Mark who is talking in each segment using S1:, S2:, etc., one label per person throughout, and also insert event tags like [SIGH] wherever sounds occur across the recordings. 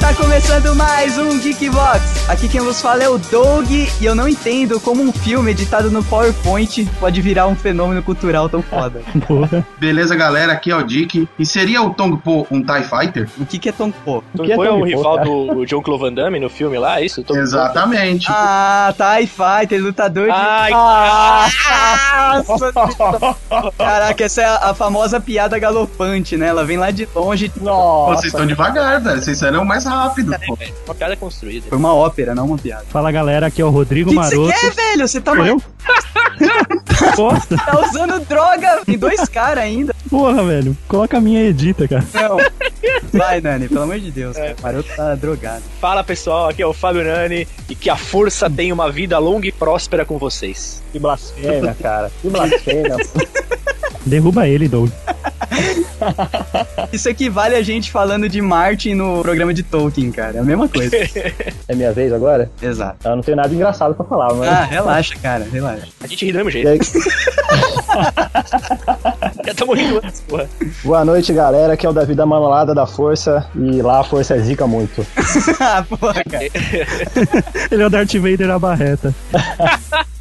S1: Tá começando mais um Geekbox. Aqui quem vos fala é o Doug e eu não entendo como um filme editado no PowerPoint pode virar um fenômeno cultural tão foda.
S2: Porra.
S3: Beleza, galera? Aqui é o Dick. E seria o Tong Po um TIE Fighter?
S1: O que, que é Tongpo?
S4: Tom
S2: O que é
S4: Poe é
S2: Tom
S4: o
S2: Poe,
S4: rival
S2: cara?
S4: do John Clovan Damme no filme lá, é isso? Tom Poe?
S3: Exatamente.
S1: Ah, TIE Fighter, lutador de.
S4: Ai,
S1: Ah, nossa, Caraca, essa é a, a famosa piada galopante, né? Ela vem lá de longe.
S3: Pô,
S2: Nossa.
S3: vocês estão devagar, velho. Vocês serão mais rápido. pô.
S4: uma piada construída.
S1: Foi uma ópera, não uma piada.
S2: Fala galera, aqui é o
S1: O
S2: Rodrigo
S1: que que
S2: Maroto.
S1: você quer, velho? Você tá,
S2: Eu?
S1: [LAUGHS]
S2: Nossa,
S1: tá usando droga. Tem dois caras ainda.
S2: porra, velho. Coloca a minha e edita, cara.
S1: Não. Vai, Nani, pelo amor de Deus. cara. O Maroto tá drogado.
S4: Fala pessoal, aqui é o Fábio Nani e que a força tenha uma vida longa e próspera com vocês.
S5: Que blasfêmia, cara. Que blasfêmia.
S2: Derruba ele, Doug.
S1: Isso equivale a gente falando de Martin no programa de Tolkien, cara. É a mesma coisa.
S5: [LAUGHS] É minha vez agora?
S1: Exato.
S5: Eu não tenho nada engraçado pra falar, mas.
S1: Ah, relaxa, cara, relaxa. [LAUGHS]
S4: A gente ri do mesmo
S5: E
S4: jeito.
S5: aí,
S4: Já tá morrendo antes, porra.
S5: boa noite, galera. Aqui é o Davi da Manolada da Força. E lá a força é zica muito.
S1: Ah, porra, cara.
S2: [LAUGHS] Ele é o Darth Vader na barreta.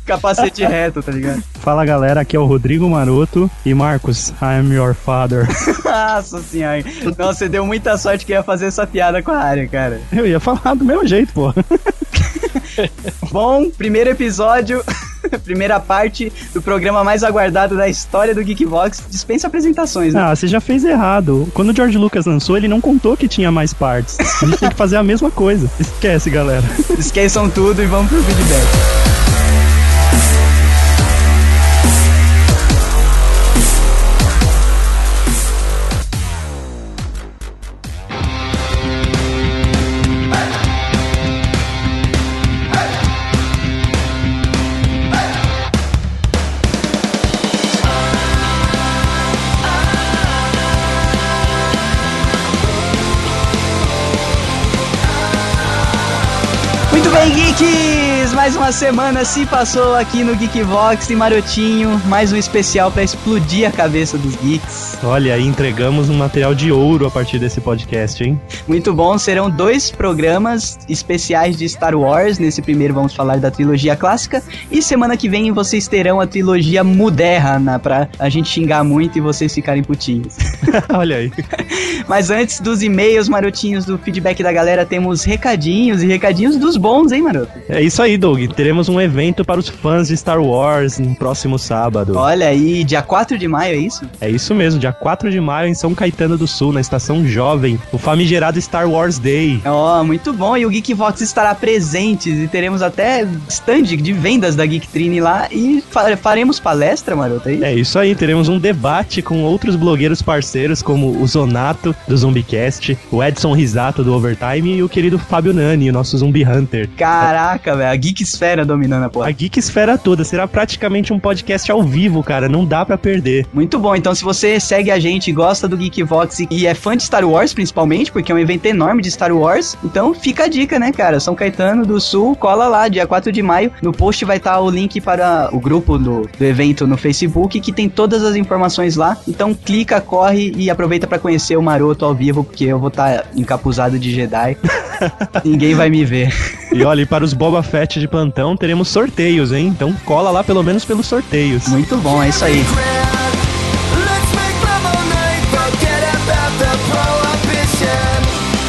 S1: Capacete reto, tá ligado? [LAUGHS]
S2: Fala galera, aqui é o Rodrigo Maroto. E Marcos, I am your father. [LAUGHS]
S1: Nossa senhora. Nossa, você deu muita sorte que ia fazer essa piada com a área, cara.
S2: Eu ia falar do mesmo jeito, porra. [LAUGHS]
S1: Bom, primeiro episódio, [LAUGHS] primeira parte do programa mais aguardado da história do Geekbox. Dispensa apresentações, né?
S2: Ah, você já fez errado. Quando o George Lucas lançou, ele não contou que tinha mais partes. A gente tem que fazer a mesma coisa. Esquece, galera.
S1: Esqueçam tudo e vamos pro feedback. Muito bem, geeks! Mais uma semana se passou aqui no Geekbox e Marotinho. Mais um especial pra explodir a cabeça dos geeks.
S2: Olha, aí entregamos um material de ouro a partir desse podcast, hein? [LAUGHS]
S1: Muito bom, serão dois programas especiais de Star Wars. Nesse primeiro vamos falar da trilogia clássica e semana que vem vocês terão a trilogia moderna né, pra a gente xingar muito e vocês ficarem putinhos. [LAUGHS]
S2: Olha aí.
S1: Mas antes dos e-mails marotinhos do feedback da galera, temos recadinhos e recadinhos dos bons, hein, maroto?
S2: É isso aí, Doug. Teremos um evento para os fãs de Star Wars no próximo sábado.
S1: Olha aí, dia 4 de maio, é isso?
S2: É isso mesmo, dia 4 de maio em São Caetano do Sul, na Estação Jovem, o famigerado Star Wars Day.
S1: Ó, muito bom. E o Geekvox estará presente e teremos até stand de vendas da Geektrine lá e fa- faremos palestra, maroto, é isso?
S2: É isso aí, teremos um debate com outros blogueiros parceiros, como o Zonato, do Zumbicast, o Edson Risato, do Overtime, e o querido Fábio Nani, o nosso Zumbi Hunter.
S1: Caraca, velho, a Geek Esfera dominando a porra.
S2: A Geek Esfera toda será praticamente um podcast ao vivo, cara, não dá pra perder.
S1: Muito bom, então se você segue a gente, gosta do Geekvox e- e é fã de Star Wars principalmente, porque é um evento enorme de Star Wars, então fica a dica, né, cara? São Caetano do Sul, cola lá, dia 4 de maio. No post vai estar o link para o grupo do, do evento no Facebook, que tem todas as informações lá. Então clica, corre e aproveita pra conhecer o Maroto ao vivo, porque eu vou estar encapuzado de Jedi. [LAUGHS] Ninguém vai me ver.
S2: E olha, e para os Boba Fett de plantão, teremos sorteios, hein? Então cola lá pelo menos pelos sorteios.
S1: Muito bom, é isso aí.
S6: Let's make lemonade, forget about the prohibition.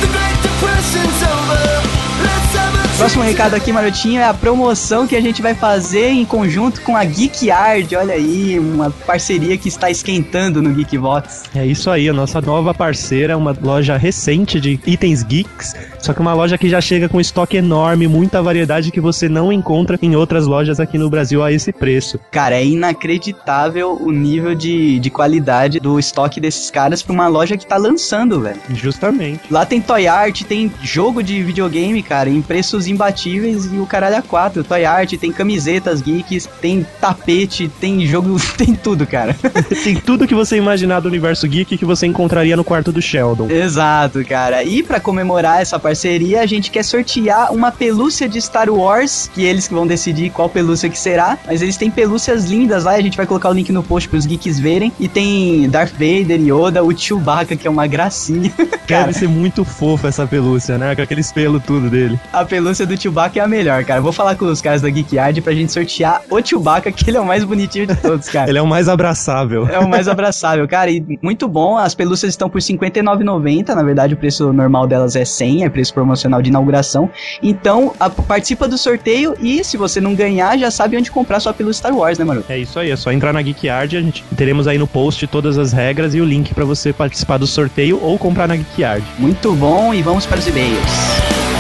S6: The Great Depression's over. Let's have a
S1: Próximo recado aqui, Marotinho, é a promoção que a gente vai fazer em conjunto com a Geek Yard. Olha aí, uma parceria que está esquentando no Geekbox.
S2: É isso aí, a nossa nova parceira, uma loja recente de itens geeks, só que uma loja que já chega com estoque enorme, muita variedade que você não encontra em outras lojas aqui no Brasil a esse preço.
S1: Cara, é inacreditável o nível de, de qualidade do estoque desses caras pra uma loja que tá lançando, velho.
S2: Justamente.
S1: Lá tem toy art, tem jogo de videogame, cara, em preços imbatíveis e o caralho a quatro. Toy art, tem camisetas geeks, tem tapete, tem jogo, [LAUGHS] tem tudo, cara.
S2: Tem tudo que você imaginar do universo geek que você encontraria no quarto do Sheldon.
S1: Exato, cara. E pra comemorar essa parceria, a gente quer sortear uma pelúcia de Star Wars, que eles que vão decidir qual pelúcia que será, mas eles têm pelúcias lindas lá, e a gente vai colocar o link no post pros geeks verem. E tem Darth Vader, Yoda, o Chewbacca, que é uma gracinha.
S2: Deve ser muito fofo essa pelúcia, né? Com aqueles pelos tudo dele.
S1: A pelúcia do Chewbacca é a melhor, cara. Vou falar com os caras da Geek Yard pra gente sortear o Chewbacca, que ele é o mais bonitinho de todos, cara.
S2: Ele é o mais abraçável.
S1: É o mais abraçável, cara. E muito bom. As pelúcias estão por R$ 59,90. Na verdade, o preço normal delas é 100, é preço promocional de inauguração. Então, a- participa do sorteio e se você não ganhar, já sabe onde comprar sua pelúcia Star Wars, né, Maru?
S2: É isso aí, é só entrar na GeekYard, a gente teremos aí no post todas as regras e o link pra você participar do sorteio ou comprar na GeekYard.
S1: Muito bom. E vamos para os e-mails. [LAUGHS]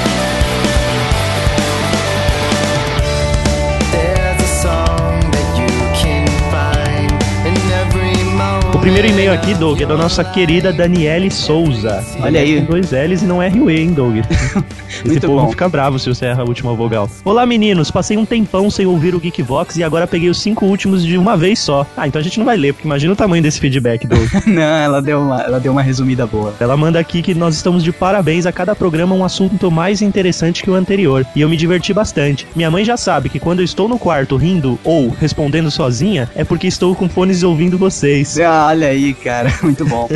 S6: There's a song that you can find in every moment.
S2: O primeiro e-mail aqui, Doug, é da nossa querida Daniele Souza. é
S1: Olha aí.
S2: Com dois L's e não R-U-E, hein,
S1: [LAUGHS]
S2: Doug? Esse
S1: Muito
S2: povo
S1: bom.
S2: fica bravo se você erra a última vogal. Olá, meninos. Passei um tempão sem ouvir o Geekvox e agora peguei os cinco últimos de uma vez só. Ah, então a gente não vai ler, porque imagina o tamanho desse feedback, Doug.
S1: não, ela deu, uma, ela deu uma resumida boa.
S2: Ela manda aqui que nós estamos de parabéns a cada programa um assunto mais interessante que o anterior, e eu me diverti bastante. Minha mãe já sabe que quando eu estou no quarto rindo ou respondendo sozinha, é porque estou com fones ouvindo
S1: [LAUGHS]
S2: vocês.
S1: Ah, Olha aí, cara. [LAUGHS] Muito bom.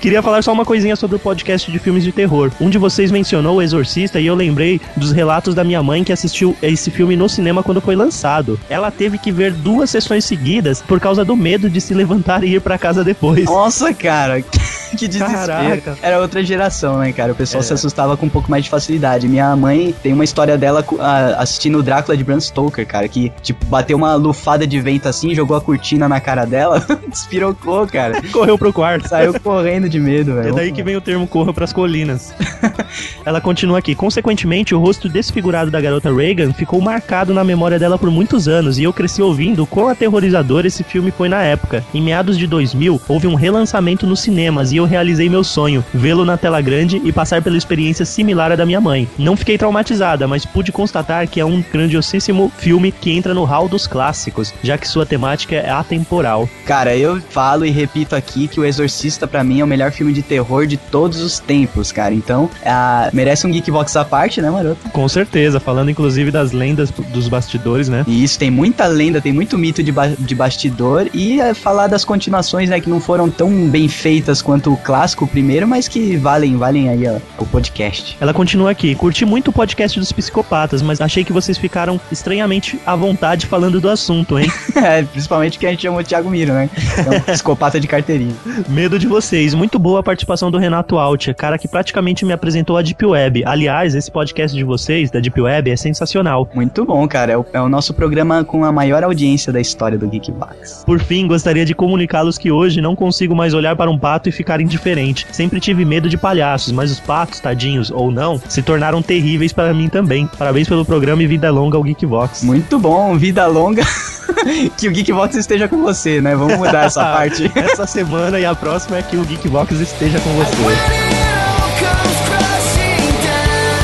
S2: Queria falar só uma coisinha sobre o podcast de filmes de terror. Um de vocês mencionou O Exorcista e eu lembrei dos relatos da minha mãe que assistiu esse filme no cinema quando foi lançado. Ela teve que ver duas sessões seguidas por causa do medo de se levantar e ir pra
S1: [LAUGHS]
S2: casa depois.
S1: Nossa, cara, que desespero.
S2: Caraca.
S1: Era outra geração, né, cara? O pessoal se assustava com um pouco mais de facilidade. Minha mãe tem uma história dela co- a- assistindo o Drácula de Bram Stoker, cara, que, tipo, bateu uma lufada de vento assim, jogou a cortina na cara dela, [LAUGHS] despirocou, cara.
S2: Correu pro quarto.
S1: Saiu correndo de medo, velho.
S2: É daí que vem o termo corra pras colinas. [LAUGHS] Ela continua aqui. Consequentemente, o rosto desfigurado da garota Reagan ficou marcado na memória dela por muitos anos e eu cresci ouvindo o quão aterrorizador esse filme foi na época. Em meados de 2000, houve um relançamento nos cinemas e eu realizei meu sonho, vê-lo na tela grande e passar pela experiência similar à da minha mãe. Não fiquei traumatizada, mas pude constatar que é um grandiosíssimo filme que entra no hall dos clássicos, já que sua temática é atemporal.
S1: Cara, eu falo e repito aqui que O Exorcista, pra mim, é o melhor filme de terror de todos os tempos, cara. Então, ah, merece um Geekbox à parte, né, maroto?
S2: Com certeza, falando inclusive das lendas dos bastidores, né?
S1: E isso tem muita lenda, tem muito mito de, ba- de bastidor. E é, falar das continuações, né, que não foram tão bem feitas quanto o clássico primeiro, mas que valem, valem aí ó, o podcast. [LAUGHS]
S2: Ela continua aqui. Curti muito o podcast dos psicopatas, mas achei que vocês ficaram estranhamente à vontade falando do assunto, [LAUGHS] hein?
S1: É, principalmente que a gente chamou o Thiago Miro, né? É um psicopata de carteirinha.
S2: Medo de vocês. Muito boa a participação do Renato Alt, cara que praticamente me apresentou a Deep Web. Aliás, esse podcast de vocês, da Deep Web, é sensacional.
S1: Muito bom, cara. É o, é o nosso programa com a maior audiência da história do Geekbox.
S2: Por fim, gostaria de comunicá-los que hoje não consigo mais olhar para um pato e ficar indiferente. Sempre tive medo de palhaços, mas os patos, tadinhos ou não, se tornaram terríveis para mim também. Parabéns pelo programa e vida longa ao Geekbox.
S1: Muito bom, vida longa. [LAUGHS] que o Geekbox esteja com você, né? Vamos mudar essa parte.
S2: Essa semana e a próxima é que o Geekbox esteja com você.
S6: When it all comes crashing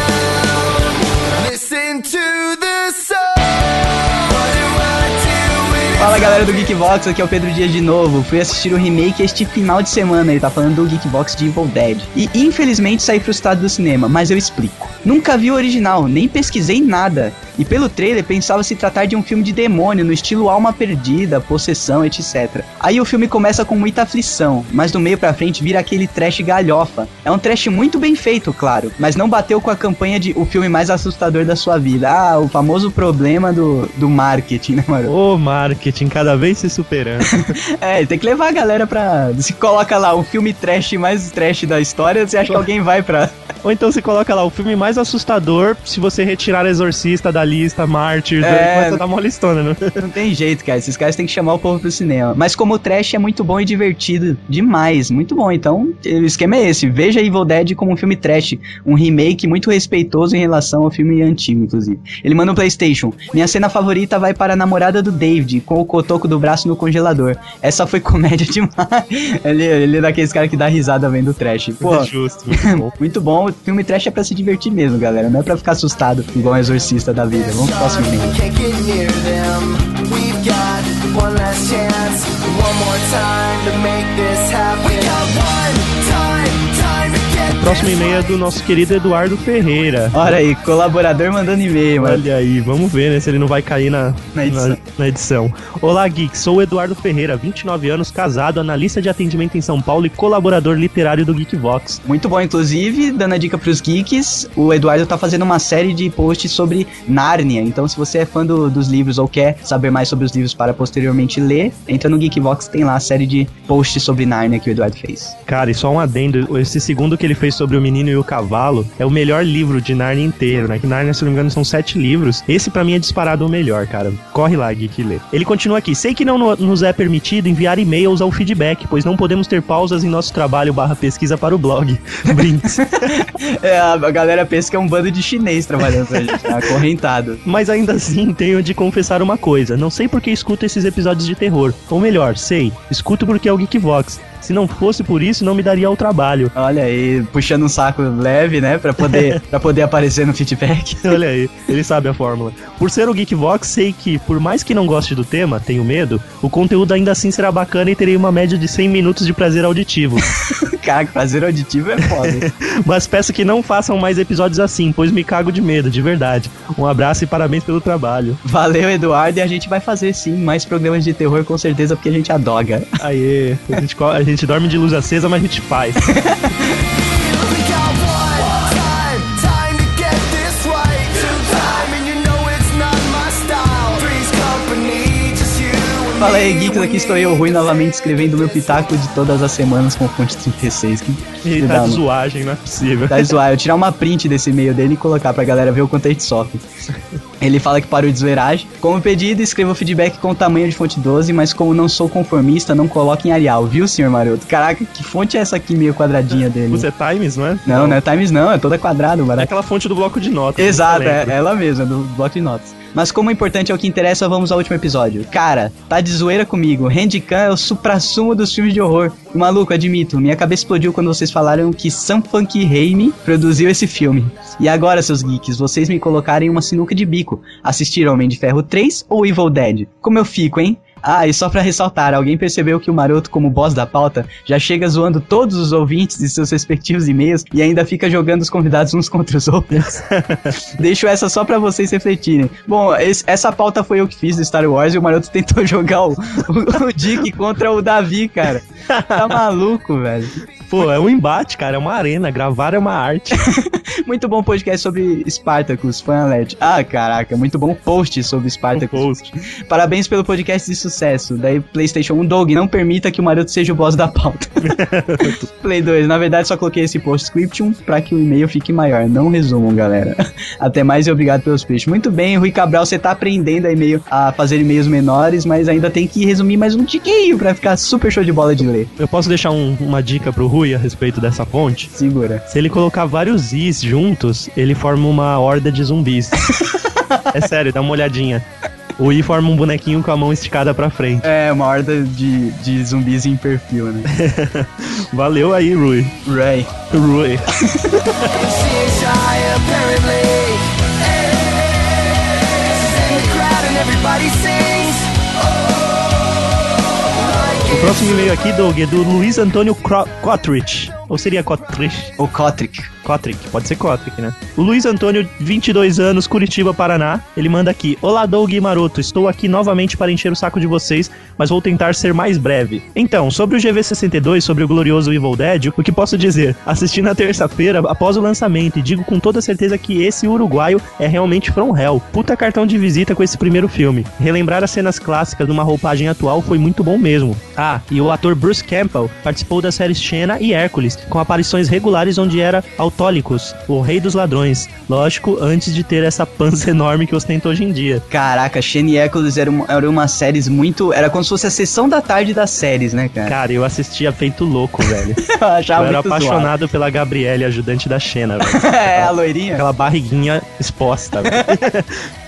S6: down, listen to the sound. What do I do when
S1: Fala galera do Geekbox, aqui é o Pedro Dias de novo. Fui assistir o remake este final de semana, ele tá falando do Geekbox de Evil Dead. E infelizmente saí frustrado do cinema, mas eu explico. Nunca vi o original, nem pesquisei nada. E pelo trailer pensava se tratar de um filme de demônio, no estilo alma perdida, possessão, etc. Aí o filme começa com muita aflição, mas do meio pra frente vira aquele trash galhofa. É um trash muito bem feito, claro, mas não bateu com a campanha de o filme mais assustador da sua vida. Ah, o famoso problema do, do marketing, né, mano?
S2: Ô, marketing, cada vez
S1: [LAUGHS]
S2: se superando.
S1: É, tem que levar a galera pra. Se coloca lá o filme trash mais trash da história, você acha que alguém vai pra. [LAUGHS]
S2: Ou então você coloca lá o filme mais assustador se você retirar Exorcista da socialista, mártir,
S1: É.
S2: começa a dar uma listona, né?
S1: Não tem jeito, cara. Esses caras têm que chamar o povo pro cinema. Mas como o trash é muito bom e divertido demais, muito bom. Então, o esquema é esse. Veja Evil Dead como um filme trash. Um remake muito respeitoso em relação ao filme antigo, inclusive. Ele manda um Playstation. Minha cena favorita vai para a namorada do David, com o cotoco do braço no congelador. Essa foi comédia [LAUGHS] demais. ele, ele é daqueles caras que dá risada vendo o trash. Pô,
S2: [LAUGHS] Justo, muito bom.
S1: [LAUGHS] muito bom. O filme trash é pra se divertir mesmo, galera. Não é pra ficar assustado, igual um exorcista da vida. Vamos pro próximo filme.
S6: Can't get near them. We've got one last chance, one more time to make this happen. We got one time, time to get
S2: Próximo
S6: this
S2: e-mail é do nosso querido Eduardo Ferreira.
S1: Olha aí, colaborador mandando e-mail, mano.
S2: Olha aí, vamos ver, né, se ele não vai cair na,
S1: Na edição.
S2: na- na edição. Olá, Geek, sou o Eduardo Ferreira, 29 anos, casado, analista de atendimento em São Paulo e colaborador literário do Geekvox.
S1: Muito bom, inclusive, dando a dica pros geeks, o Eduardo tá fazendo uma série de posts sobre Nárnia. Então, se você é fã do- dos livros ou quer saber mais sobre os livros para posteriormente ler, entra no Geekbox, tem lá a série de posts sobre Nárnia que o Eduardo fez.
S2: Cara, e só um adendo, esse segundo que ele fez sobre o menino e o cavalo é o melhor livro de Narnia inteiro, né? Que Narnia, se não me engano, são sete livros. Esse pra mim é disparado o melhor, cara. Corre lá, Geek, e lê. Ele continua aqui. Sei que não no- nos é permitido enviar e-mails ao feedback, pois não podemos ter pausas em nosso trabalho barra pesquisa para o blog. [LAUGHS] Brinks.
S1: É, a a galera pensa que é um bando de chinês trabalhando pra gente, tá? acorrentado.
S2: Mas ainda assim, tenho de confessar uma coisa. Não sei por que escuto esses episódios de terror. Ou melhor, sei. Escuto porque é o Geekvox. Se não fosse por isso, não me daria o trabalho.
S1: Olha aí, puxando um saco leve, né, Pra poder, pra poder aparecer no feedback. [LAUGHS]
S2: [LAUGHS] Olha aí, ele sabe a fórmula. Por ser o Geekvox, sei que, por mais que não goste do tema, tenho medo, o conteúdo ainda assim será bacana e terei uma média de 100 minutos de prazer
S1: [LAUGHS]
S2: auditivo.
S1: Cara, fazer auditivo é foda.
S2: Mas peço que não façam mais episódios assim, pois me cago de medo, de verdade. Um abraço e parabéns pelo trabalho.
S1: Valeu, Eduardo, e a gente vai fazer sim mais programas de terror com certeza, porque a gente adoga.
S2: Aê, a gente, co- a gente dorme de luz acesa, mas a gente tá faz.
S6: deal. We got one time, time to get this right. Two time, and you know it's not my style. Three's company, just you and
S1: Fala aí,
S6: me.
S1: Geeks,
S6: We
S1: aqui estou
S6: need
S1: eu, Rui,
S6: to
S1: novamente
S6: take
S1: escrevendo meu pitaco de todas as semanas com fonte 36. Que que
S2: Ele tá
S1: dá,
S2: de
S1: mano.
S2: zoagem, não é possível.
S1: Tá zoar, eu tirar uma print desse e-mail dele e colocar pra galera ver o quanto a gente sofre. Ele fala que parou de zoeiragem. Como pedido, escreva o feedback com o tamanho de fonte 12, mas como não sou conformista, não coloque em Arial, viu, senhor maroto? Caraca, que fonte é essa aqui, meio quadradinha dele?
S2: Você é Times, não é?
S1: Não, não é Times não, é toda quadrada,
S2: É
S1: barato.
S2: aquela fonte do bloco de notas.
S1: Exato,
S2: eu
S1: é,
S2: lembro.
S1: ela mesma, do bloco de notas. Mas como o importante é o que interessa, vamos ao último episódio. Cara, tá de zoeira comigo. Handicam é o suprassumo dos filmes de horror. E, maluco, admito, minha cabeça explodiu quando vocês falaram que Sam Funk Raimi produziu esse filme. E agora, seus geeks, vocês me colocarem uma sinuca de bico. Assistir Homem de Ferro 3 ou Evil Dead? Como eu fico, hein? Ah, e só pra ressaltar, alguém percebeu que o Maroto, como boss da pauta, já chega zoando todos os ouvintes e seus respectivos e-mails e ainda fica jogando os convidados uns contra os outros? Deixo essa só pra vocês refletirem. Bom, esse- essa pauta foi eu que fiz do Star Wars e o Maroto [LAUGHS] tentou jogar o, o, o Dick contra o Davi, cara. Tá maluco, velho.
S2: Pô, é um embate, cara, é uma arena. Gravar é uma arte.
S1: Muito bom podcast sobre Spartacus, fan alert. Ah, caraca, muito bom post sobre
S2: um
S1: Spartacus.
S2: post.
S1: Parabéns pelo podcast de sucesso. Daí, PlayStation 1, Dog, não permita que o Maroto seja o boss da
S2: [LAUGHS]
S1: pauta. Play 2, na verdade só coloquei esse postscriptum pra que o e-mail fique maior. Não resumam, galera. [LAUGHS] Até mais e obrigado pelos peixes. Muito bem, Rui Cabral, você tá aprendendo a, e-mail, a fazer e-mails menores, mas ainda tem que resumir mais um tiquinho pra ficar super show de bola de ler.
S2: Eu posso deixar um- uma dica pro Rui a respeito dessa fonte?
S1: Segura.
S2: Se ele colocar vários is juntos, ele forma uma horda de zumbis. é sério, dá uma olhadinha. O i forma um bonequinho com a mão esticada pra frente.
S1: É, uma horda de, de zumbis em perfil, né?
S2: Valeu aí, Rui.
S1: Ray.
S2: Rui.
S6: She's shy apparently. She's in the crowd and everybody sings.
S2: O próximo e-mail aqui, Doug, é do Luiz Antônio Cro- Cotrich. Ou seria Cotrich?
S1: O Kotrick.
S2: Kotrick, pode ser Kotrick, né? O Luiz Antônio, 22 anos, Curitiba, Paraná, ele manda aqui: Olá, Doug e Maroto, estou aqui novamente para encher o saco de vocês, mas vou tentar ser mais breve. Então, sobre o GV62, sobre o glorioso Evil Dead, o que posso dizer? Assisti na terça-feira após o lançamento e digo com toda certeza que esse uruguaio é realmente from hell. Puta cartão de visita com esse primeiro filme. Relembrar as cenas clássicas numa roupagem atual foi muito bom mesmo. Ah, e o ator Bruce Campbell participou das séries Xena e Hércules, com aparições regulares onde era Autólicos, o rei dos ladrões. Lógico, antes de ter essa pança [LAUGHS] enorme que ostenta hoje em dia.
S1: Caraca, Shane Eccles era uma, era uma série muito. Era como se fosse a sessão da tarde das séries, né, cara?
S2: Cara, eu assistia feito louco, velho.
S1: [LAUGHS] Eu achava
S2: eu era
S1: muito zoado.
S2: apaixonado pela Gabriele, ajudante da Xena,
S1: [LAUGHS]
S2: velho.
S1: é, a loirinha?
S2: Aquela barriguinha
S1: [LAUGHS]
S2: exposta. velho.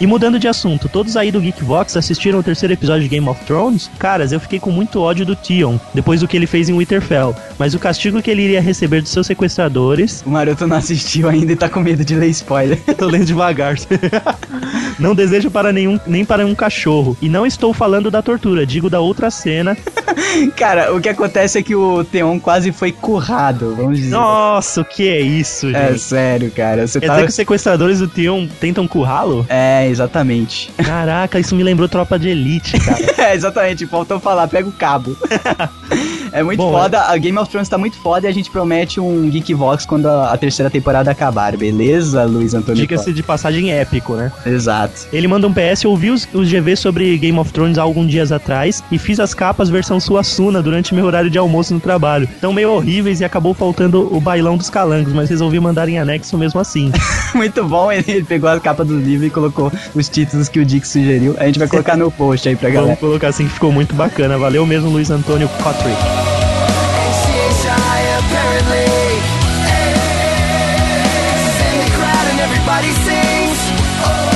S2: e mudando de assunto, todos aí do Geekvox assistiram o terceiro episódio de Game of Thrones? Caras, eu fiquei com muito ódio do Tion, depois do que ele fez em Winterfell. Mas o castigo que ele iria receber dos seus sequestradores.
S1: O Maroto não assistiu ainda e tá com medo de ler spoiler.
S2: Eu [LAUGHS] tô lendo devagar. não desejo para nenhum, nem para um cachorro. E não estou falando da tortura, digo da outra cena.
S1: [LAUGHS] Cara, o que acontece é que o Theon quase foi currado, vamos dizer.
S2: Nossa, o que é isso, gente?
S1: É sério, cara. Você
S2: Quer
S1: tá.
S2: dizer que os sequestradores do Tion tentam currá-lo?
S1: É, exatamente.
S2: Caraca, isso me lembrou Tropa de Elite, cara.
S1: [LAUGHS] É, exatamente, faltou falar, pega o cabo. [LAUGHS] É muito
S2: Bom,
S1: foda, a Game of Thrones tá muito foda e a gente promete um Geekvox quando a, a terceira temporada acabar, beleza, Luiz Antônio? Costa?
S2: Diga-se de passagem épico, né?
S1: Exato. [LAUGHS]
S2: Ele manda um PS, ouvi os, os GV sobre Game of Thrones há alguns dias atrás e fiz as capas versão Suassuna durante meu horário de almoço no trabalho. Tão meio horríveis e acabou faltando o bailão dos calangos, mas resolvi mandar em anexo mesmo assim.
S1: Muito bom, ele, ele pegou a capa do livro e colocou os títulos que o Dick sugeriu. A gente vai colocar no post aí pra galera.
S2: Vamos colocar assim que ficou muito bacana. Valeu mesmo, Luiz Antônio Cotrick.
S6: And she ain't shy, apparently. Cause in the crowd and everybody sings.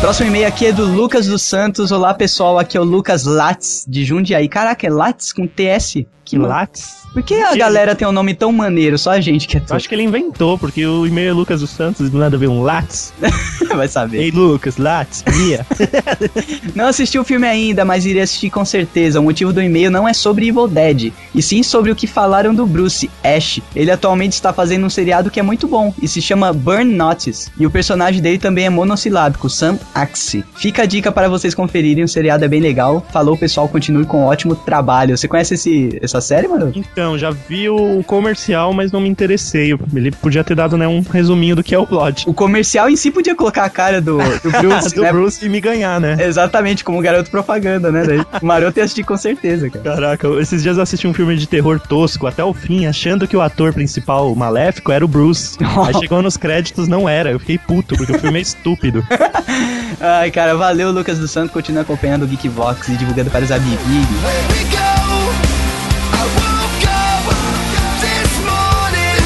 S1: Próximo e-mail aqui é do Lucas dos Santos. Olá, pessoal, aqui é o Lucas Lattes, de Jundiaí. Caraca, é Lattes com TS?
S2: Que látis.
S1: Por que a galera tem um nome tão maneiro? Só a gente que é
S2: Eu acho que ele inventou, porque o e-mail é Lucas dos Santos, do nada veio um látis.
S1: que [LAUGHS] vai saber.
S2: Ei, Lucas, látis, guia.
S1: Não assisti o filme ainda, mas irei assistir com certeza. O motivo do e-mail não é sobre Evil Dead, e sim sobre o que falaram do Bruce, Ash. Ele atualmente está fazendo um seriado que é muito bom, e se chama Burn Notice. E o personagem dele também é monossilábico, Sam Axe. Fica a dica para vocês conferirem, o seriado é bem legal. Falou, pessoal, continue com um ótimo trabalho. Você conhece esse, essa série, mano?
S2: Então, já vi o comercial, mas não me interessei. Ele podia ter dado né, um resuminho do que é o plot.
S1: O comercial em si podia colocar a cara do, do Bruce,
S2: [LAUGHS] do
S1: né?
S2: Bruce e me ganhar, né?
S1: Exatamente, como um garoto propaganda, né? Daí, o Maroto ia assistir com certeza, cara.
S2: Caraca, eu- esses dias eu assisti um filme de terror tosco até o fim, achando que o ator principal o maléfico era o [LAUGHS] Bruce. Aí chegou nos créditos, não era. Eu fiquei puto, porque o filme é [LAUGHS] estúpido.
S1: Ai, cara, valeu, Lucas do Santo. Continua acompanhando o Geekbox e divulgando para os amiguinhos.
S6: Where we go, I woke up this morning.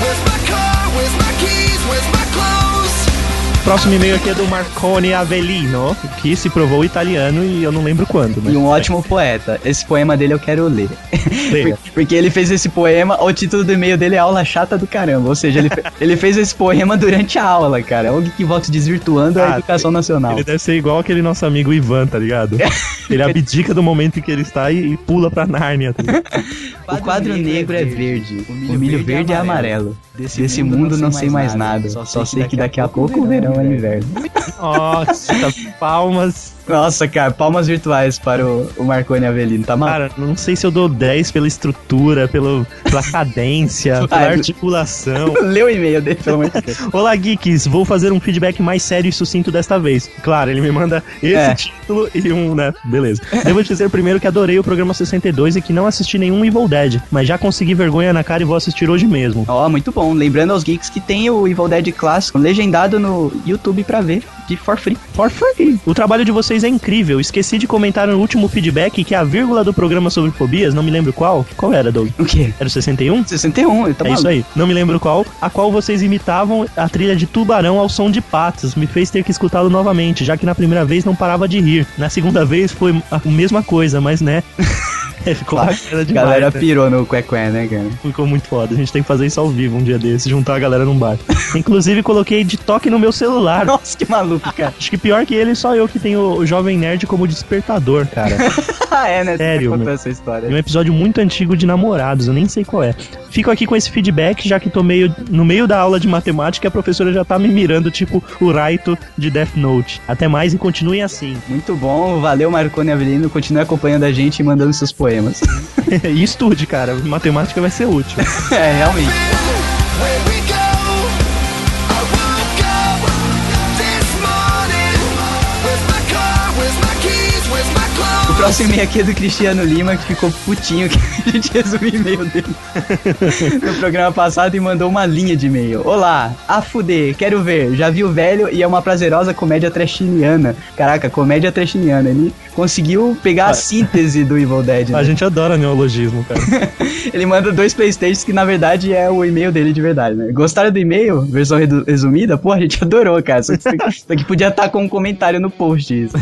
S6: Where's my car? Where's my keys? Where's my clothes?
S2: Próximo e-mail aqui é do Marcone Avellino, que se provou italiano e eu não lembro quando. né? mas-
S1: E um ótimo poeta. Esse poema dele eu quero ler.
S2: Leia.
S1: Por- [LAUGHS] Porque ele fez esse poema, o título do e-mail dele é Aula Chata do Caramba. Ou seja, ele, fe- [LAUGHS] ele fez esse poema durante a aula, cara. É o Geekbox desvirtuando a
S2: Ah,
S1: educação nacional.
S2: Ele deve ser igual aquele nosso amigo Ivan, tá [LAUGHS] ligado? Ele abdica do momento em que ele está e, e pula pra Nárnia. Tá [LAUGHS] ligado?
S1: O quadro negro é verde, o milho, verde é amarelo. Desse, mundo, não sei mais nada, só sei que daqui a pouco o verão é inverno.
S2: Nossa, palmas.
S1: Nossa, cara, palmas virtuais para o, o Marconi Avelino, tá maluco?
S2: Cara, não sei se eu dou 10 pela estrutura, pelo,
S1: [LAUGHS]
S2: pela cadência, pela
S1: Ah, eu-
S2: articulação.
S1: Lê o e-mail dele, pelo amor de Deus.
S2: Olá, geeks. Vou fazer um feedback mais sério e sucinto desta vez. Claro, ele me manda esse
S1: É.
S2: título e um, né? Beleza. Devo dizer primeiro que adorei o programa 62 e que não assisti nenhum Evil Dead, mas já consegui vergonha na cara e vou assistir hoje mesmo.
S1: Ó, muito bom. Lembrando aos geeks que tem o Evil Dead clássico legendado no YouTube pra ver, de for free.
S2: For free. O trabalho de vocês é incrível. Esqueci de comentar no último feedback que a vírgula do programa sobre fobias, não me lembro qual. Qual era, Doug?
S1: O quê?
S2: Era o 61?
S1: 61, ele tá
S2: é isso aí, não me lembro qual, a qual vocês imitavam a trilha de Tubarão ao som de patos, me fez ter que escutá-lo novamente, já que na primeira vez não parava de rir. Na segunda vez foi a mesma coisa,
S1: [LAUGHS]
S2: mas né. É, Ficou
S1: Claro.
S2: bacana
S1: A
S2: demais.
S1: galera
S2: né?
S1: pirou no cuecué, né, cara? [LAUGHS]
S2: Ficou muito foda. A gente tem que fazer isso ao vivo um dia desse, juntar a galera num bar. [LAUGHS] Inclusive, coloquei de toque no meu celular.
S1: Nossa, que maluco, [LAUGHS] cara.
S2: Acho que pior que ele, só eu que tenho o Jovem Nerd como despertador, cara.
S1: ah, é, né?
S2: Sério,
S1: Você contou
S2: meu.
S1: essa
S2: É um
S1: história.
S2: episódio muito antigo de namorados, eu nem sei qual é. Fico aqui com esse feedback, já que tô meio no meio da aula de matemática e a professora já tá me mirando, tipo o Raito de Death Note. Até mais e continuem assim. [LAUGHS]
S1: Muito bom, valeu Marconi Avelino, continue acompanhando a gente e mandando seus poemas. [LAUGHS]
S2: e estude, cara, matemática vai ser útil.
S1: é, realmente.
S6: Where we go, I woke up this morning. Where's my car? Where's my keys? Where's my
S1: O
S6: clothes?
S1: próximo e-mail aqui é do Cristiano Lima, que ficou putinho [LAUGHS] que a gente resumiu o e-mail dele [LAUGHS] no programa passado e mandou uma linha de e-mail. Olá, a fuder, quero ver. Já vi o velho e é uma prazerosa comédia trashiniana. Caraca, comédia trashiniana. Ele conseguiu pegar a síntese do Evil Dead. né?
S2: A gente adora neologismo, cara.
S1: Ele manda dois Playstations que na verdade é o e-mail dele de verdade, né? Gostaram do e-mail? Versão redu- resumida? Pô, a gente [LAUGHS] adorou, cara. Só que, só que podia estar com um comentário no post isso.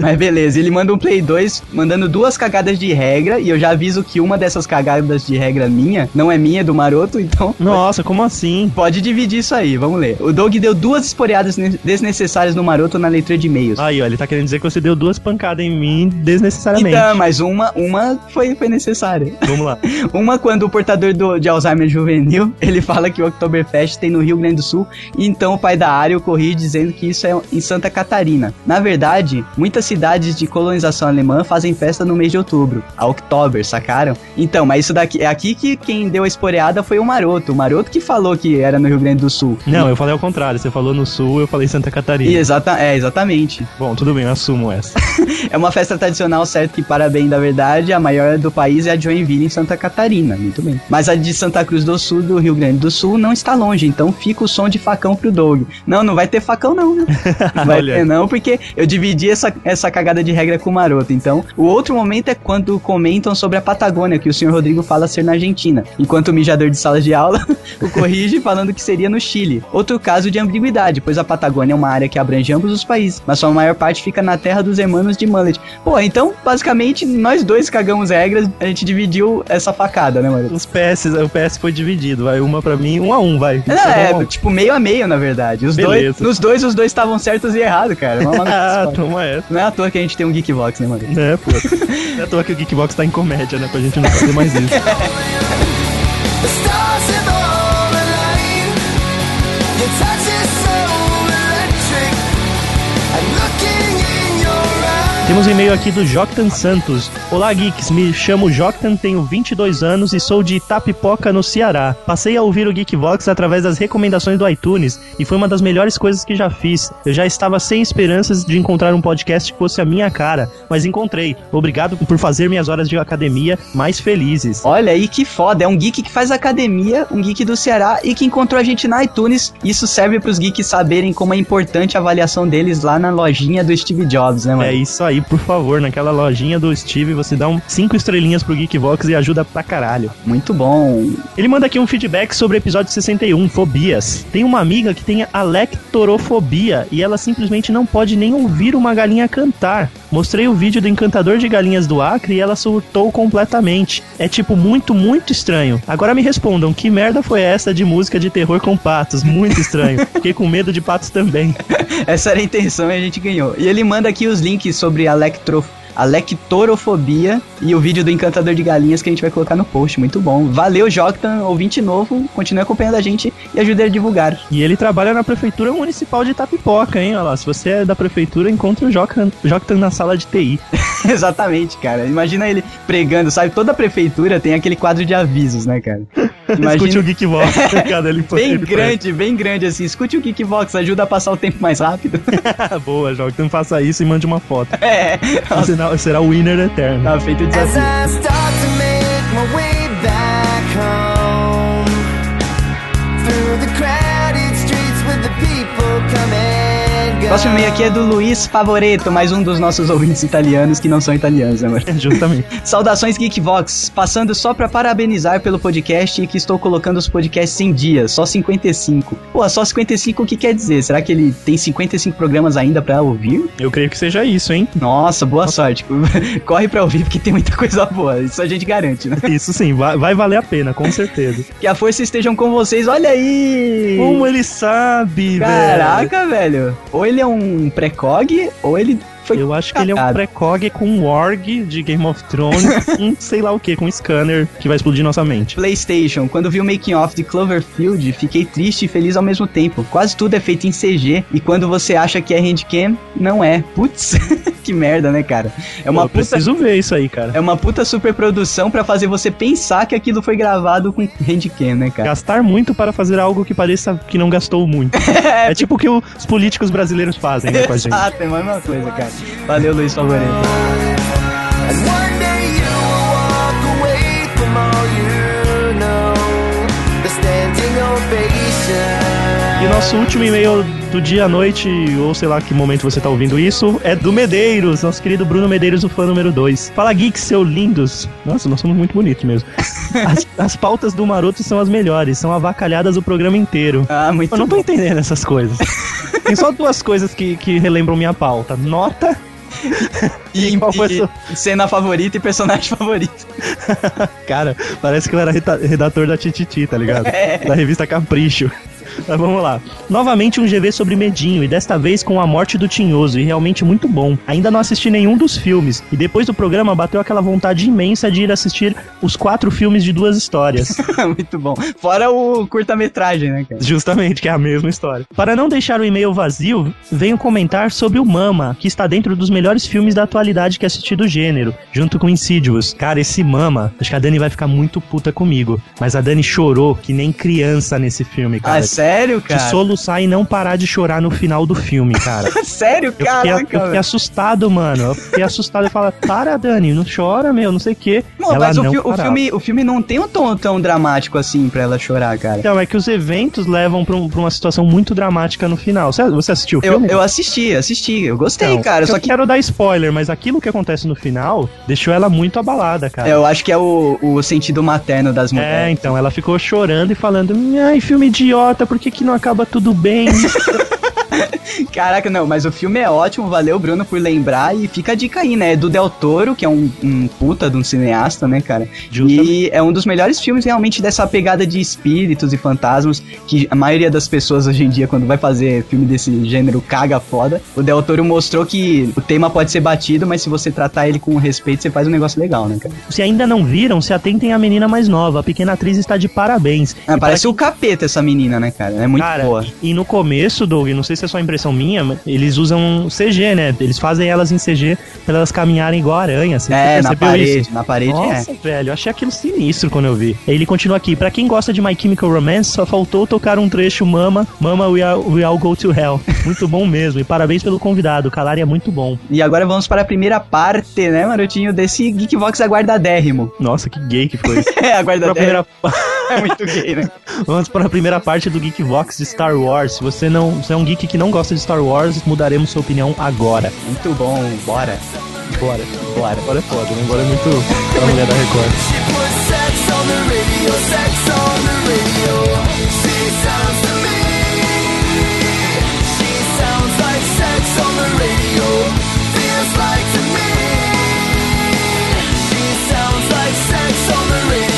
S1: Mas beleza, ele manda um Play 2 mandando duas cagadas de regra e eu já aviso que uma dessas cagadas de regra minha não é minha, é do maroto, então [LAUGHS]
S2: Nossa, como assim?
S1: pode dividir isso aí, vamos ler. O Doug deu duas esporeadas ne- desnecessárias no maroto na leitura de e-mails.
S2: Aí, ó, ele tá querendo dizer que você deu duas pancadas em mim desnecessariamente.
S1: Então, mas uma, uma foi, foi necessária.
S2: Vamos lá.
S1: Uma quando o portador do- de Alzheimer juvenil, [LAUGHS] ele fala que o Oktoberfest tem no Rio Grande do Sul, e então o pai da área corrige dizendo que isso é em Santa Catarina. Na verdade, muitas cidades de colonização alemã fazem festa no mês de outubro, a Oktober, sacaram? Então, mas isso daqui é aqui que quem deu a esporeada foi o Maroto, o Maroto que falou que era no Rio Grande do Sul.
S2: Não, eu falei ao contrário. Você falou no sul, eu falei Santa Catarina.
S1: E exata, é, exatamente.
S2: Bom, tudo bem, eu assumo essa.
S1: É uma festa tradicional, certo que, para bem da verdade, a maior do país é a de Joinville, em Santa Catarina. Muito bem. Mas a de Santa Cruz do Sul, do Rio Grande do Sul, não está longe, então fica o som de facão pro Doug. Não, não vai ter facão não, viu?
S2: [LAUGHS]
S1: Não vai
S2: Olha.
S1: ter não, porque eu dividi essa, essa cagada de regra com o Maroto. Então, o outro momento é quando comentam sobre a Patagônia, que o senhor Rodrigo fala ser na Argentina. Enquanto o mijador de sala de aula [LAUGHS] o corrige falando que seria no Chile. Outro caso de ambiguidade, pois a Patagônia é uma área que abrange ambos os países, mas sua maior parte fica na terra dos hermanos de Mullet. Pô, então, basicamente, nós dois cagamos regras, a gente dividiu essa facada, né, mano?
S2: Os PS, o PS foi dividido, vai. Uma pra mim, um a um, vai.
S1: É,
S2: Tá bom?
S1: é, tipo, meio a meio, na verdade. Os
S2: Beleza.
S1: dois, nos dois, os dois estavam certos e errados, cara. Uma
S2: Ah,
S1: maluquice, pô.
S2: toma essa.
S1: Não é à toa que a gente tem um Geekbox, né, mano?
S2: É, pô. Não é à toa que o Geekbox tá em comédia, né? Pra gente não fazer mais isso.
S6: The stars have all aligned. Your touch is so electric. I'm looking in your eyes.
S2: Temos um e-mail aqui do Joctan Santos. Olá, geeks. Me chamo Joctan, tenho 22 anos e sou de Itapipoca, no Ceará. Passei a ouvir o Geekvox através das recomendações do iTunes e foi uma das melhores coisas que já fiz. Eu já estava sem esperanças de encontrar um podcast que fosse a minha cara, mas encontrei. Obrigado por fazer minhas horas de academia mais felizes.
S1: [LAUGHS] Olha aí que foda, é um geek que faz academia, um geek do Ceará e que encontrou a gente na iTunes. Isso serve pros geeks saberem como é importante a avaliação deles lá na lojinha do Steve Jobs, né, mano?
S2: É isso aí, por favor, naquela lojinha do Steve, você dá um cinco estrelinhas pro Geekvox e ajuda pra caralho.
S1: Muito bom. [LAUGHS]
S2: Ele manda aqui um feedback sobre o episódio 61, fobias. Tem uma amiga que tem a lectorofobia e ela simplesmente não pode nem ouvir uma galinha cantar. Mostrei o vídeo do encantador de galinhas do Acre e ela surtou completamente. É tipo muito, muito estranho. Agora me respondam, que merda foi essa de música de terror com patos?
S1: [LAUGHS]
S2: Muito estranho. Fiquei com medo de patos também.
S1: Essa era a intenção e a gente ganhou. E ele manda aqui os links sobre a lectro a lectorofobia e o vídeo do encantador de galinhas que a gente vai colocar no post. Muito bom. Valeu, Joctan, ouvinte novo. Continue acompanhando a gente e ajude a divulgar.
S2: E ele trabalha na prefeitura municipal de Itapipoca, hein? Olha lá, se você é da prefeitura, encontra o Joctan Joctan na sala de TI.
S1: [LAUGHS] Exatamente, cara. Imagina ele pregando, sabe? Toda prefeitura tem aquele quadro de avisos, né, cara?
S2: [LAUGHS] Escute
S1: Imagina.
S2: o Geekvox, [LAUGHS] cara, ele
S1: Bem
S2: ele-
S1: grande, bem grande assim. Escute o Kickbox, ajuda a passar o tempo mais rápido. [LAUGHS]
S2: Ah, boa, Joctan, faça isso e mande uma foto.
S1: é,
S2: Será, será o winner
S1: [LAUGHS]
S2: eterno.
S1: tá feito o
S6: As
S1: desafio.
S6: I start to make my way back home through the crowded streets with the people come and go.
S1: Próximo e-mail aqui é do Luiz Favoreto, mais um dos nossos ouvintes italianos que não são italianos, né, mano?
S2: Justamente.
S1: Saudações Geekvox, passando só pra parabenizar pelo podcast e que estou colocando os podcasts em dia, só 55. Pô, só 55 o que quer dizer? Será que ele tem 55 programas ainda pra ouvir?
S2: Eu creio que seja isso, hein?
S1: Nossa, boa sorte. [LAUGHS] Corre pra ouvir porque tem muita coisa boa, isso a gente garante, né?
S2: Isso sim, vai, vai valer a pena, com certeza.
S1: [LAUGHS] Que a força estejam com vocês, olha aí!
S2: Como ele sabe, velho?
S1: Caraca, velho. Ou ele é um precog, ou ele foi.
S2: Eu acho que ele é um
S1: Cagado.
S2: precog com um org de Game of
S1: [LAUGHS]
S2: Thrones, um sei lá o que, com um scanner que vai explodir nossa mente.
S1: PlayStation, quando vi o making off de Cloverfield, fiquei triste e feliz ao mesmo tempo. Quase tudo é feito em CG e quando você acha que é handcam, não é. Putz, [LAUGHS] que merda, né, cara? É uma
S2: Eu
S1: puta
S2: preciso ver isso aí, cara.
S1: é uma puta superprodução pra fazer você pensar que aquilo foi gravado com handcam, né, cara?
S2: Gastar muito para fazer algo que pareça que não
S1: [LAUGHS]
S2: gastou muito. É tipo o que os
S1: Ah,
S2: políticos brasileiros fazem né, com a gente.
S1: Exato, é a mesma coisa, cara. Valeu, Luiz Favoreto.
S6: As
S2: E o nosso último e-mail do dia à noite, ou sei lá que momento você tá ouvindo isso, é do Medeiros, nosso querido Bruno Medeiros, o fã número 2. Fala, geeks, seu lindos. Nossa, nós somos muito bonitos mesmo. As, as pautas do Maroto são as melhores, são avacalhadas o programa inteiro.
S1: Ah, muito
S2: Eu não tô
S1: bom.
S2: entendendo essas coisas. Tem só duas coisas que, que relembram minha pauta. Nota
S1: E,
S2: qual foi
S1: e- cena favorita e personagem [LAUGHS] favorito.
S2: Cara, parece que eu era reta- redator da Tititi, tá ligado?
S1: É.
S2: Da revista Capricho. Mas vamos lá. Novamente um GV sobre Medinho, e desta vez com a morte do Tinhoso, e realmente muito bom. Ainda não assisti nenhum dos filmes, e depois do programa bateu aquela vontade imensa de ir assistir os quatro filmes de duas histórias.
S1: muito bom. Fora o curta-metragem, né, cara?
S2: Justamente, que é a mesma história. Para não deixar o e-mail vazio, venho comentar sobre o Mama, que está dentro dos melhores filmes da atualidade que assisti do gênero, junto com Insidious. Cara, esse Mama, acho que a Dani vai ficar muito puta comigo, mas a Dani chorou que nem criança nesse filme,
S1: Ah,
S2: cara.
S1: é sério,
S2: de
S1: cara?
S2: soluçar e não parar de chorar no final do filme, cara.
S1: [LAUGHS] Sério,
S2: Eu fiquei, eu
S1: caraca,
S2: fiquei
S1: velho.
S2: assustado, mano. Eu fiquei assustado. Eu falo, para, Dani, não chora, meu, não sei o quê.
S1: Não,
S2: Ela
S1: mas o,
S2: não
S1: fi- o
S2: parava.
S1: filme, o filme não tem um tom tão dramático assim pra ela chorar, cara.
S2: Então, é que os eventos levam pra, um- pra uma situação muito dramática no final. Você, você assistiu o
S1: Eu,
S2: filme?
S1: eu assisti, assisti, eu gostei,
S2: Então,
S1: cara.
S2: eu
S1: Só que
S2: quero dar spoiler, mas aquilo que acontece no final deixou ela muito abalada, cara.
S1: eu acho que é o, o sentido materno das
S2: É,
S1: mulheres.
S2: então, ela ficou chorando e falando, ai, filme idiota, por que, que não acaba tudo bem?
S1: [LAUGHS]
S2: É.
S1: Caraca, não, mas o filme é ótimo, valeu, Bruno, por lembrar. E fica a dica aí, né? É do Del Toro, que é um, um puta de um cineasta, né, cara?
S2: Justamente.
S1: E é um dos melhores filmes realmente dessa pegada de espíritos e fantasmas que a maioria das pessoas hoje em dia, quando vai fazer filme desse gênero, caga foda. O Del Toro mostrou que o tema pode ser batido, mas se você tratar ele com respeito, você faz um negócio legal, né, cara?
S2: Se ainda não viram, se atentem à menina mais nova. A pequena atriz está de parabéns.
S1: Ah, parece o capeta essa menina, né, cara? É muito
S2: Cara,
S1: boa.
S2: e no começo, Doug, não sei se é só impressão minha, mas eles usam CG, né? Eles fazem elas em CG pra elas caminharem igual aranha. Você
S1: É, na
S2: percebeu isso?
S1: parede, na parede é.
S2: Nossa, velho, eu achei aquilo sinistro quando eu vi. Ele continua aqui. Pra quem gosta de My Chemical Romance, só faltou tocar um trecho Mama, Mama We All, we all Go to Hell. Muito bom mesmo. E parabéns pelo convidado. O Calari é muito bom.
S1: E agora vamos para a primeira parte, né, Marotinho, desse Geekvox aguardadérrimo. [LAUGHS]
S2: Nossa, que gay que [LAUGHS] foi. isso.
S1: É,
S2: Pra
S1: aguardadérrimo
S2: primeira pa-
S1: é muito gay, né?
S2: Vamos para a primeira parte do Geekvox de Star Wars. Se você não, se é um geek que não gosta de Star Wars, mudaremos sua opinião agora.
S1: Muito bom, bora.
S2: Bora, bora. Agora é foda, né? Agora é [LAUGHS] muito a mulher da Record.
S6: She puts sex on the radio, sex on the radio. She sounds to me. She sounds like sex on the radio. Feels like to me. She sounds like sex on the radio.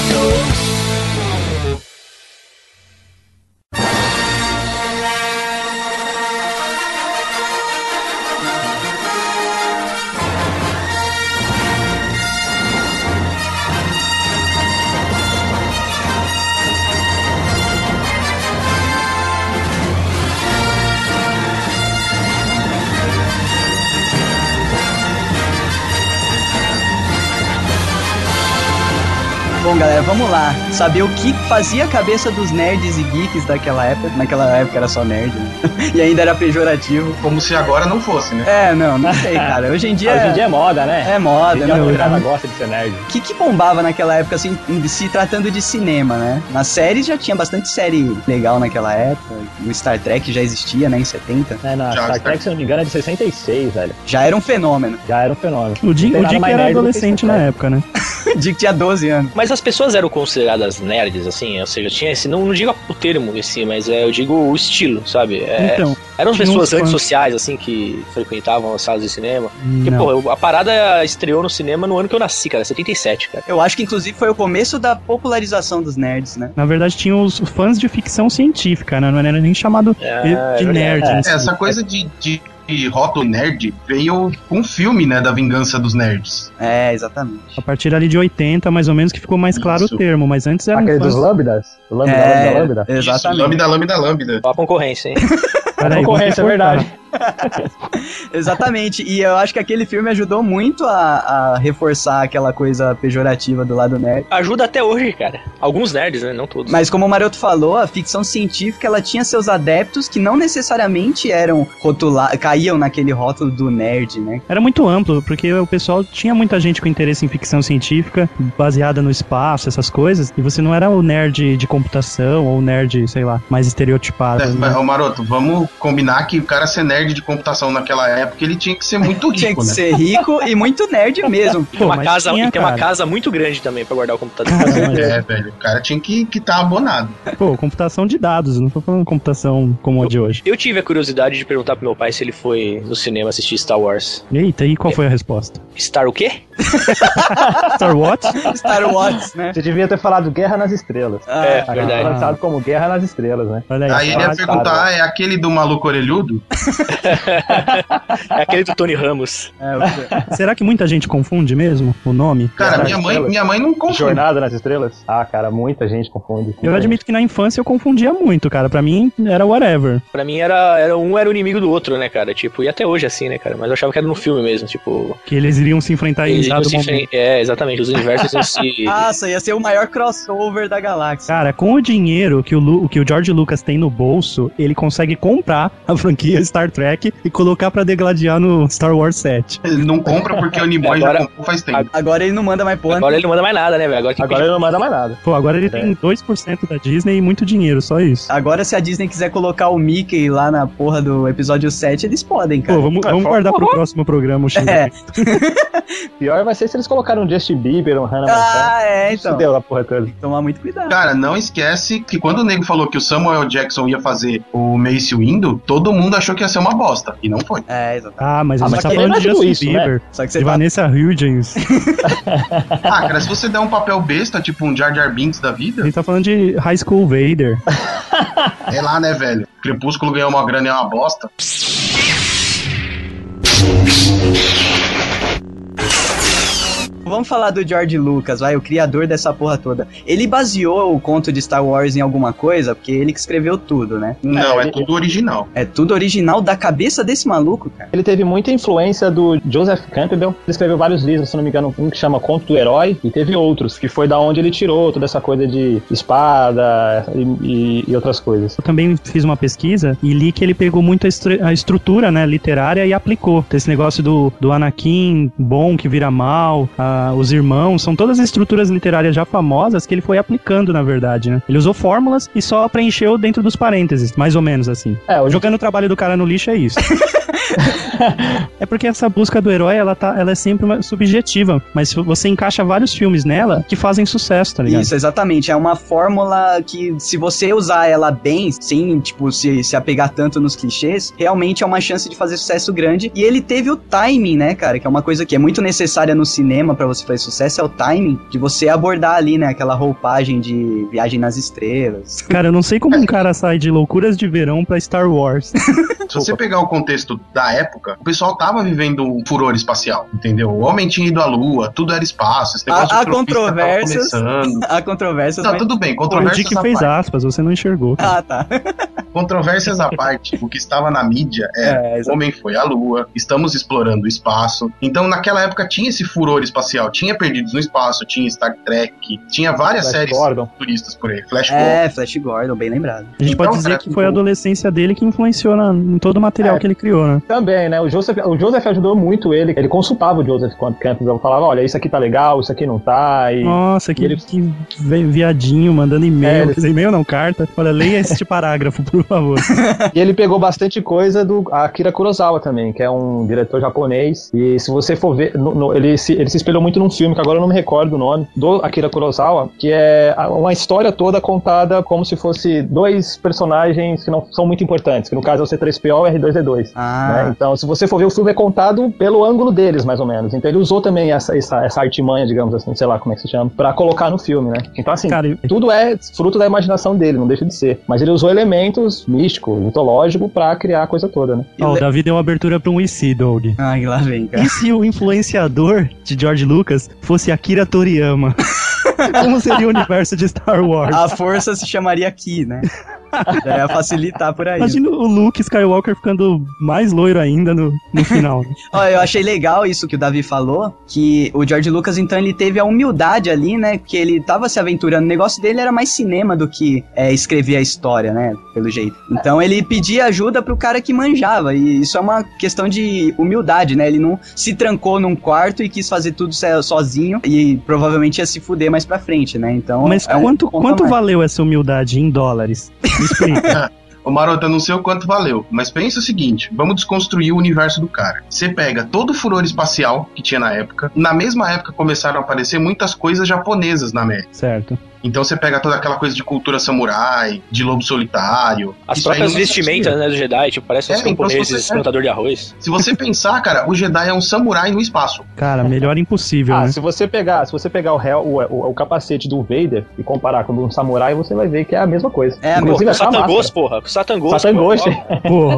S1: Bom, galera, vamos lá. Saber o que fazia a cabeça dos nerds e geeks daquela época. Naquela época era só nerd, né? [LAUGHS] E ainda era pejorativo.
S3: Como se agora não fosse, né?
S1: É, não, não
S5: [LAUGHS]
S1: sei, cara. Hoje em dia,
S5: Hoje em dia é moda, né?
S1: é
S5: Hoje
S1: moda,
S5: em dia a
S1: né?
S5: molecada gosta de ser nerd.
S1: O que, que bombava naquela época, assim, em- se tratando de cinema, né? Nas séries já tinha bastante série legal naquela época. O Star Trek já existia, né, em 70.
S5: É,
S3: Já,
S5: na Star
S3: Star-
S5: Trek, se eu não me engano, é de 66, velho.
S1: Já era um fenômeno. [LAUGHS]
S5: Já era um fenômeno.
S2: O Dick,
S5: Não tem
S2: o
S5: nada
S2: Dick
S5: mais
S2: era
S5: nerd do que
S2: adolescente
S5: Star
S2: na
S5: Trek.
S2: época, né?
S1: Dick tinha 12 anos.
S4: Mas as pessoas eram consideradas nerds, assim, ou seja, tinha esse. Não, não digo o termo em si, mas é, eu digo o estilo, sabe? É,
S2: Então,
S4: eram
S2: tinha uns
S4: pessoas
S2: fãs.
S4: antissociais, assim, que frequentavam as salas de cinema. Porque,
S2: não.
S4: pô, eu- a parada estreou no cinema no ano que eu nasci, cara, 77, cara.
S1: Eu acho que, inclusive, foi o começo da popularização dos nerds, né?
S2: Na verdade, tinha os fãs de ficção científica, né? Não era nem chamado
S4: É,
S2: de
S4: é
S2: nerd. assim. em si.
S3: Essa coisa de, de, de rótulo nerd veio com o filme, né, da vingança dos nerds.
S1: É, exatamente.
S2: A partir ali de 80, mais ou menos, que ficou mais claro
S3: Isso.
S2: o termo, mas antes era. um
S5: Aquele dos lâmidas? Lâmida,
S1: É,
S5: lâmida, lâmida.
S1: exatamente.
S3: Isso, lâmida, lâmida, lâmida.
S2: [LAUGHS]
S4: Ó a concorrência, hein?
S2: Peraí,
S5: Concorrência, é
S2: vou cortar.
S5: verdade.
S1: Exatamente. E eu acho que aquele filme ajudou muito a, a reforçar aquela coisa pejorativa do lado nerd.
S4: Ajuda até hoje, cara. Alguns nerds, né? Não todos.
S1: Mas como o Maroto falou, a ficção científica ela tinha seus adeptos que não necessariamente eram rotulados, caíam naquele rótulo do nerd, né?
S2: Era muito amplo, porque o pessoal tinha muita gente com interesse em ficção científica, baseada no espaço, essas coisas, e você não era o nerd de computação ou o nerd, sei lá, mais estereotipado.
S3: É,
S2: né?
S3: mas, ô, Maroto, vamos combinar que o cara ser nerd de computação naquela época, ele tinha que ser muito
S1: [LAUGHS]
S3: rico,
S1: Tinha que
S3: né?
S1: ser rico e muito nerd
S3: [LAUGHS]
S1: mesmo.
S4: tem uma
S2: mas
S4: casa,
S2: tinha,
S4: e tem uma
S2: cara.
S4: casa muito grande também pra guardar
S2: [LAUGHS]
S4: o computador.
S3: É, velho, o cara tinha que estar abonado.
S2: Pô, computação de dados, não tô falando computação como a de hoje.
S4: Eu tive a curiosidade de perguntar pro meu pai se ele foi no cinema assistir Star Wars.
S2: Eita, e qual foi a resposta?
S4: Star o quê?
S2: Star What?
S1: Star Wars, né?
S5: Você devia ter falado Guerra nas Estrelas.
S1: Ah,
S4: É,
S5: Aqui
S4: verdade.
S5: lançado como Guerra nas Estrelas, né?
S2: Olha aí.
S3: Aí ele ia
S5: tá,
S3: perguntar, ah, é aquele do maluco orelhudo?
S4: É aquele do Tony Ramos.
S1: é,
S2: Será que muita gente confunde mesmo o nome?
S3: Cara,
S5: Cara,
S3: minha mãe,
S5: aquela-
S3: minha mãe não confunde.
S5: Jornada nas Estrelas? Ah, cara, muita gente confunde.
S2: Eu admito que na infância eu confundia muito, cara. Pra mim era whatever.
S4: Pra mim era, era um era o inimigo do outro, né, cara? Tipo, e até hoje é assim, né, cara? Mas eu achava que era no filme mesmo, tipo.
S2: Que eles iriam se enfrentar Tá em
S4: eles iam
S2: dado
S4: se
S2: momento.
S4: enfren- É, exatamente, os universos
S1: [LAUGHS]
S4: iam se.
S1: Ah, Nossa, ia ser o maior crossover da galáxia.
S2: Cara, com o dinheiro que o, Lu- que o George Lucas tem no bolso, ele consegue comprar a franquia Star Trek e colocar pra degladiar no Star Wars 7.
S3: Ele não compra porque o Nimoy
S4: Agora-
S3: já comprou faz tempo.
S1: Agora ele não manda mais porra.
S4: Agora ele não manda mais nada, né, velho? Agora tem que
S5: Agora ele não manda mais nada.
S2: Pô, agora ele tem 2% da Disney e muito dinheiro, só isso.
S1: Agora, se a Disney quiser colocar o Mickey lá na porra do episódio 7, eles podem, cara.
S2: Pô, vamos, vamos guardar pro próximo programa o
S1: É.
S2: xingamento.
S5: Pior vai ser se eles colocaram um Justin Bieber, um Hannah Montana.
S1: ah, é,
S5: Isso
S1: então.
S5: deu na porra toda.
S1: Tem que tomar muito cuidado.
S3: Cara, não esquece que quando o nego falou que o Samuel Jackson ia fazer o Mace Windu, todo mundo achou que ia ser uma bosta. E não foi.
S1: É, exato.
S2: Ah, mas
S5: Ah,
S2: a gente
S5: mas
S2: tá
S5: que-
S2: falando
S5: não é
S2: de
S5: tudo
S2: Justin
S5: isso, né?
S2: Bieber,
S1: Só que
S2: de
S1: você tá...
S2: Vanessa Hudgens.
S3: Ah, cara, se você der um papel besta, tipo um Jar Jar Binks da
S2: A
S3: vida,
S2: gente tá falando de High School Vader.
S3: é lá, né, velho? Crepúsculo ganhou uma grana e é uma bosta.
S1: Vamos falar do George Lucas, vai, o criador dessa porra toda. Ele baseou o conto de Star Wars em alguma coisa, porque ele que escreveu tudo, né?
S3: Não,
S5: É,
S3: é
S5: ele-
S3: tudo original.
S1: É tudo original da cabeça desse maluco, cara.
S5: Ele teve muita influência do Joseph Campbell. Ele escreveu vários livros, se não me engano, um que chama Conto do Herói, e teve outros, que foi da onde ele tirou toda essa coisa de espada e, e- e outras coisas.
S2: Eu também fiz uma pesquisa e li que ele pegou muito a, estru- a estrutura né, literária e aplicou. Tem Esse negócio do, do Anakin bom que vira mal, ah, os irmãos, são todas estruturas literárias já famosas que ele foi aplicando, na verdade, né? Ele usou fórmulas e só preencheu dentro dos parênteses, mais ou menos assim.
S5: É, hoje
S2: Jogando o trabalho do cara no lixo é isso.
S5: [LAUGHS]
S2: é porque essa busca do herói, ela, tá, ela é sempre uma- subjetiva, mas você encaixa vários filmes nela que fazem sucesso, tá ligado?
S1: Isso, exatamente. É uma fórmula que, se você usar ela bem, sem, tipo, se, se apegar tanto nos clichês, realmente é uma chance de fazer sucesso grande. E ele teve o timing, né, cara? Que é uma coisa que é muito necessária no cinema pra você fazer sucesso, é o timing de você abordar ali, né, aquela roupagem de viagem nas estrelas. [LAUGHS]
S2: Cara, eu não sei como um cara sai de loucuras de verão pra Star Wars.
S3: Se você pegar o contexto da época, o pessoal tava vivendo um furor espacial, entendeu? O homem tinha ido à lua, tudo era espaço, esse negócio
S1: Há- há
S3: de tropista tava
S1: controvérsias. [LAUGHS]
S3: começando.
S1: Há controvérsias,
S3: Não,
S1: mas...
S3: tudo bem,
S2: O
S3: controvérsias
S2: Dick
S3: à
S2: fez
S3: parte.
S2: aspas, você não enxergou. cara.
S1: Ah, tá.
S3: Controvérsias à parte, o que estava na mídia era
S1: É,
S3: O homem foi à lua, estamos explorando o espaço. Então, naquela época tinha esse furor espacial, tinha Perdidos no Espaço, tinha Star Trek, tinha várias
S5: Flash
S3: séries
S5: Gordon.
S3: turistas por aí, Flash Gordon.
S1: É, Flash Gordon, bem lembrado.
S2: A gente
S3: Então,
S2: pode dizer
S3: cara,
S2: que foi a adolescência dele que influenciou na- em todo o material
S5: É.
S2: que ele criou, né?
S5: Também, né? O Joseph, o Joseph ajudou muito ele. Ele consultava o Joseph Campbell, falava, olha, isso aqui tá legal, isso aqui não tá.
S2: Hum.
S5: E
S2: Nossa, que,
S5: ele-
S2: que vi- viadinho, mandando
S5: É,
S2: e-mail.
S5: ele-
S2: Quer dizer, e-mail não, carta. Olha, leia este parágrafo, por favor.
S5: E ele pegou bastante coisa do Akira Kurosawa também, que é um diretor japonês. E se você for ver, no- no- ele, se, ele se espelhou muito num filme, que agora eu não me recordo o nome, do Akira Kurosawa, que é a- uma história toda contada como se fosse dois personagens que não são muito importantes, que no caso é o C3PO e o R2D2. né?
S1: Ah,
S5: Então, se você for ver, o filme é contado pelo ângulo deles, mais ou menos. Então, ele usou também essa, essa, essa artimanha, digamos assim, sei lá como é que se chama, pra colocar no filme, né? Então, assim,
S2: Cara, e-
S5: tudo é fruto da imaginação dele, não deixa de ser. Mas ele usou elementos místicos, mitológicos, pra criar a coisa toda, né?
S1: e
S2: ó, o
S1: le-
S2: Davi deu uma abertura pra um IC, Dog.
S1: Ai, lá vem, cara.
S2: E se o influenciador de George Lucas fosse Akira [LAUGHS]
S1: Ah,
S2: Toriyama? Como seria o universo de Star Wars?
S1: A força se chamaria Ki, né? Daí ia facilitar por aí.
S2: Imagina o Luke Skywalker ficando mais loiro ainda no, no final. né?
S1: Ó, eu achei legal isso que o Davi falou, que o George Lucas, então, ele teve a humildade ali, né? Porque ele tava se aventurando. O negócio dele era mais cinema do que é, escrever a história, né? Pelo jeito. Então, ele pedia ajuda pro cara que manjava. E isso é uma questão de humildade, né? Ele não se trancou num quarto e quis fazer tudo so- sozinho. E provavelmente ia se fuder mais pra frente, né? Então.
S2: Mas
S1: é um
S2: quanto,
S1: ponto a
S2: quanto
S1: mais.
S2: valeu essa humildade em dólares? Me explica.
S3: Ô Marota, não sei o quanto valeu, mas pensa o seguinte: vamos desconstruir o universo do cara. Você pega todo o furor espacial que tinha na época, na mesma época começaram a aparecer muitas coisas japonesas na América.
S2: certo.
S3: Então você pega toda aquela coisa de cultura samurai, de lobo solitário.
S4: As
S3: isso aí
S4: próprias
S3: não existia.
S4: vestimentas, né, do Jedi, tipo, parece uns
S3: É, então, se
S4: camponeses,
S3: você-
S4: plantador de arroz.
S3: Se você pensar, cara, o Jedi é um samurai no espaço.
S2: Cara, melhor impossível,
S1: [LAUGHS]
S5: Ah,
S2: né?
S5: se você pegar, se você pegar o, réu- o- o- o capacete do Vader e comparar com o de um samurai, você vai ver que é a mesma coisa.
S1: É,
S4: Pô,
S5: Inclusive,
S4: com
S5: até a
S4: Satangos,
S5: máscara.
S4: porra. Com Satangos.
S5: Satangos.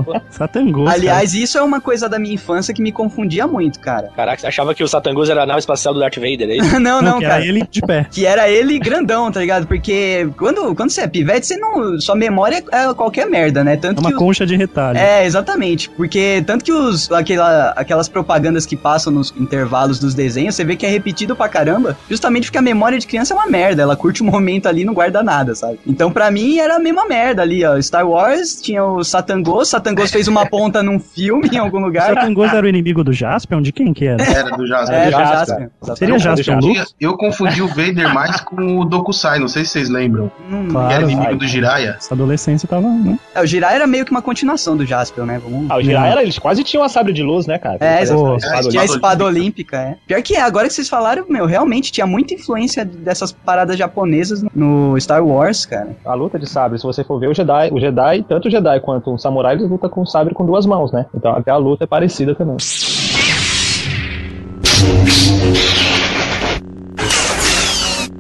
S2: Pô, Satangos. cara.
S1: Aliás, isso é uma coisa da minha infância que me confundia muito, cara. [LAUGHS]
S4: Caraca, achava que o Satangos era a nave espacial do Darth Vader, é isso?
S1: não,
S2: não,
S1: não,
S2: que
S1: cara.
S2: era ele tipo, é, de pé.
S1: Que era ele grandão, tá ligado? Porque quando, quando você é pivete, você não. Sua memória é qualquer merda, né?
S2: É
S1: Tanto [LAUGHS]
S2: uma
S1: que. os-
S2: concha de retalho.
S1: É, exatamente. Porque tanto que os, aquela, aquelas propagandas que passam nos intervalos dos desenhos, você vê que é repetido pra caramba, justamente porque a memória de criança é uma merda. Ela curte um momento ali e não guarda nada, sabe? Então, pra mim, era a mesma merda ali, ó. Star Wars tinha o Satangos, Satangos fez uma ponta num filme em algum
S2: O
S3: [LAUGHS]
S1: lugar.
S2: Satangos era o inimigo do Jaspion? De quem que era?
S3: Era do Jasper.
S1: [LAUGHS] É,
S5: do Jaspion.
S1: Jaspion.
S2: Seria Jaspion
S5: Jaspion.
S2: Luke?
S3: Eu confundi o Vader mais com o Dokusai, não sei se vocês lembram.
S1: Hum,
S3: Que era
S2: Claro.
S3: inimigo do Jiraiya.
S2: Essa adolescência tava. Né?
S1: é, o Jiraiya era meio que uma continuação do Jaspion, né? Vamos...
S5: Ah, o Jiraiya, era- eles quase tinham a sabre de luz, né, cara?
S1: É,
S5: Eles "Ah,
S2: exato.
S5: faziam
S1: Tinha a
S5: a espada olímpica.
S1: espada olímpica, é. Pior que é, agora que vocês falaram, meu, realmente tinha muita influência dessas paradas japonesas no Star Wars, cara.
S5: A luta de sabre, se você for ver o Jedi, o Jedi, tanto o Jedi quanto o samurai, eles lutam com o sabre com duas mãos, né? Então até a luta é parecida também.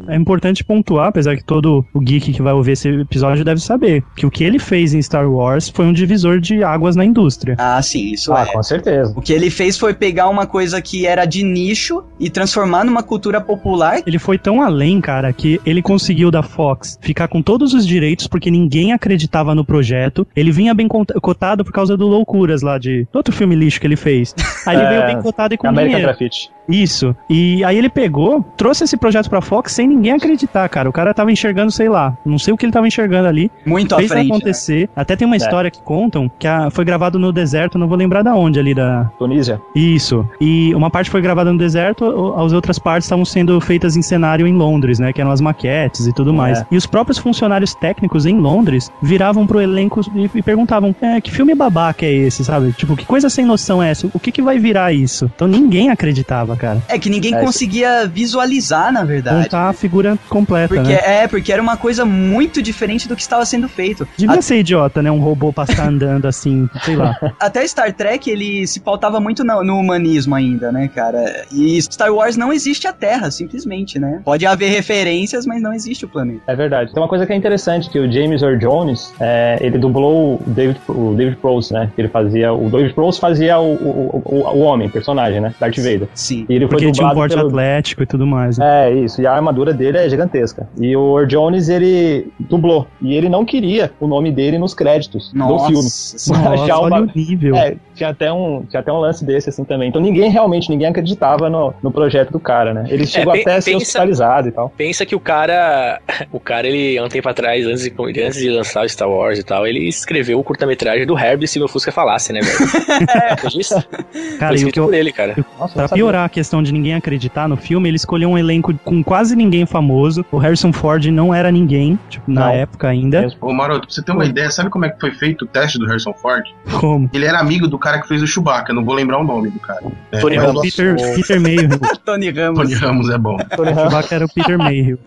S2: É importante pontuar, apesar que todo o geek que vai ouvir esse episódio deve saber, que o que ele fez em Star Wars foi um divisor de águas na indústria.
S1: Ah, sim, isso
S5: Ah,
S1: é.
S5: com certeza.
S1: O que ele fez foi pegar uma coisa que era de nicho e transformar numa cultura popular.
S2: Ele foi tão além, cara, que ele conseguiu da Fox ficar com todos os direitos porque ninguém acreditava no projeto. Ele vinha bem cont- cotado por causa do Loucuras lá de outro filme lixo que ele fez. Aí ele
S5: É,
S2: veio bem cotado e com
S5: American
S2: dinheiro.
S5: Graffiti.
S2: Isso. E aí ele pegou, trouxe esse projeto pra Fox sem ninguém acreditar, cara. O cara tava enxergando, sei lá, não sei o que ele tava enxergando ali,
S1: Muito à
S2: fez
S1: frente. né?
S2: acontecer. Até tem uma história que contam que a- foi gravado no deserto, não vou lembrar da onde ali da.
S5: Tunísia.
S2: Isso. E uma parte foi gravada no deserto, o- as outras partes estavam sendo feitas em cenário em Londres, né? Que eram as maquetes e tudo mais.
S5: É.
S2: E os próprios funcionários técnicos em Londres viravam pro elenco e, e perguntavam: é, que filme babaca é esse, sabe? Tipo, que coisa sem noção é essa? O que, que vai virar isso? Então ninguém acreditava, cara.
S1: É que ninguém
S5: É, isso-
S1: conseguia visualizar, na verdade.
S2: Montar a figura completa,
S1: Porque,
S2: né?
S1: É, porque era uma coisa muito diferente do que estava sendo feito.
S2: Devia ser idiota, né? Um robô passar andando assim, sei
S5: [LAUGHS]
S2: lá.
S1: até Star Trek ele se pautava muito na- no, humanismo ainda, né, cara? E Star Wars não existe a Terra, simplesmente, né? Pode haver referências, mas não existe o planeta.
S5: É verdade. Tem uma coisa que é interessante, que o James Earl Jones, é, ele dublou o David, o David Prowse, né? Ele fazia... O David Prowse fazia o, o, o, o homem, personagem, né? Darth Vader.
S1: Sim.
S5: E ele
S2: Porque
S5: foi
S2: ele tinha um
S5: dublado
S2: porte
S5: pelo...
S2: atlético e tudo mais. Né?
S5: É, isso. E a armadura dele é gigantesca. E o Earl Jones, ele dublou. E ele não queria o nome dele nos créditos
S1: Nossa.
S5: do filme.
S1: senhora.
S5: Mas já
S2: Nossa, olha
S5: uma-
S2: o nível.
S5: É, tinha até, um, tinha até um lance desse assim também. Então ninguém realmente, ninguém acreditava no, no projeto do cara, né? Ele chegou
S4: É, pe-
S5: até a ser
S4: pensa-
S5: hospitalizado e tal.
S4: Pensa que o cara, [LAUGHS] o cara, ele, há um tempo atrás, antes de, antes de lançar o Star Wars e tal, ele escreveu o curta-metragem do Herbie se meu Fusca falasse,
S1: [LAUGHS]
S4: né, velho? Foi disso? Foi
S2: cara, e o
S4: escrito
S2: que eu,
S4: por ele, cara.
S5: Nossa,
S2: Pra
S5: não sabia.
S2: piorar a questão de ninguém acreditar no filme, ele escolheu um elenco com quase ninguém famoso. O Harrison Ford não era ninguém, tipo, na
S5: Não.
S2: época ainda.
S3: Ô Maroto, pra você ter uma ideia, sabe como é que foi feito o teste do Harrison Ford?
S2: Como?
S3: Ele era amigo do cara que fez o Chewbacca, não vou lembrar o nome do cara. É,
S4: Tony
S3: mas
S4: Ramos.
S3: nosso-
S2: Peter, Peter Mayhew.
S1: Tony Ramos.
S3: Tony Ramos é bom.
S5: Tony
S2: O
S5: [LAUGHS] Ramos.
S2: Chewbacca era o Peter Mayhew.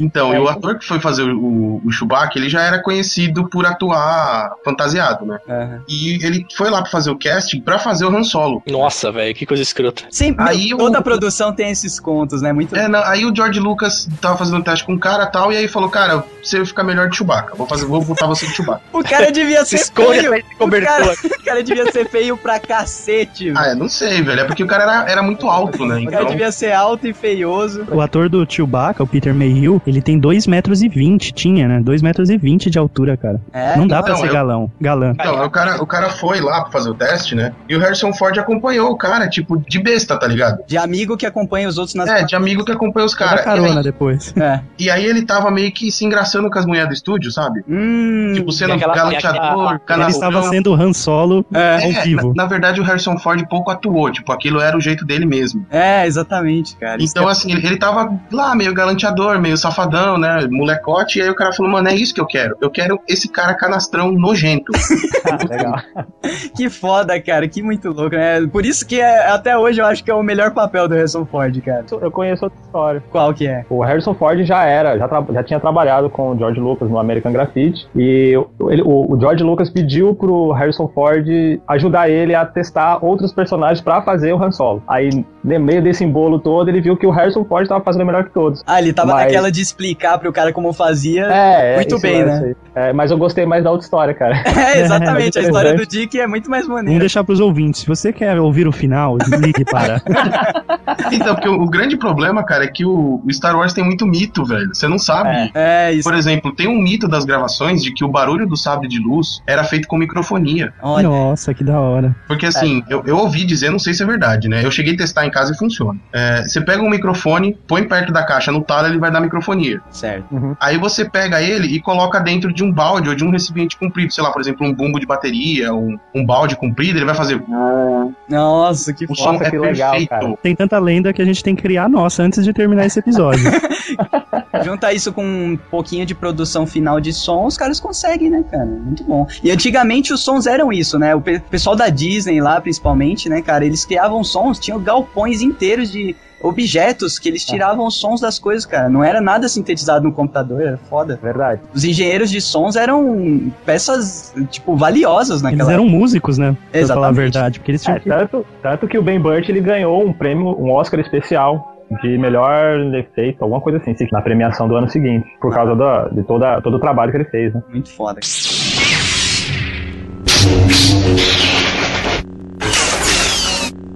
S3: Então,
S4: É.
S3: e o ator que foi fazer o, o Chewbacca, ele já era conhecido por atuar fantasiado, né?
S1: Aham.
S3: E ele foi lá pra fazer o casting pra fazer o Han Solo.
S4: Nossa, velho, que coisa escrota.
S1: Sempre,
S3: Aí
S1: meu,
S3: o-
S1: toda produção tem esses contos, né? Muito.
S3: É, não, aí o George Lucas tava fazendo um teste com um cara e tal, e aí falou, cara, você fica melhor de Chewbacca, vou, fazer, vou botar você de Chewbacca. [LAUGHS]
S1: O cara devia ser
S4: Escolha
S1: feio.
S4: atrás de
S1: [LAUGHS] O cara,
S4: cobertor.
S1: o cara devia ser feio pra cacete, velho.
S3: Ah, eu não sei, velho. É porque o cara era, era muito alto, né?
S1: O cara
S3: Então,
S1: devia ser alto e feioso.
S2: O ator do Chewbacca, o Peter Mayhew, ele tem 2 metros e 20, tinha, né? 2 metros e 20 de altura, cara.
S1: É,
S2: não dá pra
S3: não,
S2: ser
S3: eu-
S2: galão, galã.
S3: então o, cara, o cara foi lá pra fazer o teste, né? E o Harrison Ford acompanhou o cara, tipo, de besta, tá ligado?
S1: De amigo que acompanha os outros nas.
S3: É, de amigo que acompanha os
S2: Dá
S3: caras. E,
S2: carona
S3: aí-
S2: depois.
S1: É.
S3: e aí ele tava meio que se engraçando com as mulheres do estúdio, sabe?
S1: Hum.
S3: Tipo, sendo
S4: e aquela-
S3: galanteador,
S4: aquela-
S2: ele
S3: canalhão.
S2: estava sendo o Han Solo
S1: É,
S2: ao vivo.
S3: Na, na verdade, o Harrison Ford pouco atuou, tipo, aquilo era o jeito dele mesmo.
S1: é, exatamente, cara. Isso
S3: Então, assim, ele, ele tava lá meio galanteador, meio safadão, né? Molecote, e aí o cara falou, mano, é isso que eu quero. Eu quero esse cara canastrão nojento.
S5: Legal.
S1: que- Que foda, cara. Que muito louco, né? Por isso que é- até hoje eu acho que é o melhor papel do Harrison Ford, cara.
S5: Eu conheço outra história.
S1: Qual que é?
S5: O Harrison Ford já era, já, tra- já tinha trabalhado com o George Lucas no American Graffiti e o- ele- o, o George Lucas pediu pro Harrison Ford ajudar ele a testar outros personagens pra fazer o Han Solo. Aí, no meio desse embolo todo, ele viu que o Harrison Ford tava fazendo melhor que todos.
S1: Ah, ele tava
S5: Mas-
S1: naquela de explicar pro cara como fazia. [LAUGHS]
S5: É, é
S1: Muito
S5: isso
S1: bem,
S5: é
S1: né?
S5: isso aí. É, mas eu gostei mais da outra história, cara.
S1: É, exatamente.
S5: É
S1: a
S5: muito
S1: história
S3: Uhum.
S1: do Dick é muito mais
S2: Vamos
S1: maneira.
S2: deixar pros ouvintes. Se você quer ouvir o final, ligue para.
S3: Então, porque o, o grande problema, cara, é que o, o Star Wars tem muito mito, velho. Você não sabe.
S1: É, isso.
S3: Por exemplo, tem um mito das gravações de que o barulho do sabre de luz era feito com microfonia.
S1: Olha.
S2: Nossa, que da hora.
S3: Porque assim,
S5: É.
S3: eu, eu ouvi dizer, não sei se é verdade, né? Eu cheguei a testar em casa e funciona. É, você pega um microfone, põe perto da caixa no talo, ele vai dar microfonia.
S1: Certo.
S3: Aí você pega ele e coloca dentro de um balde ou de um recipiente comprido, sei lá, por exemplo, um bumbo de bateria, um, um balde comprido, ele vai fazer. O
S1: Nossa, que foda.
S3: som é
S5: que
S3: perfeito.
S5: legal, cara.
S2: Tem tanta lenda que a gente tem que criar a nossa antes de terminar esse episódio.
S1: Junta isso com um pouquinho de produção final de som, os caras conseguem, né, cara? Muito bom. E antigamente os sons eram isso, né? O pe- pessoal da Disney lá, principalmente, né, cara? Eles criavam sons, tinham galpões inteiros de objetos
S2: É.
S1: que eles tiravam os sons das coisas, cara. Não era nada sintetizado no computador, era foda.
S5: Verdade.
S1: Os engenheiros de sons eram peças, tipo, valiosas
S2: Eles
S1: naquela
S2: eram músicos, né? Pra falar a
S1: Exatamente.
S2: verdade. Porque eles tinham
S5: [LAUGHS] É,
S2: que...
S5: tanto, tanto que o Ben Burt ele ganhou um prêmio, um Oscar especial de melhor efeito, alguma coisa assim, na premiação do ano seguinte, por causa da- de toda, todo o trabalho que ele fez, né?
S1: Muito foda. cara.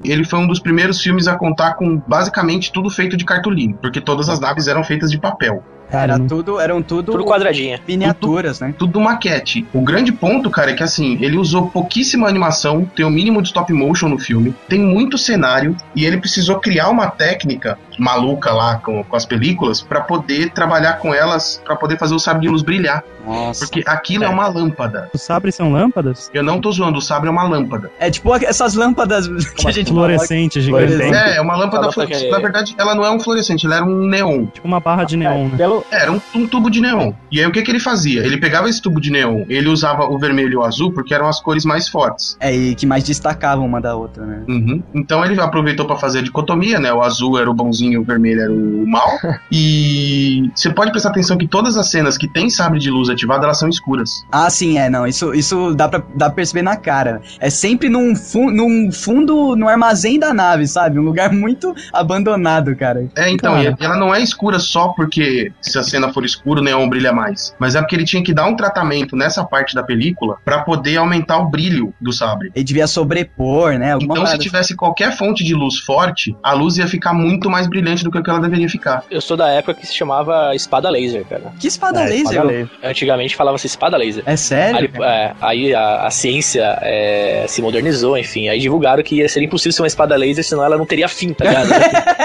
S3: Ele foi um dos primeiros filmes a contar com basicamente tudo feito de cartolina, porque todas as naves eram feitas de papel.
S2: Cara,
S1: Era
S2: não-
S1: tudo, eram tudo,
S4: Tudo quadradinho.
S1: miniaturas, né?
S3: Tudo maquete. O grande ponto, cara, é que assim, ele usou pouquíssima animação, tem o mínimo de stop motion no filme, tem muito cenário, e ele precisou criar uma técnica maluca lá com, com as películas pra poder trabalhar com elas, pra poder fazer o sabre de luz brilhar.
S1: Nossa.
S3: Porque aquilo é uma lâmpada.
S2: os sabres são um lâmpadas?
S3: Eu não tô zoando, o sabre é uma lâmpada.
S1: É tipo essas lâmpadas [LAUGHS] que a gente coloca.
S2: Fluorescente, gigante.
S5: Fluorescente.
S3: É, é uma lâmpada
S4: Ela tá
S3: fluorescente.
S4: que-
S3: Na verdade, ela não é um fluorescente, ela era um neon.
S2: Tipo uma barra de neon, né?
S5: Pelo,
S3: Era um, um tubo de neon. E aí o que, que ele fazia? Ele pegava esse tubo de neon, ele usava o vermelho e o azul porque eram as cores mais fortes.
S1: É, e que mais destacavam uma da outra, né?
S3: Uhum. Então ele aproveitou pra fazer a dicotomia, né? O azul era o bonzinho, o vermelho era o mal. e você pode prestar atenção que todas as cenas que tem sabre de luz ativado, elas são escuras.
S1: Ah, sim, é, não. Isso, isso dá, pra, dá pra perceber na cara. É sempre num, fu num fundo, no armazém da nave, sabe? Um lugar [LAUGHS] muito abandonado, cara.
S3: É, então,
S2: Cara.
S3: e ela não é escura só porque se a cena for escura, o neon brilha mais. Mas é porque ele tinha que dar um tratamento nessa parte da película pra poder aumentar o brilho do sabre.
S1: Ele devia sobrepor, né? Alguma
S3: Então, se
S1: parada.
S3: tivesse qualquer fonte de luz forte, a luz ia ficar muito mais brilhante do que o que ela deveria ficar.
S4: Eu sou da época que se chamava espada laser, cara.
S1: Que espada
S5: É,
S1: laser? né?
S5: espada laser.
S4: Antigamente falava-se espada laser.
S1: É sério?
S4: Aí,
S1: cara?
S4: é, aí a, a ciência é, se modernizou, enfim. Aí divulgaram que ia ser impossível ser uma espada laser, senão ela não teria fim, tá
S1: [LAUGHS]
S4: ligado?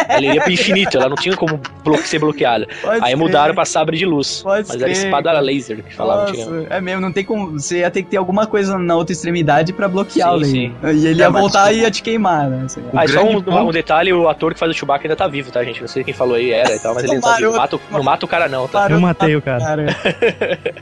S4: ela iria pro infinito, ela não tinha como blo- ser bloqueada.
S1: Pode
S4: Aí
S1: crer.
S4: mudaram pra sabre de luz.
S1: Pode
S4: mas era
S1: crer,
S4: espada
S1: cara.
S4: laser que falavam antigamente.
S1: Nossa, é mesmo, não tem como. Você ia ter que ter alguma coisa na outra extremidade pra bloquear
S4: Sim,
S1: o laser.
S4: sim.
S1: E ele
S3: É,
S1: ia
S3: mas-
S1: voltar e ia te queimar, né? Sei lá.
S3: O
S4: Ah, e só um,
S3: grande ponto-
S4: um detalhe, o ator que faz o Chewbacca ainda tá vivo, tá, gente? Não sei quem falou aí, era e tal, mas ele ainda tá vivo. Mata, o- não mata o cara não, tá?
S1: Parou
S2: Eu
S1: de
S2: matei o cara.
S1: matar, cara.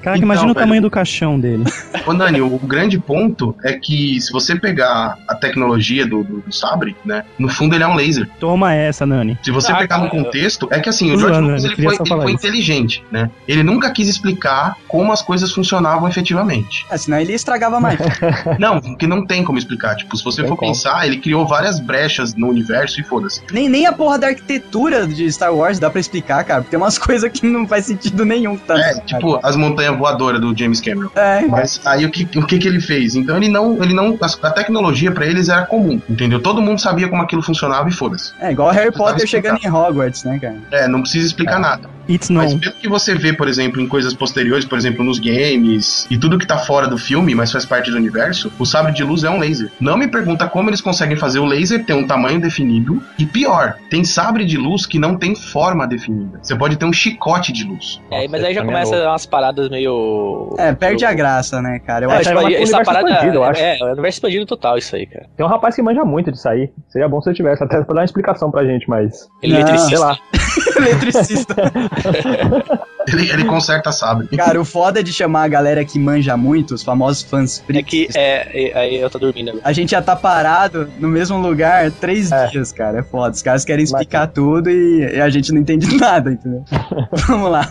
S2: Caraca, imagina
S3: Então,
S2: o tamanho do caixão dele.
S3: Ô, Nani, o grande ponto é que se você pegar a tecnologia do, do- do sabre, né? No fundo ele é um laser.
S2: Toma essa, Nani.
S3: Se você
S4: Ah,
S3: pegar no
S4: cara.
S3: contexto, é que assim, o
S2: Tô
S3: George
S2: zoando,
S3: Lucas
S2: eu
S3: ele
S2: queria
S3: foi,
S2: só
S3: ele
S2: falar
S3: foi inteligente, né? Ele nunca quis explicar como as coisas
S2: [LAUGHS]
S3: funcionavam efetivamente.
S1: Ah, senão ele estragava mais.
S3: Não, porque não tem como explicar. Tipo, se você
S5: Tem
S3: for
S5: como.
S3: pensar, ele criou várias brechas no universo e foda-se.
S1: nem, nem a porra da arquitetura de Star Wars dá pra explicar, cara. Porque tem umas [LAUGHS] coisas que não faz sentido nenhum. Tá?
S3: É, tipo, as montanhas voadoras do James Cameron.
S1: É,
S3: Mas aí o que, o que que ele fez? Então ele não, ele não, a a tecnologia pra eles era comum, entendeu? Todo mundo sabia como aquilo funcionava e foda-se.
S1: é igual Harry
S3: Precisava
S1: Potter chegando em Hogwarts, né, cara?
S3: É, não precisa explicar nada.
S2: It's
S3: Mas
S2: não.
S3: pelo que você vê, por exemplo, em coisas posteriores, por exemplo, nos games e tudo que tá fora do filme, mas faz parte do universo, o sabre de luz é um laser. Não me pergunta como eles conseguem fazer o laser ter um tamanho definido e pior, tem sabre de luz que não tem forma definida. Você pode ter um chicote de luz.
S4: É, mas aí já
S5: Nossa,
S4: começa
S5: também é
S4: umas paradas meio.
S1: É, perde
S4: meio-
S1: a graça, né, cara? Eu
S4: É,
S1: acho
S4: tipo,
S5: é um
S4: essa
S5: universo
S4: parada
S5: expandido, eu acho.
S4: é, é um universo expandido total isso aí, cara.
S5: Tem um rapaz que manja muito disso aí. Seria bom se eu tivesse, até pra dar uma explicação pra gente, mas.
S4: Ele é
S1: Não,
S5: Sei
S4: eletricista.
S5: lá.
S1: eletricista.
S3: Ele, ele conserta sabre.
S1: Cara, o foda de chamar a galera que manja muito, os famosos fãs
S4: É
S1: freaks,
S4: que é, é, aí eu tô dormindo agora.
S1: a gente já tá parado no mesmo lugar três
S5: É.
S1: dias, cara. É foda. Os caras querem explicar tudo e, e a gente não entende [LAUGHS] nada, entendeu? Vamos lá.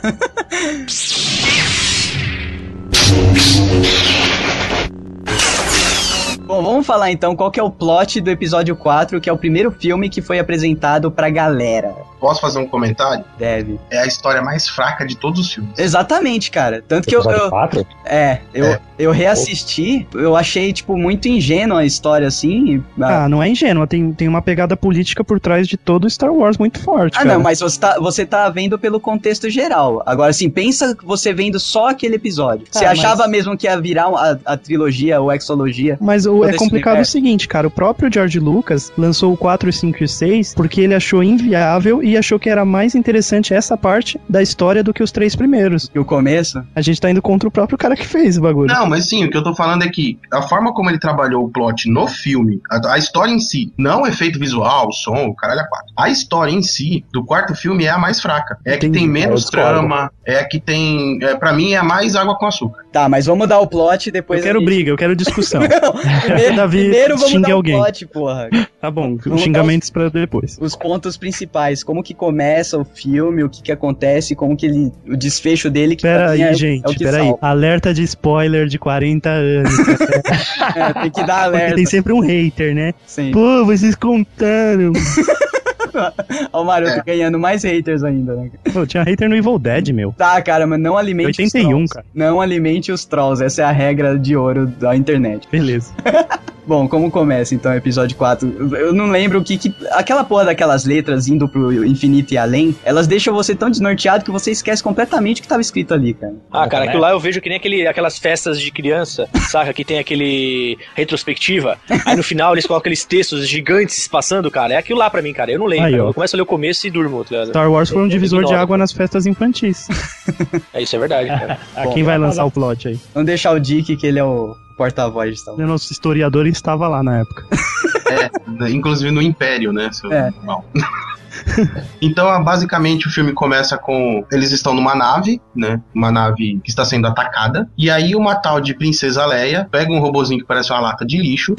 S1: Bom, vamos falar então qual que é o plot do episódio 4, que é o primeiro filme que foi apresentado pra galera.
S3: Posso fazer um comentário?
S1: Deve.
S3: É a história mais fraca de todos os filmes.
S1: Exatamente, cara. Tanto que eu-
S5: Episódio
S1: eu,
S5: quatro?
S1: É, eu,
S3: É.
S1: eu reassisti, eu achei, tipo, muito ingênua a história, assim. Ah,
S2: Ah, não é ingênua, tem, tem uma pegada política por trás de todo Star Wars muito forte,
S1: ah,
S2: cara.
S1: não, mas você tá, você tá vendo pelo contexto geral. Agora, assim, pensa você vendo só aquele episódio. você
S2: Ah,
S1: achava
S2: mas-
S1: mesmo que ia virar um- a, a trilogia ou exologia?
S2: Mas o,
S1: Todo
S2: é
S1: esse
S2: complicado o
S1: universo.
S2: seguinte, cara. O próprio George Lucas lançou o 4, 5 e 6 porque ele achou inviável e achou que era mais interessante essa parte da história do que os três primeiros.
S1: E o começo?
S2: A gente tá indo contra o próprio cara que fez o bagulho.
S3: Não, mas sim, o que eu tô falando é que a forma como ele trabalhou o plot no filme, a, a história em si, não o efeito visual, o som, o caralho a quatro. A história em si do quarto filme é a mais fraca. É a que
S2: Entendi,
S3: tem menos
S5: eu discordo.
S3: trama, é a que tem. É, para mim é a mais água com açúcar.
S1: Tá, mas vamos dar o plot e
S2: eu
S1: depois.
S2: quero
S1: a gente-
S2: briga, eu
S1: [LAUGHS]
S2: quero discussão. [LAUGHS]
S1: Não, primeiro,
S2: Davi,
S1: primeiro vamos
S2: xingue
S1: dar o
S2: alguém.
S1: plot, porra.
S2: Tá bom,
S1: Vamos
S2: xingamentos pra depois.
S1: Os pontos principais, como que começa o filme, o que que acontece, como que ele. O desfecho dele que pra
S2: Pera
S1: mim
S2: aí,
S1: é- é o
S2: gente,
S1: que
S2: pera aí.
S1: salva.
S2: Alerta de spoiler de 40 anos.
S1: [LAUGHS] É, tem que
S2: [LAUGHS]
S1: dar
S2: Porque
S1: alerta.
S2: tem sempre um hater, né?
S1: Sim.
S2: Pô, vocês contaram.
S1: Ó, o Maroto
S3: É.
S1: ganhando mais haters ainda, né?
S2: Pô, tinha hater no Evil Dead, meu.
S1: Tá, cara, mas não alimente
S2: 81,
S1: os trolls.
S2: cara.
S1: Não alimente os trolls, essa é a regra de ouro da internet.
S2: Beleza.
S1: Bom, como começa então o episódio 4? Eu não lembro o que que... Aquela porra daquelas letras indo pro infinito e além, elas deixam você tão desnorteado que você esquece completamente o que tava escrito ali, cara.
S4: Ah, cara, aquilo lá eu vejo que nem aquele, aquelas festas de criança, saca? Que tem aquele retrospectiva. Aí no final eles colocam aqueles textos gigantes passando, cara. É aquilo lá pra mim, cara. Eu não leio.
S2: Aí,
S4: cara.
S2: ó.
S4: Eu começo a ler o começo e durmo, tá ligado?
S2: Star Wars foi um
S4: Eu
S2: divisor de
S4: ignoro.
S2: água nas festas infantis.
S4: É, isso é
S1: [LAUGHS]
S4: verdade, cara.
S2: Ah, quem vai lançar o plot aí?
S1: Não deixar o Dick, que ele é o porta-voz e tal.
S2: O nosso historiador estava lá na época.
S3: É, inclusive no Império, né? seu
S1: É.
S3: mal. [LAUGHS] Então, ah, basicamente, o filme começa com. Eles estão numa nave, né? Uma nave que está sendo atacada. E aí, uma tal de Princesa Leia pega um robozinho que parece uma lata
S1: [LAUGHS]
S3: de lixo.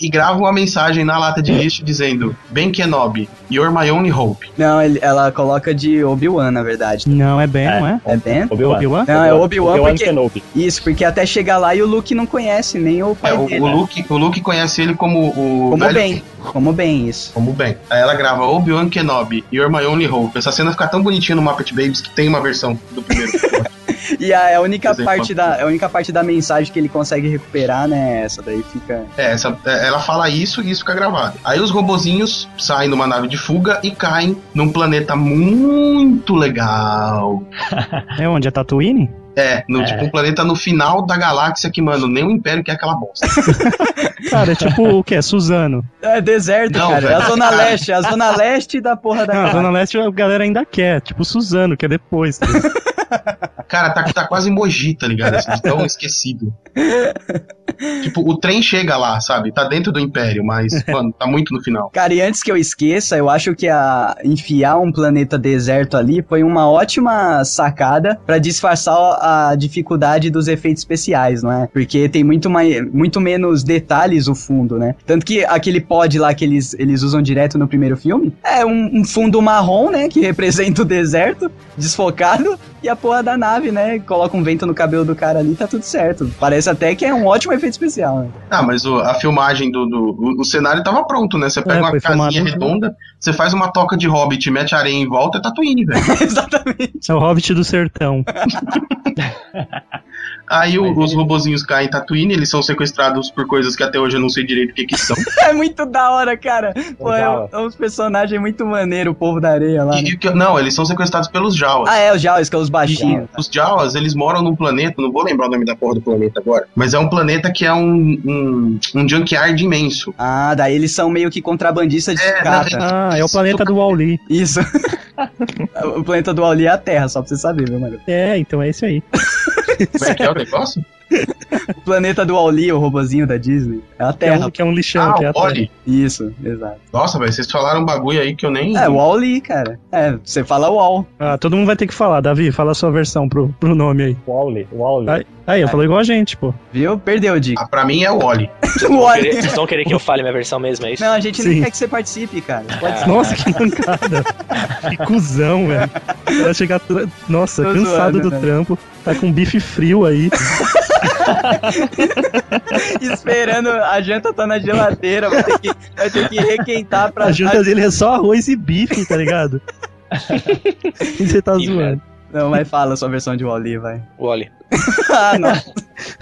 S3: e grava uma mensagem na lata de lixo dizendo: Ben Kenobi, you're my only hope.
S1: Não, ele- ela coloca de Obi-Wan, na verdade.
S2: Não, é Ben, não é?
S1: É Ben?
S5: Obi-Wan.
S2: Obi-Wan?
S1: Não, é Obi-Wan porque-
S5: Kenobi.
S1: Isso, porque até chegar lá e o Luke não conhece nem o pai
S3: É, o,
S1: dele.
S3: o Luke, o Luke conhece ele como o.
S1: né? Como
S3: velho-
S1: bem, como bem isso.
S3: Como bem. Aí ela grava Obi-Wan Kenobi, You're My Only Hope. Essa cena fica tão bonitinha no Muppet Babies que tem uma versão do primeiro.
S1: E a, a única
S3: Exemplo.
S1: parte da é a única parte da mensagem que ele consegue recuperar, né, é essa daí fica
S3: É, essa, é, ela fala isso e isso fica gravado. Aí os robozinhos saem numa nave de fuga e caem num planeta muito legal.
S2: É onde? É Tatooine?
S3: É, no, tipo, um planeta no final da galáxia que, mano, nem o Império quer aquela bosta.
S2: Cara, é tipo o
S1: [LAUGHS]
S2: quê? Suzano.
S1: é deserto,
S3: Não,
S1: cara. É a
S3: velho.
S1: zona leste, é a zona leste da porra da
S2: Não, a
S1: galáxia.
S2: Zona Leste a galera ainda quer. Tipo Suzano, que
S1: [LAUGHS]
S2: é depois. [LAUGHS]
S3: Cara, tá, tá quase em Mogi, tá ligado? Assim, de tão esquecido. Tipo, o trem chega lá, sabe? Tá dentro do Império, mas, mano, tá muito no final.
S1: Cara, e antes que eu esqueça, eu acho que a enfiar um planeta deserto ali foi uma ótima sacada pra disfarçar a dificuldade dos efeitos especiais, não é? Porque tem muito, mais, muito menos detalhes o fundo, né? Tanto que aquele pod lá que eles, eles usam direto no primeiro filme é um, um fundo marrom, né? Que [LAUGHS] representa o deserto, desfocado, e a porra da nave, né? Coloca um vento no cabelo do cara ali, tá tudo certo. Parece até que é um ótimo efeito especial, né? [LAUGHS]
S3: Ah, mas o- a filmagem do, do- o, o cenário tava pronto, né? Você pega
S2: É,
S3: uma
S2: foi filmado
S3: casinha
S2: no-
S3: redonda, você faz uma toca de hobbit, mete areia em volta, é Tatooine, velho.
S1: Exatamente.
S2: É o Hobbit do Sertão.
S3: Aí o- os robozinhos caem em Tatooine, eles são sequestrados por coisas que até hoje eu não sei direito o que que são.
S1: [LAUGHS] É muito da hora, cara. Pô, é,
S5: Legal.
S1: um- é uns personagens muito maneiro, o povo da areia lá. né?
S3: E- e que- não, eles são sequestrados pelos Jawas.
S1: Ah, é, os Jaws, que é os baixinhos.
S3: Os Jawas, eles moram num planeta, não vou lembrar o nome da porra do planeta agora, mas é um planeta que é um, um, um junkyard imenso.
S1: Ah, daí eles são meio que contrabandistas de
S3: É,
S1: sucata.
S2: Ah, é o planeta do Wall-E.
S1: Isso. [LAUGHS] o planeta do Auli é a Terra, só pra você saber, viu, mano?
S2: É, então é isso aí.
S3: Como é que é o negócio?
S1: O planeta do Auli, o robozinho da Disney, é a
S2: Que é, um,
S1: Terra.
S2: que é um lixão.
S3: Ah,
S2: que é a
S3: o Oli.
S1: Isso, exato.
S3: Nossa, velho, vocês falaram um bagulho aí que eu nem.
S1: É, o Auli, cara. É, você fala Wall.
S2: Ah, todo mundo vai ter que falar, Davi. Fala a sua versão pro, pro nome aí.
S5: Wally, Wally.
S2: Ai, Aí, falou igual a gente, pô.
S1: Viu? Perdeu o Dick.
S3: Ah, pra mim é o Oli.
S1: o
S4: Vão
S1: Wall.
S4: querer- Vocês vão querer que eu fale minha versão mesmo, é isso?
S1: Não, a gente
S2: Sim.
S1: nem quer que você participe, cara. Pode
S4: Ah,
S2: Nossa, que mancada. que cuzão, velho. Vai chegar. tra- Nossa,
S1: Tô
S2: cansado
S1: zoando, né?
S2: do
S1: velho.
S2: trampo. Tá com bife frio aí.
S3: É.
S1: esperando. A janta tá na geladeira, vai ter que, vai ter que requentar pra
S2: A janta dele é só arroz e bife,
S1: [LAUGHS]
S2: tá ligado? E Você tá
S4: Ih,
S2: zoando.
S1: Não, mas fala a sua versão de Wall-E, vai. [LAUGHS]
S4: O Oli.
S1: ah, nossa.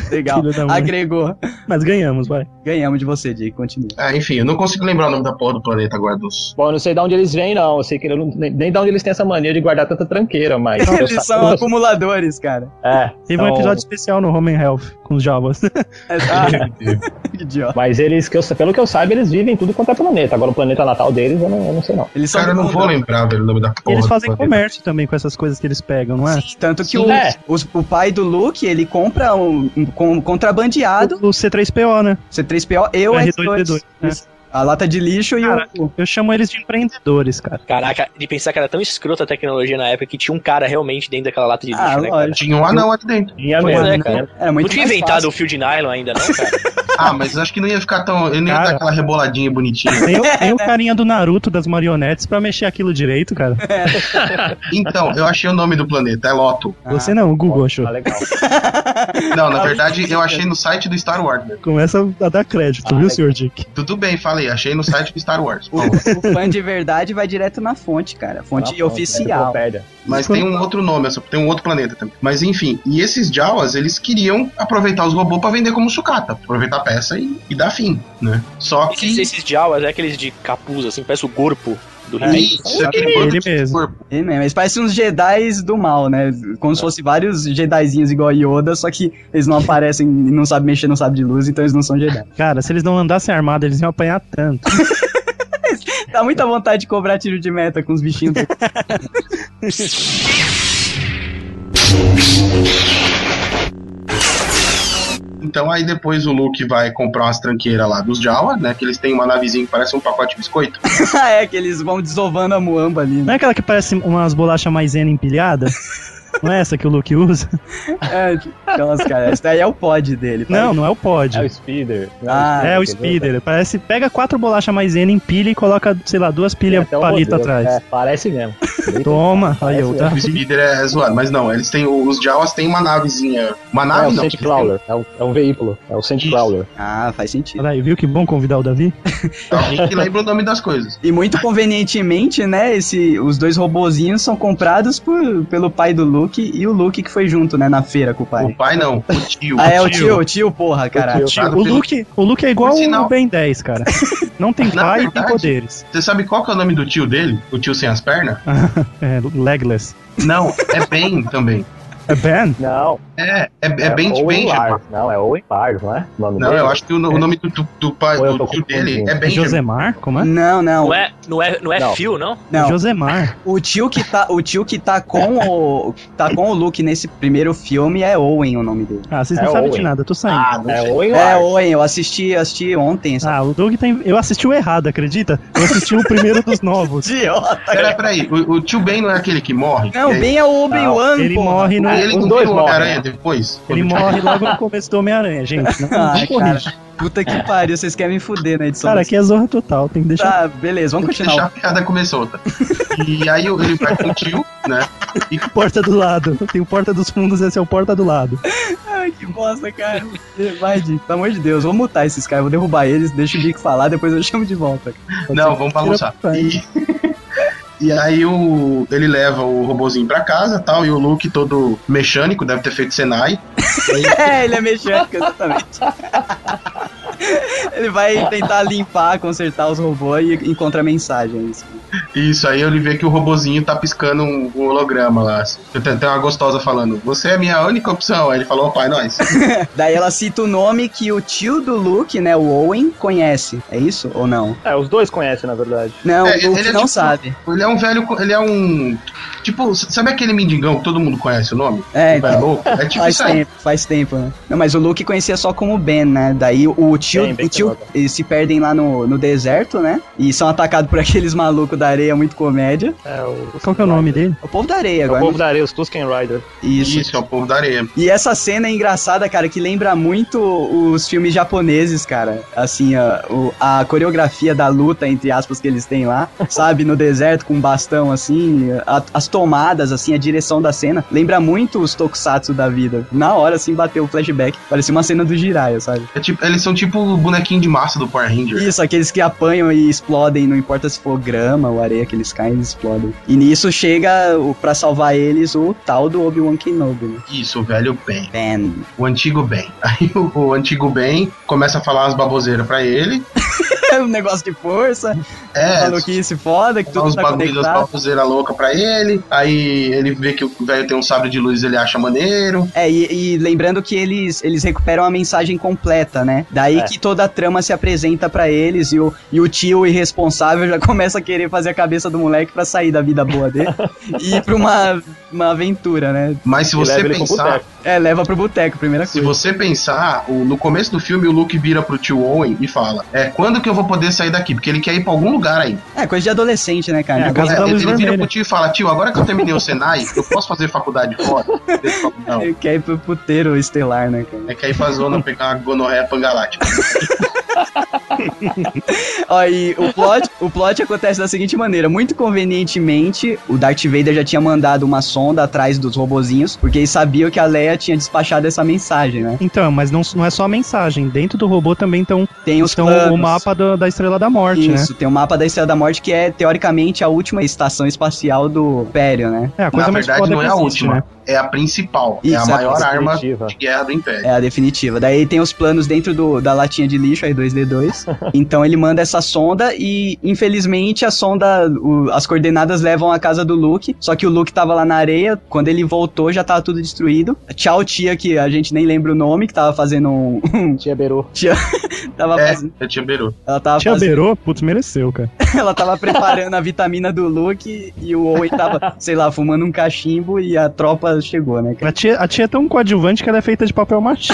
S1: Legal.
S2: Filho da mãe.
S1: Agregou.
S2: Mas ganhamos, vai.
S1: Ganhamos de você, Dick. Continua.
S3: Ah, enfim, eu não consigo lembrar o nome da porra do planeta agora dos.
S5: Bom, eu não sei de onde eles vêm, não. Eu sei que eu não, nem, nem de onde eles têm essa mania de guardar tanta tranqueira, mas. eu sa-
S1: [LAUGHS] Eles são acumuladores, cara.
S5: É,
S2: Teve
S1: Tá
S2: um
S5: são-
S2: episódio especial no Home and Health com os Jawas.
S1: É, ah, que [LAUGHS] idiota.
S5: Mas eles, que eu sa- pelo que eu saiba, eles vivem em tudo quanto é planeta. Agora o planeta natal deles, eu não, eu não sei não.
S1: Eles são
S3: Cara, eu
S1: do
S3: não
S1: mundo.
S3: vou lembrar, velho, o nome da
S2: E
S3: porra.
S2: eles
S3: do
S2: fazem
S3: planeta.
S2: comércio também com essas coisas que eles pegam, não é?
S1: Tanto que
S5: Sim,
S1: o,
S5: é.
S1: os- o pai do Luke, ele compra um, um con- contrabandeado,
S2: O C3PO, né?
S1: C3PO e o
S2: R2D2,
S1: R2.
S2: né?
S1: Isso. A lata de lixo e
S2: Cara,
S1: o.
S2: Eu chamo eles de empreendedores, cara.
S4: Caraca, de pensar que era tão escrota a tecnologia na época que tinha um cara realmente dentro daquela lata de lixo,
S1: Ah,
S4: né, cara?
S1: lógico.
S3: Tinha um anão ali dentro.
S5: Tinha
S4: Pois
S5: mesmo,
S4: é,
S5: né?
S4: cara.
S1: Era muito
S4: Não tinha
S1: mais
S4: inventado
S1: fácil.
S4: o fio de nylon ainda, não,
S1: [LAUGHS]
S4: cara.
S3: [LAUGHS] Ah, mas acho que não ia ficar tão. Ele não ia
S2: Cara.
S3: dar aquela reboladinha bonitinha.
S2: Tem o, tem o
S5: [LAUGHS]
S2: carinha do Naruto das marionetes pra mexer aquilo direito, cara.
S3: Então, eu achei o nome do planeta, é Loto.
S2: Você não, o Google achou.
S1: [LAUGHS]
S5: Ah, legal.
S3: Não, na verdade, eu achei no site do Star Wars. né?
S2: Começa a dar crédito, viu, senhor Dick?
S3: Tudo bem, falei, achei no site do Star Wars.
S1: O, o fã de verdade vai direto na fonte, cara. Fonte
S5: Tá bom,
S1: oficial.
S5: enciclopédia.
S3: Mas tem um outro nome, essa- tem um outro planeta também. Mas enfim, e esses Jawas, eles queriam aproveitar os robôs pra vender como sucata. Aproveitar a peça e, e dar fim, né? Só
S4: Esses,
S3: que.
S4: esses Jawas é aqueles de capuz, assim, parece o corpo do He-Man.
S3: Isso, aquele
S2: Ele
S3: bando de
S2: mesmo.
S3: corpo.
S1: É mesmo, eles parecem uns Jedi's do mal, né? Como se fossem vários Jedizinhos igual a Yoda, só que eles não aparecem, não sabem mexer, não sabem de luz, então eles não são [LAUGHS] Jedi.
S2: Cara, se eles não andassem armados, eles iam apanhar tanto.
S1: Dá muita vontade de cobrar tiro de meta com os bichinhos. [LAUGHS] do-
S3: Então aí depois o Luke vai comprar umas tranqueiras lá dos Jawa, né? Que eles têm uma navezinha que parece um pacote de biscoito.
S1: Ah, é, que eles vão desovando a muamba ali, né?
S2: Não é aquela que parece umas bolachas maisena empilhada? Não é essa que o Luke
S5: [LAUGHS]
S2: usa?
S1: [LAUGHS] É, nossa, cara, esse daí é o pod dele.
S2: Não, não é o pod.
S5: É o Speeder.
S1: Ah,
S2: É o
S5: quer dizer,
S2: Speeder. Parece, pega quatro bolachas maisena, empilha e coloca, sei lá, duas
S5: tem
S2: pilhas
S5: até é. um
S2: palito
S5: modelo.
S2: atrás.
S5: É, parece mesmo.
S2: Toma, aí eu, tá?
S3: O Speeder é zoado, mas não, eles têm. Os Jawas têm uma navezinha. Uma
S5: é
S3: nave
S5: o
S3: não.
S5: Sand Crawler. É um, é um veículo. É o Sand
S3: Isso.
S5: Crawler.
S1: Ah, faz sentido.
S2: Olha aí, viu que bom convidar o Davi?
S3: Alguém que lembra o nome das coisas.
S1: E muito convenientemente, né, esse, os dois robozinhos são comprados por- pelo pai do Luke e o Luke que foi junto, né, na feira com o
S3: O
S1: pai.
S3: pai não, o tio.
S1: [LAUGHS] Ah, é o
S2: tio.
S1: tio, o tio, porra, cara.
S5: tio.
S3: Tirado
S2: O
S3: pelo-
S2: Luke, o Luke é igual
S3: Por sinal.
S2: o Ben 10, cara. Não tem
S3: [LAUGHS] Na
S2: pai e tem
S3: verdade-
S2: poderes.
S3: Você sabe qual que é o nome do tio dele? O tio sem as pernas?
S2: É, legless.
S3: Não, é Ben também.
S2: É Ben?
S5: Não.
S3: É, é, é bem de
S5: Owen
S3: Benjamin.
S5: Lars. Não, é Owen Lars, não é? O nome
S3: Não,
S5: dele?
S3: eu acho que o, no- o nome do, do, do pai
S5: Ou eu
S3: do
S5: tô
S3: tio dele
S5: confundindo.
S3: é
S2: É
S3: Benjamin.
S2: Josemar? Como é?
S1: Não, não.
S4: Não é, não é, não é
S5: Não.
S4: fio, não?
S2: É
S1: Não.
S2: Josemar.
S1: O tio que tá, o tio que tá com o tá com o Luke nesse primeiro filme é Owen o nome dele.
S2: Ah, vocês
S5: É
S2: não sabem de
S5: Owen.
S2: nada, eu tô saindo.
S3: Ah, não
S5: É
S3: sei.
S5: Owen
S1: É
S5: Lars.
S1: Owen, eu assisti, assisti ontem. Essa...
S2: Ah, o Doug tá. em- Eu assisti o errado, acredita? Eu assisti o primeiro dos
S3: [LAUGHS]
S2: novos.
S1: Idiota.
S3: Pera, peraí, o, o tio Ben não é aquele que
S2: Ah,
S3: morre?
S1: Não, é.
S3: E aí-
S1: bem é o Obi-Wan,
S2: Ele
S1: pô.
S2: morre no.
S3: Aí ele
S5: Os
S3: não
S5: dois
S3: vira o
S5: morrem,
S3: Homem-Aranha
S5: né?
S3: depois?
S2: Ele morre logo no começo do Homem-Aranha, gente. Não, não
S1: Ai,
S2: corrija.
S1: cara, puta que pariu, vocês querem me fuder na edição.
S2: Cara,
S1: dessa.
S2: aqui é zorra total, tem que deixar.
S1: Tá, beleza, vamos
S3: Tem que
S1: continuar.
S3: deixar a piada comer solta. E aí ele vai com
S1: [LAUGHS]
S3: o tio, né?
S1: Tá.
S2: Porta do lado. Tem o Porta dos Fundos, esse é o Porta do Lado.
S1: Ai, que bosta, cara. Vai, Dick, pelo amor de Deus, vou mutar esses caras, vou derrubar eles, deixa o Dick falar, depois eu chamo de volta. [LAUGHS]
S3: Não, vamos balançar. E, e [LAUGHS] aí o, ele leva o robozinho pra casa tal, e o Luke todo mecânico, deve ter feito Senai.
S1: É, ele é mecânico, exatamente. [LAUGHS] ele vai tentar limpar, consertar os robôs e encontra é mensagens.
S3: E isso aí ele vê que o robozinho tá piscando um, um holograma lá. assim. Tem, tem uma gostosa falando, você é a minha única opção. Aí ele falou, opa,
S1: [LAUGHS]
S3: é nóis.
S1: Daí ela cita o nome que o tio do Luke, né, o Owen, conhece. É isso ou não?
S5: É, os dois conhecem, na verdade.
S1: Não,
S3: É,
S1: o Luke
S3: ele é
S1: não
S3: tipo-
S1: sabe.
S3: Ele é um velho. co- Ele é um. Tipo, s- sabe aquele mendigão que todo mundo conhece o nome?
S1: É,
S3: Velho louco? É tipo
S1: Faz
S3: isso aí.
S1: tempo, faz tempo, né? Não, mas o Luke conhecia só como Ben, né? Daí o tio,
S5: Ben, Ben
S1: o tio
S5: Kenobi.
S1: eles se perdem lá no, no deserto, né? E são atacados por [LAUGHS] aqueles malucos da areia, muito comédia.
S2: Qual que é o nome dele?
S1: O povo da areia
S5: É o
S1: agora.
S5: povo
S1: né?
S5: da areia, os Tusken Rider.
S1: Isso.
S3: Isso, é o povo da areia.
S1: E essa cena é engraçada, cara, que lembra muito os filmes japoneses, cara. Assim, a, o- a coreografia da luta, entre aspas, que eles têm lá, sabe? No deserto, com um bastão, assim. a- as tomadas, assim, a direção da cena. Lembra muito os tokusatsu da vida. Na hora, assim, bateu o flashback. Parecia uma cena do Jiraiya, sabe?
S3: É tipo, eles são tipo o bonequinho de massa do Power Ranger.
S1: Isso, aqueles que apanham e explodem, não importa se for grama ou areia que eles caem, eles explodem. E nisso chega, o- pra salvar eles, o tal do Obi-Wan Kenobi, né?
S3: Isso, o velho Ben.
S1: Ben. [LAUGHS]
S3: O antigo Ben. [LAUGHS] Aí o, o antigo Ben começa a falar as baboseiras pra ele.
S1: um negócio de força.
S3: É,
S1: maluquice foda, que
S3: fala
S1: tudo
S3: os
S1: tá
S3: bagulhos, as
S1: conectado.
S3: baboseiras loucas pra ele. Aí ele vê que o velho tem um sabre de luz ele acha maneiro.
S1: É, e, e lembrando que eles, eles recuperam a mensagem completa, né? Daí
S5: É.
S1: que toda a trama se apresenta pra eles e o, e o tio irresponsável já [LAUGHS] começa a querer fazer a cabeça do moleque pra sair da vida boa [LAUGHS] dele e ir pra uma, uma aventura, né?
S3: Mas se
S5: E
S3: você
S5: leva ele pro
S3: pensar.
S5: boteco.
S1: É, leva pro boteco, primeira
S3: Se
S1: coisa.
S3: você pensar, o- no começo do filme o Luke vira pro tio Owen e fala: É, quando que eu vou poder sair daqui? Porque ele quer ir pra algum lugar aí.
S1: É, coisa de adolescente, né, cara?
S2: É,
S1: Negócio-
S2: Casa
S3: É,
S2: da
S3: ele
S2: Luz
S3: ele vira
S2: Vermelha.
S3: pro tio e fala: Tio, agora que eu terminei o Senai, eu posso fazer faculdade fora? Ele fala, Não.
S1: Ele quer ir pro puteiro estelar, né, cara?
S3: É que aí pra zona pegar uma gonorreia pangalática.
S1: Ó, e o plot, o plot acontece da seguinte maneira: muito convenientemente, o Darth Vader já tinha mandado uma sonda atrás dos robozinhos, porque ele sabia que a Leia tinha despachado essa mensagem, né?
S2: Então, mas não, não é só a mensagem. Dentro do robô também estão
S1: Tem os
S2: estão
S1: planos.
S2: Então, o mapa do- da Estrela da Morte, né?
S1: Isso, tem o mapa da Estrela da Morte, que é teoricamente a última estação espacial do Império, né?
S2: né? É, a coisa
S3: Na
S2: mais
S3: verdade,
S2: foda
S3: não
S2: que
S3: é a
S2: existe,
S3: última,
S2: né?
S3: é a principal.
S1: Isso,
S3: é a
S1: é a
S3: maior arma
S5: definitiva.
S3: de guerra do Império.
S1: É a definitiva. Daí tem os planos dentro do, da latinha de lixo, aí [LAUGHS] 2D2. então ele manda essa sonda e, infelizmente, a sonda, o- as coordenadas levam à casa do Luke. Só que o Luke tava lá na areia. Quando ele voltou, já tava tudo destruído. Tchau, tia, que a gente nem lembra o nome, que tava fazendo um. [LAUGHS]
S5: Tia Beru.
S1: tava
S3: É,
S1: fazendo-
S3: eu tinha beru.
S1: ela, tava
S2: Tia
S1: fazendo-
S2: Berô, putz, mereceu, cara.
S1: ela tava preparando a vitamina do Luke e o Owen tava, sei lá, fumando um cachimbo e a tropa chegou, né, cara?
S2: A tia, a tia é tão coadjuvante que ela é feita de papel machê.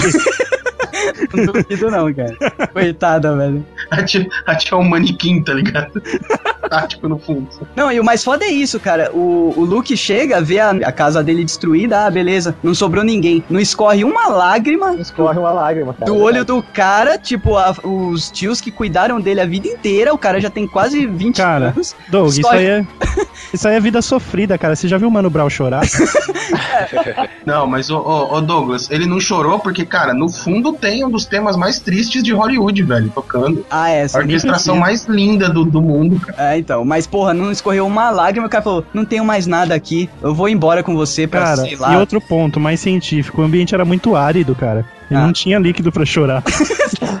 S1: Não duvido, não, cara. Coitada, velho.
S3: A tia, a tia é um manequim, tá ligado? [LAUGHS] Tático no fundo.
S1: Não, e o mais foda é isso, cara. O, o Luke chega, vê a, a casa dele destruída, ah, beleza, não sobrou ninguém. Não escorre uma lágrima
S5: Escorre uma lágrima, cara.
S1: do olho do cara, tipo, a- os tios que cuidaram dele a vida inteira, o cara já tem quase 20
S2: Cara.
S1: anos.
S2: Doug, isso
S1: História.
S2: aí, é, isso aí é vida sofrida, cara. Você já viu o Mano Brown chorar?
S3: Não, mas o, Douglas, ele não chorou porque, cara, no fundo tem um dos temas mais tristes de Hollywood, velho, tocando.
S1: Ah, é,
S3: A
S1: sim. [LAUGHS]
S3: orquestração mais linda do, do mundo, cara.
S1: É, então, mas porra, não escorreu uma lágrima, o cara falou, não tenho mais nada aqui, eu vou embora com você pra,
S2: Cara,
S1: sei lá.
S2: e outro ponto mais científico, o ambiente era muito árido, cara. E não tinha líquido pra chorar.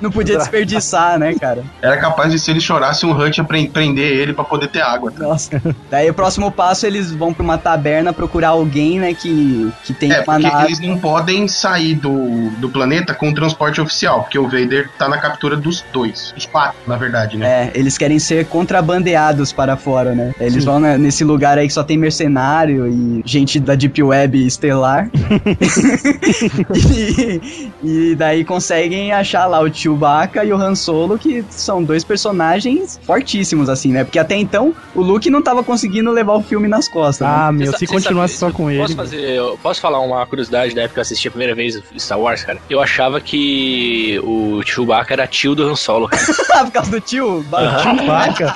S1: Não podia desperdiçar, né, cara?
S3: Era capaz de, se ele chorasse, um Hut ia pre- prender ele pra poder ter água.
S1: Nossa. Daí o próximo passo eles vão pra uma taberna procurar alguém, né, que, que tem
S3: É,
S1: uma
S3: porque
S1: nave.
S3: eles não podem sair do, do planeta com o transporte oficial, porque o Vader tá na captura dos dois. Dos quatro, na verdade, né?
S1: É, eles querem ser contrabandeados para fora, né? Eles vão né, nesse lugar aí que só tem mercenário e gente da Deep Web estelar. [LAUGHS] e, e daí conseguem achar lá o Chewbacca e o Han Solo, que são dois personagens fortíssimos, assim, né? Porque até então o Luke não tava conseguindo levar o filme nas costas. né?
S2: Ah, meu,
S4: Você
S2: se
S4: sa- você
S2: continuasse
S4: sabe-
S2: só com ele.
S4: Posso fazer, eu posso falar uma curiosidade da época que eu assisti a primeira vez Star Wars, cara? Eu achava que o Chewbacca era tio do Han Solo,
S2: [LAUGHS]
S4: cara.
S1: [LAUGHS] Por causa do tio?
S2: Chewbacca?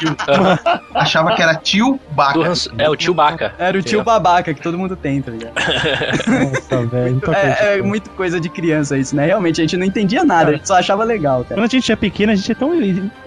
S3: Achava que era tio
S4: Do Han
S3: Baca.
S4: So- é, o Chewbacca.
S1: Era o tio babaca que todo mundo tem, tá ligado?
S2: Nossa, velho. muita coisa.
S1: É, é muito coisa de criança isso, né? Realmente, a gente não entendia nada, a gente só achava legal, cara.
S2: Quando a gente é pequeno, a gente é tão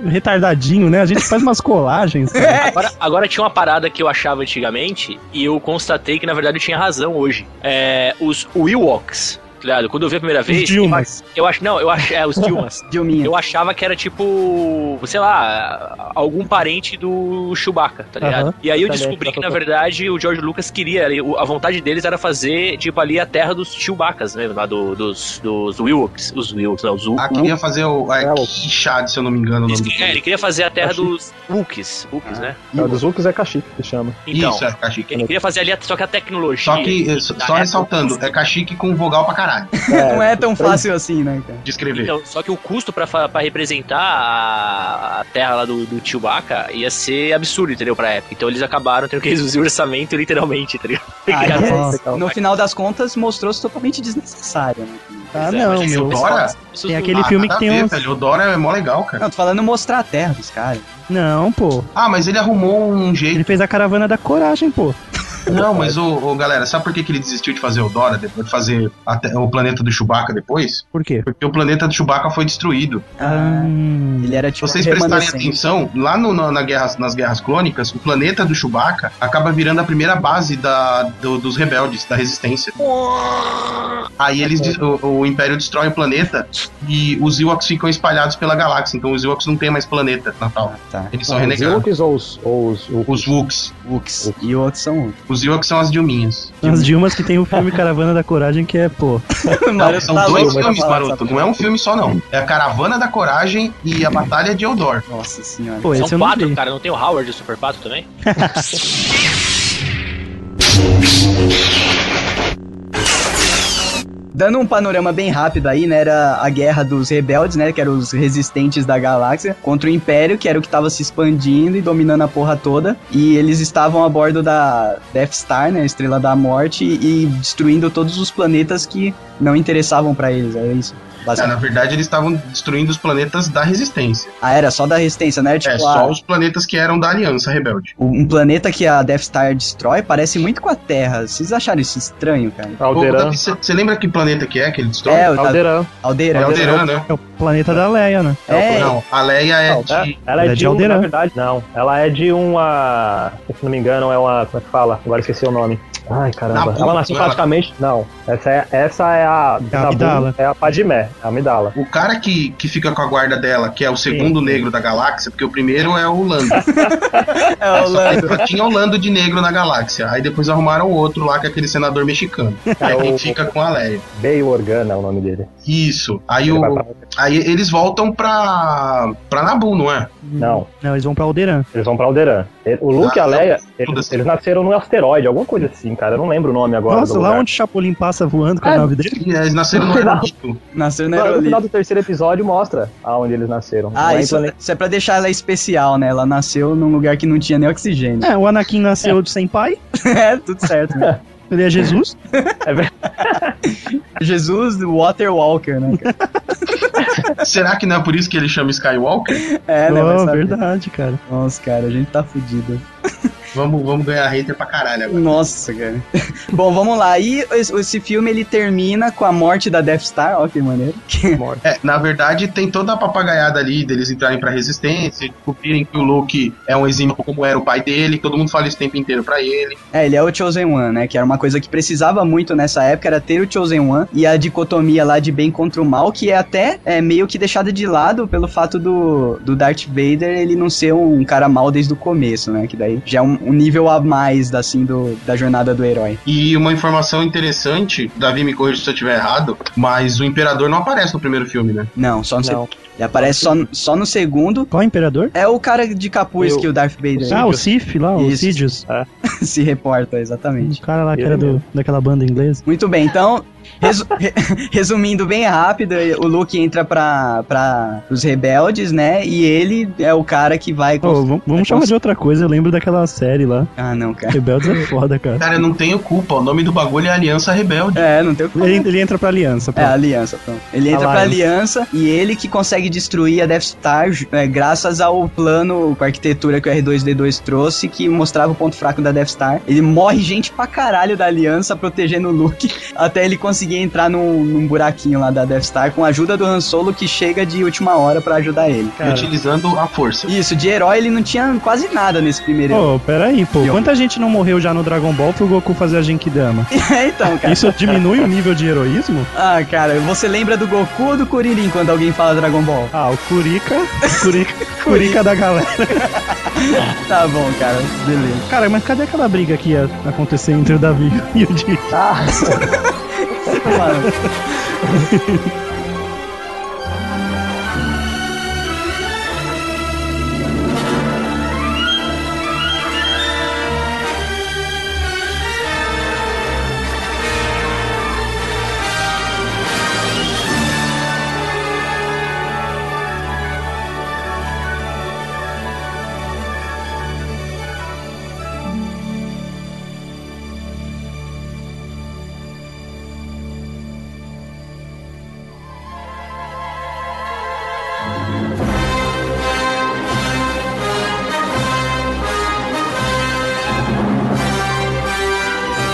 S2: retardadinho, né? A gente faz umas colagens. cara.
S4: Agora, agora tinha uma parada que eu achava antigamente e eu constatei que na verdade eu tinha razão hoje. É, os Ewoks, tá ligado? Quando eu vi a primeira
S2: Os
S4: vez,
S2: Dilmas.
S4: eu acho, não, eu acho, é os Dilmas.
S1: Dilminha.
S4: Eu achava que era tipo, sei lá, algum parente do Chewbacca, tá ligado?
S2: Aham.
S4: e aí eu
S5: Também,
S4: descobri que, na
S5: tá, tá.
S4: verdade, o George Lucas queria, ele- o- a vontade deles era fazer, tipo, ali a terra dos Chewbaccas, né? Lá do, dos, dos Wilks, os Wilks, não, os Wooks.
S3: Aqui ia fazer o é,
S5: É, o-
S3: Kishad, se eu não me engano. O nome do Ah.
S4: É, ele queria fazer a terra
S5: Cachique.
S4: dos Wooks, Wooks, né?
S5: É, dos Hulks é Kashyyyk que chama.
S4: Então,
S3: Isso, é Kashyyyk.
S4: ele queria fazer ali, a- só que a tecnologia...
S3: Só que, eh, só só
S4: Da
S3: ressaltando,
S4: época-
S3: é Kashyyyk com vogal pra caralho
S1: Não é tão
S5: três-
S1: fácil assim, né, cara?
S3: de escrever.
S4: Então, só que o custo pra, fa- pra representar a, a terra lá do, do Chewbacca ia ser absurdo, entendeu? Pra época. Então eles acabaram tendo que [LAUGHS] reduzir o orçamento literalmente,
S2: [LAUGHS]
S4: entendeu?
S1: Ah,
S4: Criaram-
S1: é,
S5: nossa, calma.
S1: no final das contas, mostrou-se totalmente desnecessário. Né?
S2: Ah,
S4: Pois é,
S2: não,
S4: mas esse
S2: meu.
S4: pessoal-
S3: Dora?
S4: isso-
S2: Tem aquele
S3: Ah,
S2: filme
S3: nada
S2: que tem
S3: a ver,
S2: uns-
S3: velho, O Dora é mó legal, cara.
S1: Não, tô falando mostrar a terra dos caras.
S2: Não, pô.
S3: Ah, mas ele arrumou um jeito. [LAUGHS]
S2: Ele fez a caravana da coragem, pô.
S3: Não, mas o, galera, sabe por que, que ele desistiu de fazer o Dora depois de fazer a te- o planeta do Chewbacca depois?
S2: Por quê?
S3: Porque o planeta do Chewbacca foi destruído.
S1: Ah,
S2: Hum,
S1: ele era
S3: Se
S1: tipo
S3: vocês
S1: um
S3: prestarem
S1: remanescente.
S3: atenção, lá no- na, na guerra, nas Guerras Clônicas, o planeta do Chewbacca acaba virando a primeira base da, do- dos rebeldes, da resistência. Aí eles des- o, o Império destrói o planeta e os Ewoks ficam espalhados pela galáxia. Então os Ewoks não tem mais planeta natal.
S1: Ah, tá.
S3: Eles são
S5: São os
S3: renegados.
S5: Hulks ou os, ou os Wooks?
S3: é um Os Wooks.
S1: Wooks. E outros são um. Wooks.
S3: Os Ewoks é são as Dilminhas.
S2: As Dilmas que tem
S1: [LAUGHS]
S2: o filme Caravana da Coragem, que é, pô.
S1: Maroto
S3: São
S1: tá
S3: dois
S1: louco pra
S3: filmes,
S1: falar
S3: Maroto.
S1: dessa
S3: Não é um
S1: porra.
S3: filme só, não. É a Caravana da Coragem e
S1: Uhum.
S3: a Batalha de Eldor.
S1: Nossa senhora.
S2: Pô, esse
S4: São
S2: eu não
S4: quatro,
S2: vi.
S4: cara. Não tem o Howard o Super Pato também?
S1: Dando um panorama bem rápido aí, né? Era a guerra dos rebeldes, né? Que eram os resistentes da galáxia, contra o Império, que era o que tava se expandindo e dominando a porra toda. E eles estavam a bordo da Death Star, né? Estrela da Morte, e destruindo todos os planetas que não interessavam pra eles. Era isso.
S3: Ah, na
S1: Basicamente.
S3: verdade, eles estavam destruindo os planetas da Resistência.
S1: Ah, era só da resistência, né? Tipo,
S3: É,
S1: ah,
S3: só os planetas que eram da Aliança Rebelde.
S1: um planeta que a Death Star destrói parece muito com a Terra. Vocês acharam isso estranho, cara?
S3: é um
S5: Alderan.
S3: Você lembra que planeta que é que ele destrói?
S1: É, o da
S5: Alderan.
S3: É
S1: Aldeira.
S3: Alderan, né?
S2: É o planeta da Leia, né?
S1: É,
S3: Não, a Leia é
S5: Não,
S3: de...
S5: é- ela é
S2: Ela é
S5: de,
S2: de
S5: um-
S2: Alderaan.
S5: na verdade, não. Ela é de uma. Se não me engano, é uma. Como é que fala? Agora esqueci o nome. Ai, caramba.
S3: Nabu,
S5: ela nasceu
S3: não é?
S5: praticamente. Não. Essa é, essa é a. Nabu,
S2: Amidala.
S5: É a Padmé, a Amidala.
S3: O cara que, que fica com a guarda dela, que é o segundo negro da galáxia, porque o primeiro é o Lando.
S1: é [LAUGHS] o
S3: Só,
S1: Lando.
S3: que só tinha o Lando de negro na galáxia. Aí depois arrumaram o outro lá, que é aquele
S1: [LAUGHS]
S3: senador mexicano. Que é quem fica com a Leia.
S5: Bail Organa é o nome dele.
S3: Isso. Aí,
S5: Ele
S3: o,
S5: vai pra-
S3: aí eles voltam pra, pra Nabu, não é?
S5: Não,
S2: Não, eles vão pra Alderan.
S5: eles vão pra Alderan. Ele- O Luke e a
S3: Ah,
S5: Leia,
S3: não.
S5: eles,
S3: Foda-se.
S5: eles nasceram num asteroide, alguma coisa assim, cara. Eu não lembro o nome agora.
S2: Nossa,
S5: do
S2: lá
S5: lugar.
S2: onde o Chapolin passa voando com a
S5: É.
S2: nave dele.
S3: E Eles nasceram no aerolito.
S1: Nasceu na
S5: No
S1: Aerolita.
S5: final do terceiro episódio mostra aonde eles nasceram.
S1: Ah,
S5: Lá em
S1: isso,
S5: Plane-
S1: isso é pra deixar ela especial, né? Ela nasceu num lugar que não tinha nem oxigênio. [LAUGHS]
S2: É, o Anakin nasceu de sem pai.
S1: é, tudo certo. Né?
S2: Ele é Jesus.
S1: Jesus Water Walker, né? cara?
S3: Será que não é por isso que ele chama Skywalker?
S1: É, né? vai
S2: oh,
S1: saber.
S2: verdade, cara.
S1: Nossa, cara, a gente tá fudido.
S3: Vamos, vamos ganhar hater pra caralho agora.
S1: Nossa, cara. [LAUGHS] Bom, vamos lá. E es- esse filme ele termina com a morte da Death Star, ó que maneiro.
S3: É, na verdade, tem toda a papagaiada ali deles entrarem pra resistência, descobrirem que o Luke é um exímio como era o pai dele, todo mundo fala isso o tempo inteiro pra ele.
S1: É, ele é o Chosen One, né? Que era uma coisa que precisava muito nessa época, era ter o Chosen One e a dicotomia lá de bem contra o mal, que é até é, meio que deixada de lado pelo fato do, do Darth Vader ele não ser um cara mal desde o começo, né? Que daí já é um, um nível a mais, assim, do, da jornada do herói.
S3: E uma informação interessante, Davi me corrija se eu estiver errado, mas o Imperador não aparece no primeiro filme, né?
S1: Não, só no
S2: Não.
S1: segundo. Ele aparece só, só no segundo.
S2: Qual imperador?
S1: É o cara de capuz
S4: Eu-
S1: que o Darth Vader
S2: Ah, o Sif lá, o
S1: Isso.
S2: Sidious.
S1: [LAUGHS] se reporta, exatamente.
S2: O cara lá que
S4: Ele
S2: era do, daquela banda inglesa.
S1: Muito bem, então, resu- re- [LAUGHS] resumindo bem rápido, o Luke entra pra, pra os rebeldes, né? E ele é o cara que vai.
S2: Ô,
S1: cons-
S2: vamos
S1: vai
S2: vamos chamar
S1: cons-
S2: de outra coisa, eu lembro daquela série lá.
S1: Ah, não, cara.
S2: Rebeldes é foda, cara.
S3: Cara, eu não tenho culpa, o nome do bagulho é Aliança Rebelde.
S1: É, não tem o que falar.
S2: Ele, ele entra pra aliança, pô.
S1: É, aliança, pronto. Ele entra pra aliança e ele que consegue destruir a Death Star ju- é, graças ao plano, com a arquitetura que o R2-D2 trouxe, que mostrava o ponto fraco da Death Star. Ele morre gente pra caralho da aliança, protegendo o Luke, [LAUGHS] até ele conseguir entrar num, num buraquinho lá da Death Star, com a ajuda do Han Solo, que chega de última hora pra ajudar ele.
S2: cara.
S3: Utilizando a força.
S1: Isso, de herói ele não tinha quase nada nesse primeiro.
S2: Pô, peraí, pô.
S1: Eu-
S2: Quanta gente não morreu já no Dragon Ball pro Goku fazer a Genkidama?
S1: É, [LAUGHS] então, cara.
S2: Isso diminui o nível de heroísmo?
S1: Ah, cara, você lembra do Goku ou do Kuririn quando alguém fala Dragon Ball?
S2: Ah, o Kurika. [LAUGHS] Kurika, Kurika da galera.
S1: Tá bom, cara, beleza.
S2: Cara, mas cadê aquela briga que ia acontecer entre o Davi e o Di?
S1: Mano,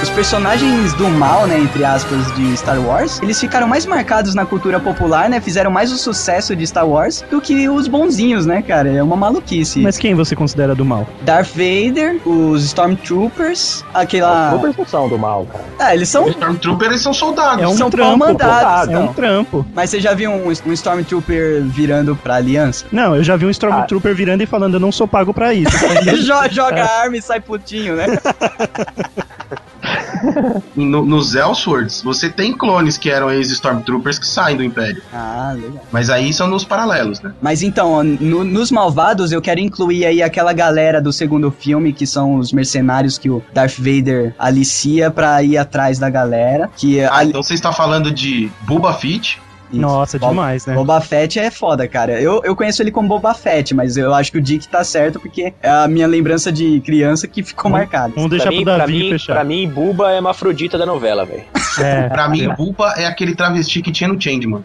S1: Os personagens do mal, né, entre aspas, de Star Wars, eles ficaram mais marcados na cultura popular, né? Fizeram mais o sucesso de Star Wars do que os bonzinhos, né, cara? É uma maluquice.
S2: Mas quem você considera do mal?
S1: Darth Vader, os Stormtroopers, aquela.
S5: Os troopers não são do mal, cara.
S1: Ah, eles são.
S3: Os Stormtroopers Ah, são soldados.
S2: É um
S1: São
S2: trampo.
S1: comandados,
S2: pô. É
S1: então.
S2: um trampo.
S1: Mas você já viu um, um Stormtrooper virando pra aliança? [LAUGHS]
S2: Não, eu já vi um Stormtrooper virando e falando, eu não sou pago pra isso.
S1: Jo- Joga a arma e sai putinho, né? [LAUGHS]
S3: E no- nos Elswords, você tem clones que eram ex-Stormtroopers que saem do Império.
S1: Ah, legal.
S3: Mas aí são nos paralelos, né?
S1: Mas então, ó, no- nos malvados, eu quero incluir aí aquela galera do segundo filme, que são os mercenários que o Darth Vader alicia pra ir atrás da galera. Que
S3: Ah,
S1: É, ali-
S3: então você está falando de Boba Fett,
S2: Nossa,
S1: Bob-
S2: demais, né?
S1: Boba Fett é foda, cara. Eu, eu conheço ele como Boba Fett, mas eu acho que o Dick tá certo porque é a minha lembrança de criança que ficou marcada.
S2: Vamos
S4: Pra
S2: deixar
S4: mim,
S2: pro
S4: pra,
S2: Davi
S4: mim, pra
S2: fechar.
S4: mim, Buba é uma afrodita da novela, velho.
S2: É.
S3: pra mim, Buba é aquele travesti que tinha no Changeman.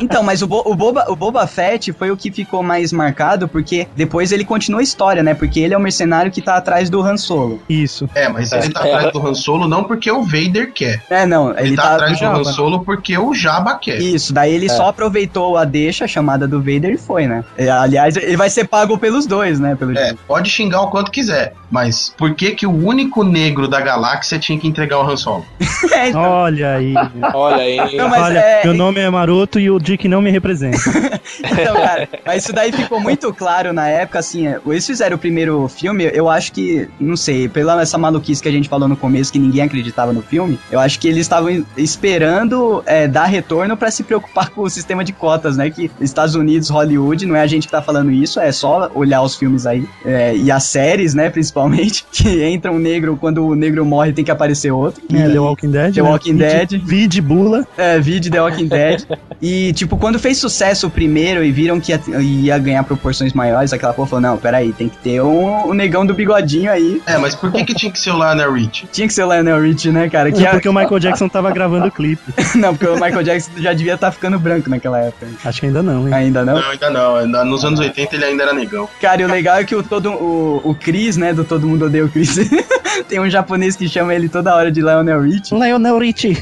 S1: Então, mas o, Bo- o Boba, o Boba Fett foi o que ficou mais marcado porque depois ele continua a história, né? Porque ele é o mercenário que tá atrás do Han Solo.
S2: Isso.
S3: É, mas ele tá
S4: É.
S3: atrás do Han Solo não porque o Vader quer.
S1: É, não,
S3: Ele,
S1: ele,
S3: tá,
S1: tá.
S3: atrás do
S2: Jabba,
S3: Han
S2: né?
S3: Solo porque o Jabba quer.
S1: Isso, daí ele só aproveitou a deixa, a chamada do Vader e foi, né? É, Aliás, ele vai ser pago pelos dois, né? Pelo
S3: É, pode xingar o quanto quiser, mas por que que o único negro da galáxia tinha que entregar o Han Solo?
S1: [LAUGHS] É, então.
S2: Olha aí.
S4: Olha
S2: [LAUGHS]
S4: aí.
S1: Não, mas
S2: Olha,
S1: é-
S2: meu nome é Maroto e o Dick não me representa.
S1: Então, cara, mas isso daí ficou muito claro na época, assim, é, eles fizeram o primeiro filme, eu acho que, não sei, pela essa maluquice que a gente falou no começo, que ninguém acreditava no filme, eu acho que eles estavam esperando é, dar retorno pra se preocupar com o sistema de cotas, né, que Estados Unidos, Hollywood, não é a gente que tá falando isso, é só olhar os filmes aí, é, e as séries, né, principalmente, [LAUGHS] que entra um negro, quando o negro morre tem que aparecer outro. né,
S2: É,
S1: E-
S2: The Walking Dead.
S1: The Walking
S2: Vi de-
S1: Dead.
S2: Vi de bula.
S1: é, vídeo The Walking Dead. e, tipo, quando fez sucesso o primeiro e viram que ia, ia ganhar proporções maiores, aquela porra falou: não, peraí, tem que ter um, um negão do bigodinho aí.
S3: É, mas por que que tinha que ser o Lionel Rich?
S1: Tinha que ser o Lionel Rich, né, cara?
S2: [LAUGHS]
S1: Que
S2: É
S1: a-
S2: porque o Michael Jackson tava gravando o clipe.
S1: [LAUGHS] não, porque o Michael Jackson já devia estar ficando branco naquela época.
S2: Acho que ainda não, hein?
S1: Ainda não?
S3: Não, ainda não. Nos anos 80 ele ainda era negão.
S1: Cara, e o legal é que o, todo, o, o Chris, né, do Todo Mundo Odeia o Chris. [LAUGHS] Tem um japonês que chama ele toda hora de Lionel Rich.
S2: Lionel Richie.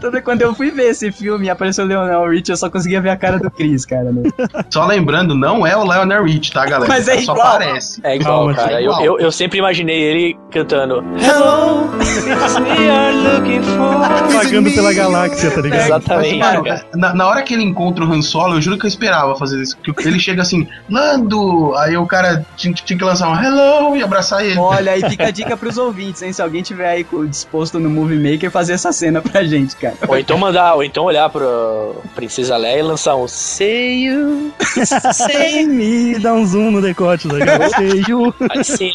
S1: Toda quando eu fui ver esse filme e apareceu o Lionel Rich, eu só conseguia ver a cara do Chris, cara. né?
S3: Só lembrando, não é o Lionel Rich, tá, galera?
S1: Mas é
S3: Só
S1: igual.
S3: parece.
S4: É igual,
S2: Calma,
S4: cara.
S3: é
S4: Eu-
S3: igual.
S4: Eu, eu, sempre imaginei ele cantando.
S2: [LAUGHS] Pagando pela galáxia, tá ligado?
S4: Exatamente,
S3: Mas, mano,
S4: cara.
S3: na, na hora que ele encontra o Han Solo, eu juro que eu esperava fazer isso. Porque ele chega assim, Lando! Aí o cara tinha, tinha que lançar um hello e abraçar ele.
S1: Olha, aí fica a dica pros ouvintes, hein? Se alguém tiver aí co- disposto no Movie Maker, fazer essa cena pra gente, cara.
S4: Ou então mandar, ou então olhar pra Princesa Leia e lançar um Sei you.
S2: Sem me dá um zoom no decote, tá ligado? Sei, Ju.
S4: Aí sim.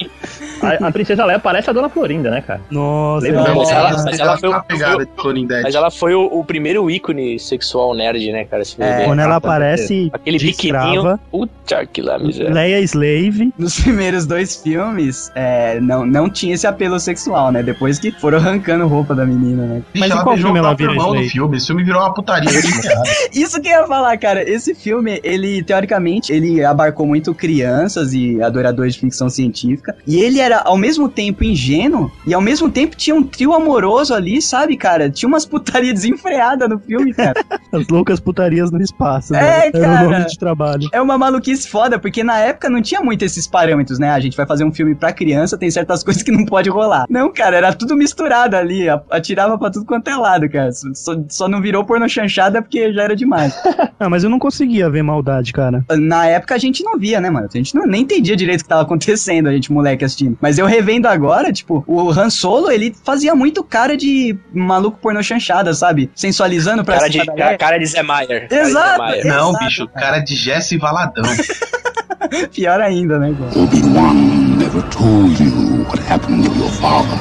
S7: A, a Princesa Leia parece a Dona Florinda, né, cara?
S2: Nossa,
S7: Lembra?
S3: Não,
S4: mas ela-
S3: ela-
S4: mas ela
S3: ela
S4: foi
S3: tá
S4: um-
S3: pegada de Florindete.
S4: Mas ela foi o, o primeiro ícone sexual nerd, né, cara? Se for ver.
S2: É, quando ela
S7: Ah,
S2: aparece
S4: Aquele
S2: de
S4: pequenininho.
S2: escrava,
S4: Puta que lá, miséria.
S2: Leia Slave,
S1: Nos primeiros dois filmes, é, não, não tinha esse apelo sexual, né? Depois que foram arrancando roupa da menina, né?
S3: Vixe,
S2: Mas em qual
S3: beijou
S2: filme
S3: o
S2: ela
S3: próprio
S2: vira
S3: irmão
S2: isso
S3: no
S2: aí?
S3: filme. Esse filme virou uma putaria. tipo, cara.
S1: Isso que eu ia falar, cara. Esse filme, ele, teoricamente, ele abarcou muito crianças e adoradores de ficção científica. E ele era, ao mesmo tempo, ingênuo e, ao mesmo tempo, tinha um trio amoroso ali, sabe, cara? Tinha umas [LAUGHS] putaria desenfreada no filme, cara.
S2: As Loucas Putarias no Espaço.
S1: É,
S2: né? Era
S1: cara.
S2: o nome de trabalho.
S1: É uma maluquice foda, porque na época não tinha muito esses parâmetros, né? A gente vai fazer um filme pra criança, tem certas [LAUGHS] coisas que não pode rolar. Não, cara, era tudo misturado ali, a- atirava pra tudo quanto é lado, cara. Só- Só, só não virou porno chanchada porque já era demais.
S2: Ah, mas eu não conseguia ver maldade, cara.
S1: na época a gente não via, né, mano? A gente não, nem entendia direito o que tava acontecendo, a gente moleque assistindo. Mas eu revendo agora, tipo, o Han Solo, ele fazia muito cara de maluco porno chanchada, sabe? Sensualizando pra
S4: Cara
S1: cima da
S4: de, cara,
S1: galera.
S4: cara de Zé Maier. Cara de
S1: Exato.
S4: Zé Maier.
S3: Não,
S1: Exato,
S3: bicho, cara é de Jesse Valadão.
S1: [LAUGHS] Pior ainda, né, cara?
S8: Obi-Wan never told you what happened to your father.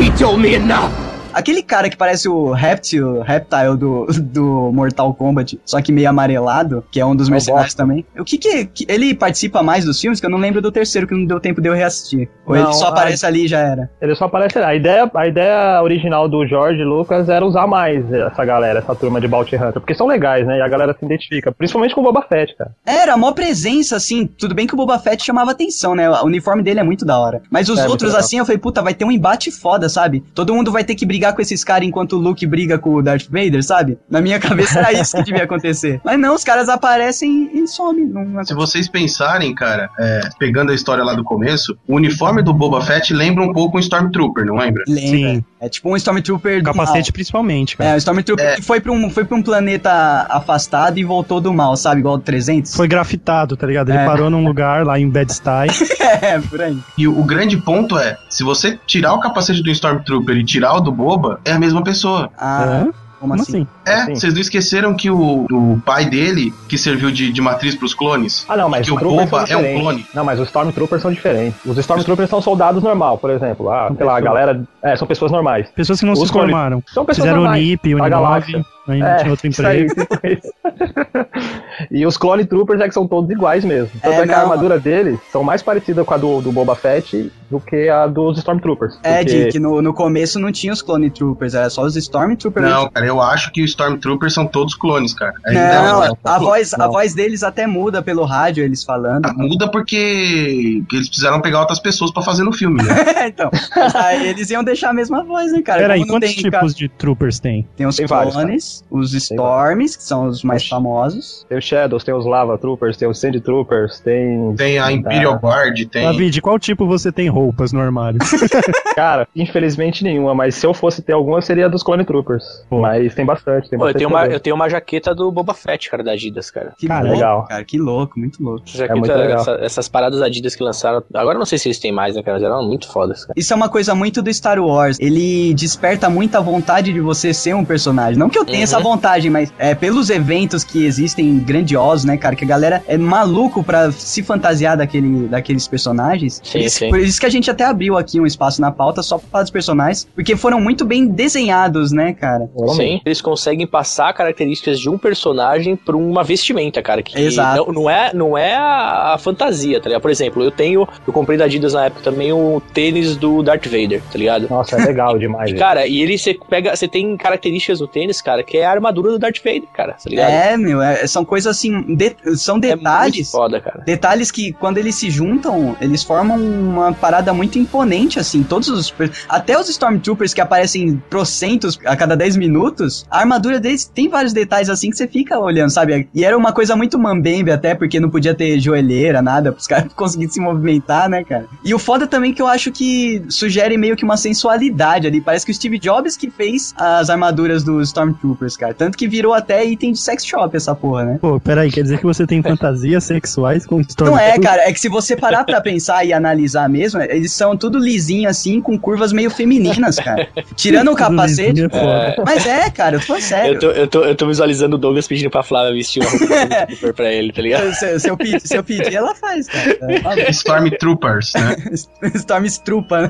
S8: He told me enough.
S1: Aquele cara que parece o Reptil, Reptile do, do Mortal Kombat, só que meio amarelado, que é um dos mercenários também. O que que, que- ele participa mais dos filmes? Que eu não lembro do terceiro, que não deu tempo de eu reassistir. Ou ele
S7: Não,
S1: só
S7: a-
S1: aparece ali e já era.
S7: Ele só aparece lá. A ideia, a ideia original do George Lucas era usar mais essa galera, essa turma de Bounty Hunter, porque são legais, né? E a galera se identifica, principalmente com o Boba Fett, cara.
S1: Era, a maior presença, assim. Tudo bem que o Boba Fett chamava atenção, né? O uniforme dele é muito da hora. Mas os
S7: É, muito
S1: outros,
S7: legal.
S1: assim, eu falei, puta, vai ter um embate foda, sabe? Todo mundo vai ter que brigar com esses caras enquanto o Luke briga com o Darth Vader, sabe? Na minha cabeça era isso
S7: [LAUGHS]
S1: que devia acontecer. Mas não, os caras aparecem e somem. Não, não
S3: Se vocês pensarem, cara, é, pegando a história lá do começo, o uniforme do Boba Fett lembra um pouco um Stormtrooper, não lembra?
S1: lembra.
S2: Sim.
S1: É tipo um Stormtrooper do
S2: Capacete principalmente,
S1: mal.
S2: cara.
S1: É, um Stormtrooper
S3: É.
S1: que foi pra, um, foi pra um planeta afastado e voltou do mal, sabe? Igual o 300.
S2: Foi grafitado, tá ligado? Ele
S1: É.
S2: parou num lugar lá em Bed-Stuy.
S1: [LAUGHS] é, por aí.
S3: E o, o grande ponto é, se você tirar o capacete do Stormtrooper e tirar o do Boba, é a mesma pessoa.
S1: Ah,
S2: É?
S1: como
S2: Como
S1: assim?
S2: assim?
S3: É,
S7: Assim.
S3: vocês não esqueceram que o, o pai dele, que serviu de, de matriz pros clones,
S7: Ah, não, mas
S3: que o
S7: Troopers são
S3: Boba é um
S7: diferentes.
S3: clone.
S7: Não, mas os Stormtroopers são diferentes. Os Stormtroopers são soldados normal, por exemplo. Ah, sei lá, a galera. É, são pessoas normais.
S2: Pessoas que não
S7: Os
S2: se formaram.
S7: São pessoas
S2: Fizeram o
S7: normais.
S2: NIP, o
S7: da
S2: Uninove,
S7: galáxia.
S2: ainda
S7: É,
S2: tinha outro
S7: Isso aí,
S2: emprego.
S7: isso aí. [LAUGHS] e os Clone Troopers é que são todos iguais mesmo. Tanto
S1: É,
S7: é, que a
S1: não.
S7: armadura deles são mais parecida com a do, do Boba Fett do que a dos Stormtroopers.
S1: É,
S7: porque...
S1: de que no, no começo não tinha os Clone Troopers, era só os Stormtroopers.
S3: Não, cara, eu acho que os Stormtroopers são todos clones, cara. Ainda
S1: Não,
S3: é um-
S1: a voz, a
S7: Não.
S1: voz deles até muda pelo rádio, eles falando. [LAUGHS]
S3: Muda porque eles precisaram pegar outras pessoas pra fazer no
S1: [LAUGHS]
S3: filme, né?
S1: É, então, ah, eles iam deixar a mesma voz, né, cara?
S2: Peraí,
S1: Como não
S2: quantos
S1: tem, cara,
S2: tipos de troopers tem?
S1: Tem os
S7: Tem vários,
S1: clones, os Storms, que são os mais
S7: Oxi.
S1: famosos.
S7: Tem os Shadows, tem os Lava Troopers, tem os Sand Troopers, tem.
S3: Tem
S5: Tá.
S3: a Imperial Guard, tem...
S2: David, qual tipo você tem roupas
S1: [LAUGHS]
S2: no armário?
S5: Ah,
S7: Cara, infelizmente nenhuma, mas se eu fosse ter alguma, seria dos Clone Troopers.
S2: Pô.
S7: Mas tem bastante, tem
S4: Pô, eu
S7: bastante.
S4: tenho, uma,
S7: também.
S4: eu tenho uma jaqueta do Boba Fett, cara, da Adidas, cara.
S1: Que
S2: Cara,
S1: louco,
S7: legal.
S1: cara, que louco, muito louco.
S4: Essa jaqueta-
S7: É muito legal.
S4: essa- essas paradas Adidas que lançaram. Agora eu não sei se eles têm mais, né, cara? Mas eram muito fodas, cara.
S1: Isso é uma coisa muito do Star Wars. Ele desperta muita vontade de você ser um personagem. Não que eu tenha
S4: Uhum.
S1: essa vontade, mas é pelos eventos que existem grandiosos, né, cara? Que a galera é maluco pra se fantasiar daquele, daqueles personagens.
S4: Sim,
S1: Por isso-
S4: sim.
S1: Por isso que a gente até abriu aqui um espaço na pauta só pra falar dos personagens, porque foram muito bem desenhados, né, cara?
S7: Realmente.
S4: Sim. Eles conseguem passar características de um personagem pra uma vestimenta, cara. Que
S1: Exato.
S4: Não, não é, não é a, a fantasia, tá ligado? Por exemplo, eu tenho. Eu comprei da Adidas na época também o tênis do Darth Vader, tá ligado?
S7: Nossa, é legal demais.
S4: E, [LAUGHS]
S7: gente.
S4: cara, e ele você pega. Você tem características no tênis, cara, que que é a armadura do Darth Vader, cara, tá ligado?
S1: É, meu, é- são coisas assim, de- são
S4: É muito
S1: detalhes.
S4: foda, cara.
S1: Detalhes que, quando eles se juntam, eles formam uma parada muito imponente, assim. Todos os. per- Até os Stormtroopers que aparecem trocentos a cada 10 minutos, a armadura deles tem vários detalhes assim que você fica olhando, sabe? E era uma coisa muito mambembe até, porque não podia ter joelheira, nada, pros caras [LAUGHS] conseguirem se movimentar, né, cara? E o foda também que eu acho que sugere meio que uma sensualidade ali. Parece que o Steve Jobs que fez as armaduras dos Stormtroopers, cara. Tanto que virou até item de sex shop essa porra, né?
S2: Pô, peraí, quer dizer que você tem fantasias sexuais com
S1: Não é,
S2: Stormtroopers?
S1: cara. É que se você parar pra pensar e analisar mesmo, eles são tudo lisinho assim, com curvas meio femininas, cara. Tirando
S2: [LAUGHS]
S1: o um capacete.
S2: Lisinho é foda.
S1: Mas é, cara, eu tô falando sério.
S4: Eu tô, eu, tô, eu tô visualizando o Douglas pedindo pra Flávia vestir
S1: [LAUGHS]
S4: uma roupa do super pra ele, tá ligado?
S1: Se, eu- se eu pedir, se eu pedir, ela faz, cara.
S3: Stormtroopers, né?
S1: Stormstrupa, né?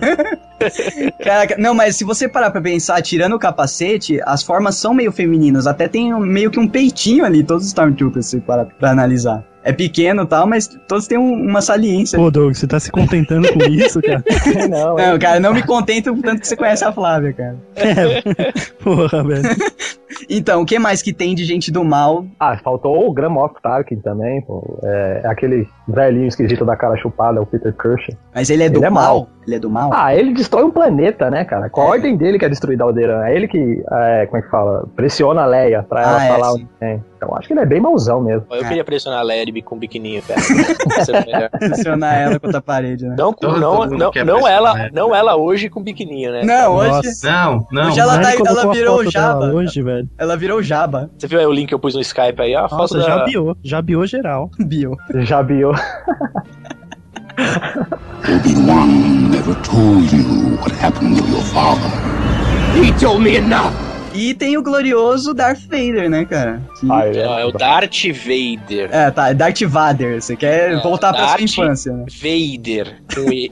S1: [LAUGHS] Caraca, não, mas se você parar pra pensar, tirando o capacete, as formas são meio femininas. Até tem um- meio que um peitinho ali, todos os Stormtroopers, se parar pra analisar. É pequeno e tal, mas todos têm um- uma saliência.
S2: Pô, Doug, você tá se contentando com isso,
S1: [LAUGHS]
S2: cara?
S5: Não, é.
S1: Não, cara, não me contento o tanto que você conhece a Flávia, cara.
S2: Porra, velho.
S1: Então, o que mais que tem de gente do mal?
S5: Ah, faltou o Graham Moff Tarkin também, pô. É, aquele velhinho esquisito da cara chupada, o Peter Kirsch.
S1: Mas ele é do
S5: Ele é
S1: mal.
S5: mau.
S1: Ele é do mal?
S5: Ah, ele destrói um planeta, né, cara? Com a ordem dele que é destruir Alderan. É ele que, é, como é que fala? Pressiona a Leia pra ela
S1: Ah, é,
S5: falar
S1: sim.
S5: onde tem. Então acho que ele é bem mauzão mesmo.
S4: Eu
S1: É.
S4: queria pressionar a Leia de bi- com um biquininho, cara. Ia ser melhor.
S5: [LAUGHS]
S1: Pressionar ela contra a parede, né?
S4: Não, com-
S3: Todo
S4: não,
S3: mundo
S4: não,
S3: quer
S4: não
S3: pressionar
S4: ela,
S3: ela.
S4: não ela hoje com biquininho, né?
S5: É,
S1: Não, hoje
S2: Nossa.
S3: Não, não.
S1: Hoje ela
S2: Dani
S1: tá aí,
S2: colocou
S1: ela
S2: a
S1: virou
S2: foto dela
S1: Java.
S2: hoje, velho.
S1: ela virou Jaba. [LAUGHS]
S4: Você viu aí o link que eu pus no Skype aí? Ó, a foto
S2: Nossa,
S4: da...
S2: já biou. Já biou geral.
S1: Bio.
S5: Já viu.
S8: Obi-Wan never told you what happened to your father. He told me enough!
S1: E tem o glorioso Darth Vader, né, cara? Que-
S5: Ah, ele
S4: Ó, é o Darth Vader.
S1: É, tá, Darth Vader. Você quer
S4: É,
S1: voltar pra
S4: Darth-
S1: sua infância, né?
S4: Vader. Com E-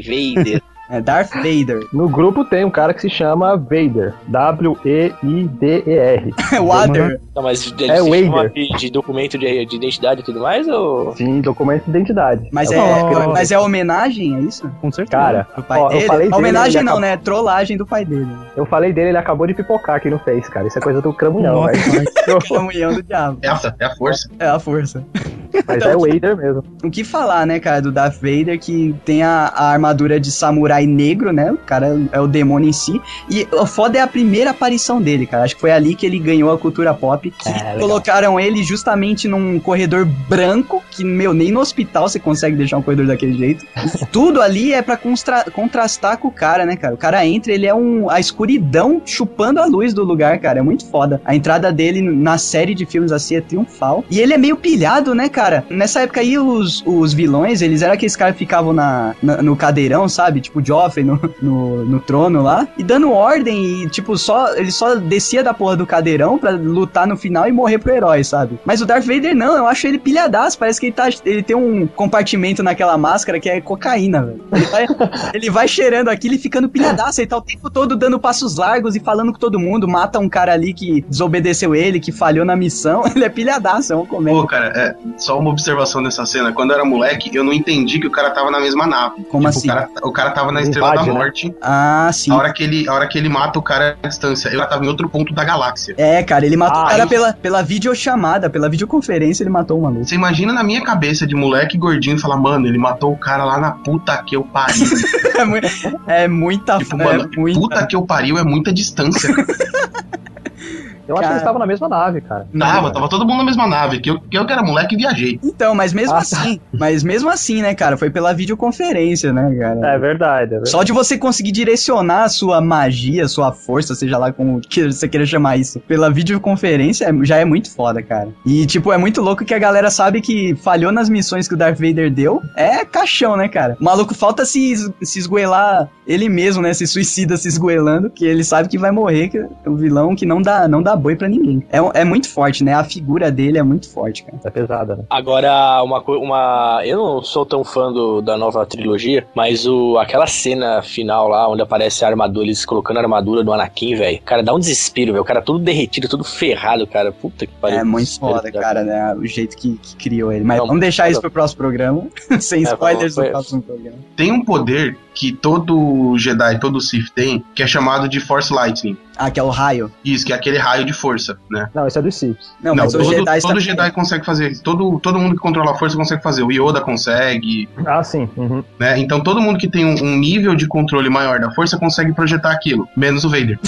S1: [LAUGHS]
S4: Vader.
S1: É, Darth Vader. [LAUGHS]
S5: No grupo tem um cara que se chama Vader. W-E-I-D-E-R.
S1: É Water.
S4: Não, mas ele
S5: É
S4: se
S5: Vader.
S4: chama de, de documento de, de identidade e tudo mais, ou...
S5: Sim, documento de identidade.
S1: Mas é,
S5: o cara que
S2: Nossa.
S5: escreveu.
S1: mas é homenagem, é isso?
S2: Com certeza.
S5: Cara,
S1: Do pai
S5: Ó, eu
S1: dele?
S5: falei dele,
S1: homenagem
S5: ele é
S1: não,
S5: acabou-
S1: né? Trollagem do pai dele.
S5: eu falei dele, ele acabou de pipocar aqui no Face, cara. Isso é coisa do cramunhão,
S2: Nossa,
S5: velho.
S2: mas-
S1: Comunhão do diabo.
S3: É a, é a força.
S1: É a força.
S5: [LAUGHS] Mas
S1: Então,
S5: é o
S1: tipo,
S5: Vader mesmo.
S1: O que falar, né, cara, do Darth Vader, que tem a, a armadura de samurai negro, né? O cara é o demônio em si. E o foda é a primeira aparição dele, cara. Acho que foi ali que ele ganhou a cultura pop. Que colocaram ele justamente num corredor branco, que, meu, nem no hospital você consegue deixar um corredor daquele jeito. Tudo ali é pra constra- contrastar com o cara, né, cara? O cara entra, ele é um a escuridão chupando a luz do lugar, cara. É muito foda. A entrada dele na série de filmes assim é triunfal. E ele é meio pilhado, né, cara? Nessa época aí, os, os vilões, eles eram aqueles caras que ficavam na, na- no cadeirão, sabe? Tipo Joffrey no, no, no trono lá. E dando ordem e, tipo, só ele só descia da porra do cadeirão pra lutar no final e morrer pro herói, sabe? Mas o Darth Vader não, eu acho ele pilhadaço. Parece que ele, tá, ele tem um compartimento naquela máscara que é cocaína, velho. Ele
S3: [LAUGHS]
S1: vai, ele vai cheirando aquilo e ficando pilhadaço. Ele tá o tempo todo dando passos largos e falando com todo mundo. Mata um cara ali que desobedeceu ele, que falhou na missão. [LAUGHS] Ele é pilhadaço, é um comédia.
S3: Pô, cara, é, só uma observação nessa cena. Quando eu era moleque, eu não entendi que o cara tava na mesma nave.
S1: Como
S3: Tipo,
S1: assim?
S3: O cara, o cara tava na Estrela
S5: Invade,
S3: da
S5: né?
S3: Morte.
S1: Ah, sim.
S3: A, hora que ele, a hora que ele mata o cara à distância. Eu tava em outro ponto da galáxia.
S1: É, cara, ele matou o
S5: Ah,
S1: cara
S5: isso.
S1: pela, pela videochamada, pela videoconferência, ele matou o maluco. [LAUGHS]
S3: Você imagina na minha cabeça de moleque gordinho falar, mano, ele matou o cara lá na puta que eu
S1: [LAUGHS]
S3: pariu.
S1: É, mui- é muita
S3: tipo,
S1: é
S3: mano,
S1: muita-
S3: puta que eu pariu é
S1: [LAUGHS]
S3: muita distância.
S5: Eu acho que
S1: Cara.
S5: eles estavam na mesma nave, cara.
S3: Tava, tava todo mundo na mesma nave. Que eu, que eu que era moleque e viajei.
S1: Então, mas mesmo
S5: Ah, tá.
S1: assim, mas mesmo assim, né, cara, foi pela videoconferência, né, cara?
S5: É verdade, é verdade.
S1: Só de você conseguir direcionar a sua magia, a sua força, seja lá como que você queira chamar isso, pela videoconferência, é- já é muito foda, cara. E, tipo, é muito louco que a galera sabe que falhou nas missões que o Darth Vader deu. É caixão, né, cara? O maluco falta se, es- se esgoelar ele mesmo, né? Se suicida se esgoelando, que ele sabe que vai morrer, que é o vilão que não dá, não dá boi pra ninguém. É, um- é muito forte, né? A figura dele é muito forte, cara.
S5: É pesada, né?
S4: Agora, uma coisa. Uma... Eu não sou tão fã do- da nova trilogia, mas o... aquela cena final lá, onde aparece a armadura, eles colocando a armadura do Anakin, velho. Cara, dá um desespero, velho. O cara todo derretido, todo ferrado, cara. Puta que pariu.
S1: É muito
S4: Desespero,
S1: foda, cara, né? O jeito que, que criou ele. Mas
S4: Não,
S1: vamos deixar
S4: foda.
S1: isso pro próximo programa. [LAUGHS] Sem
S4: É,
S1: spoilers
S4: foi-
S1: do próximo programa.
S3: Tem um poder que todo Jedi, todo Sith tem, que é chamado de Force Lightning.
S1: Ah, que é o raio.
S3: Isso, que é aquele raio de força, né?
S5: Não, esse é do Sips.
S1: Não,
S3: Não,
S1: mas
S3: todo,
S1: os Jedi tá- [LAUGHS]
S3: todo Jedi consegue fazer isso. Todo, todo mundo que controla a força consegue fazer. O Yoda consegue,
S5: Ah, sim. Uhum.
S3: né? Então todo mundo que tem um, um nível de controle maior da força consegue projetar aquilo. Menos o Vader.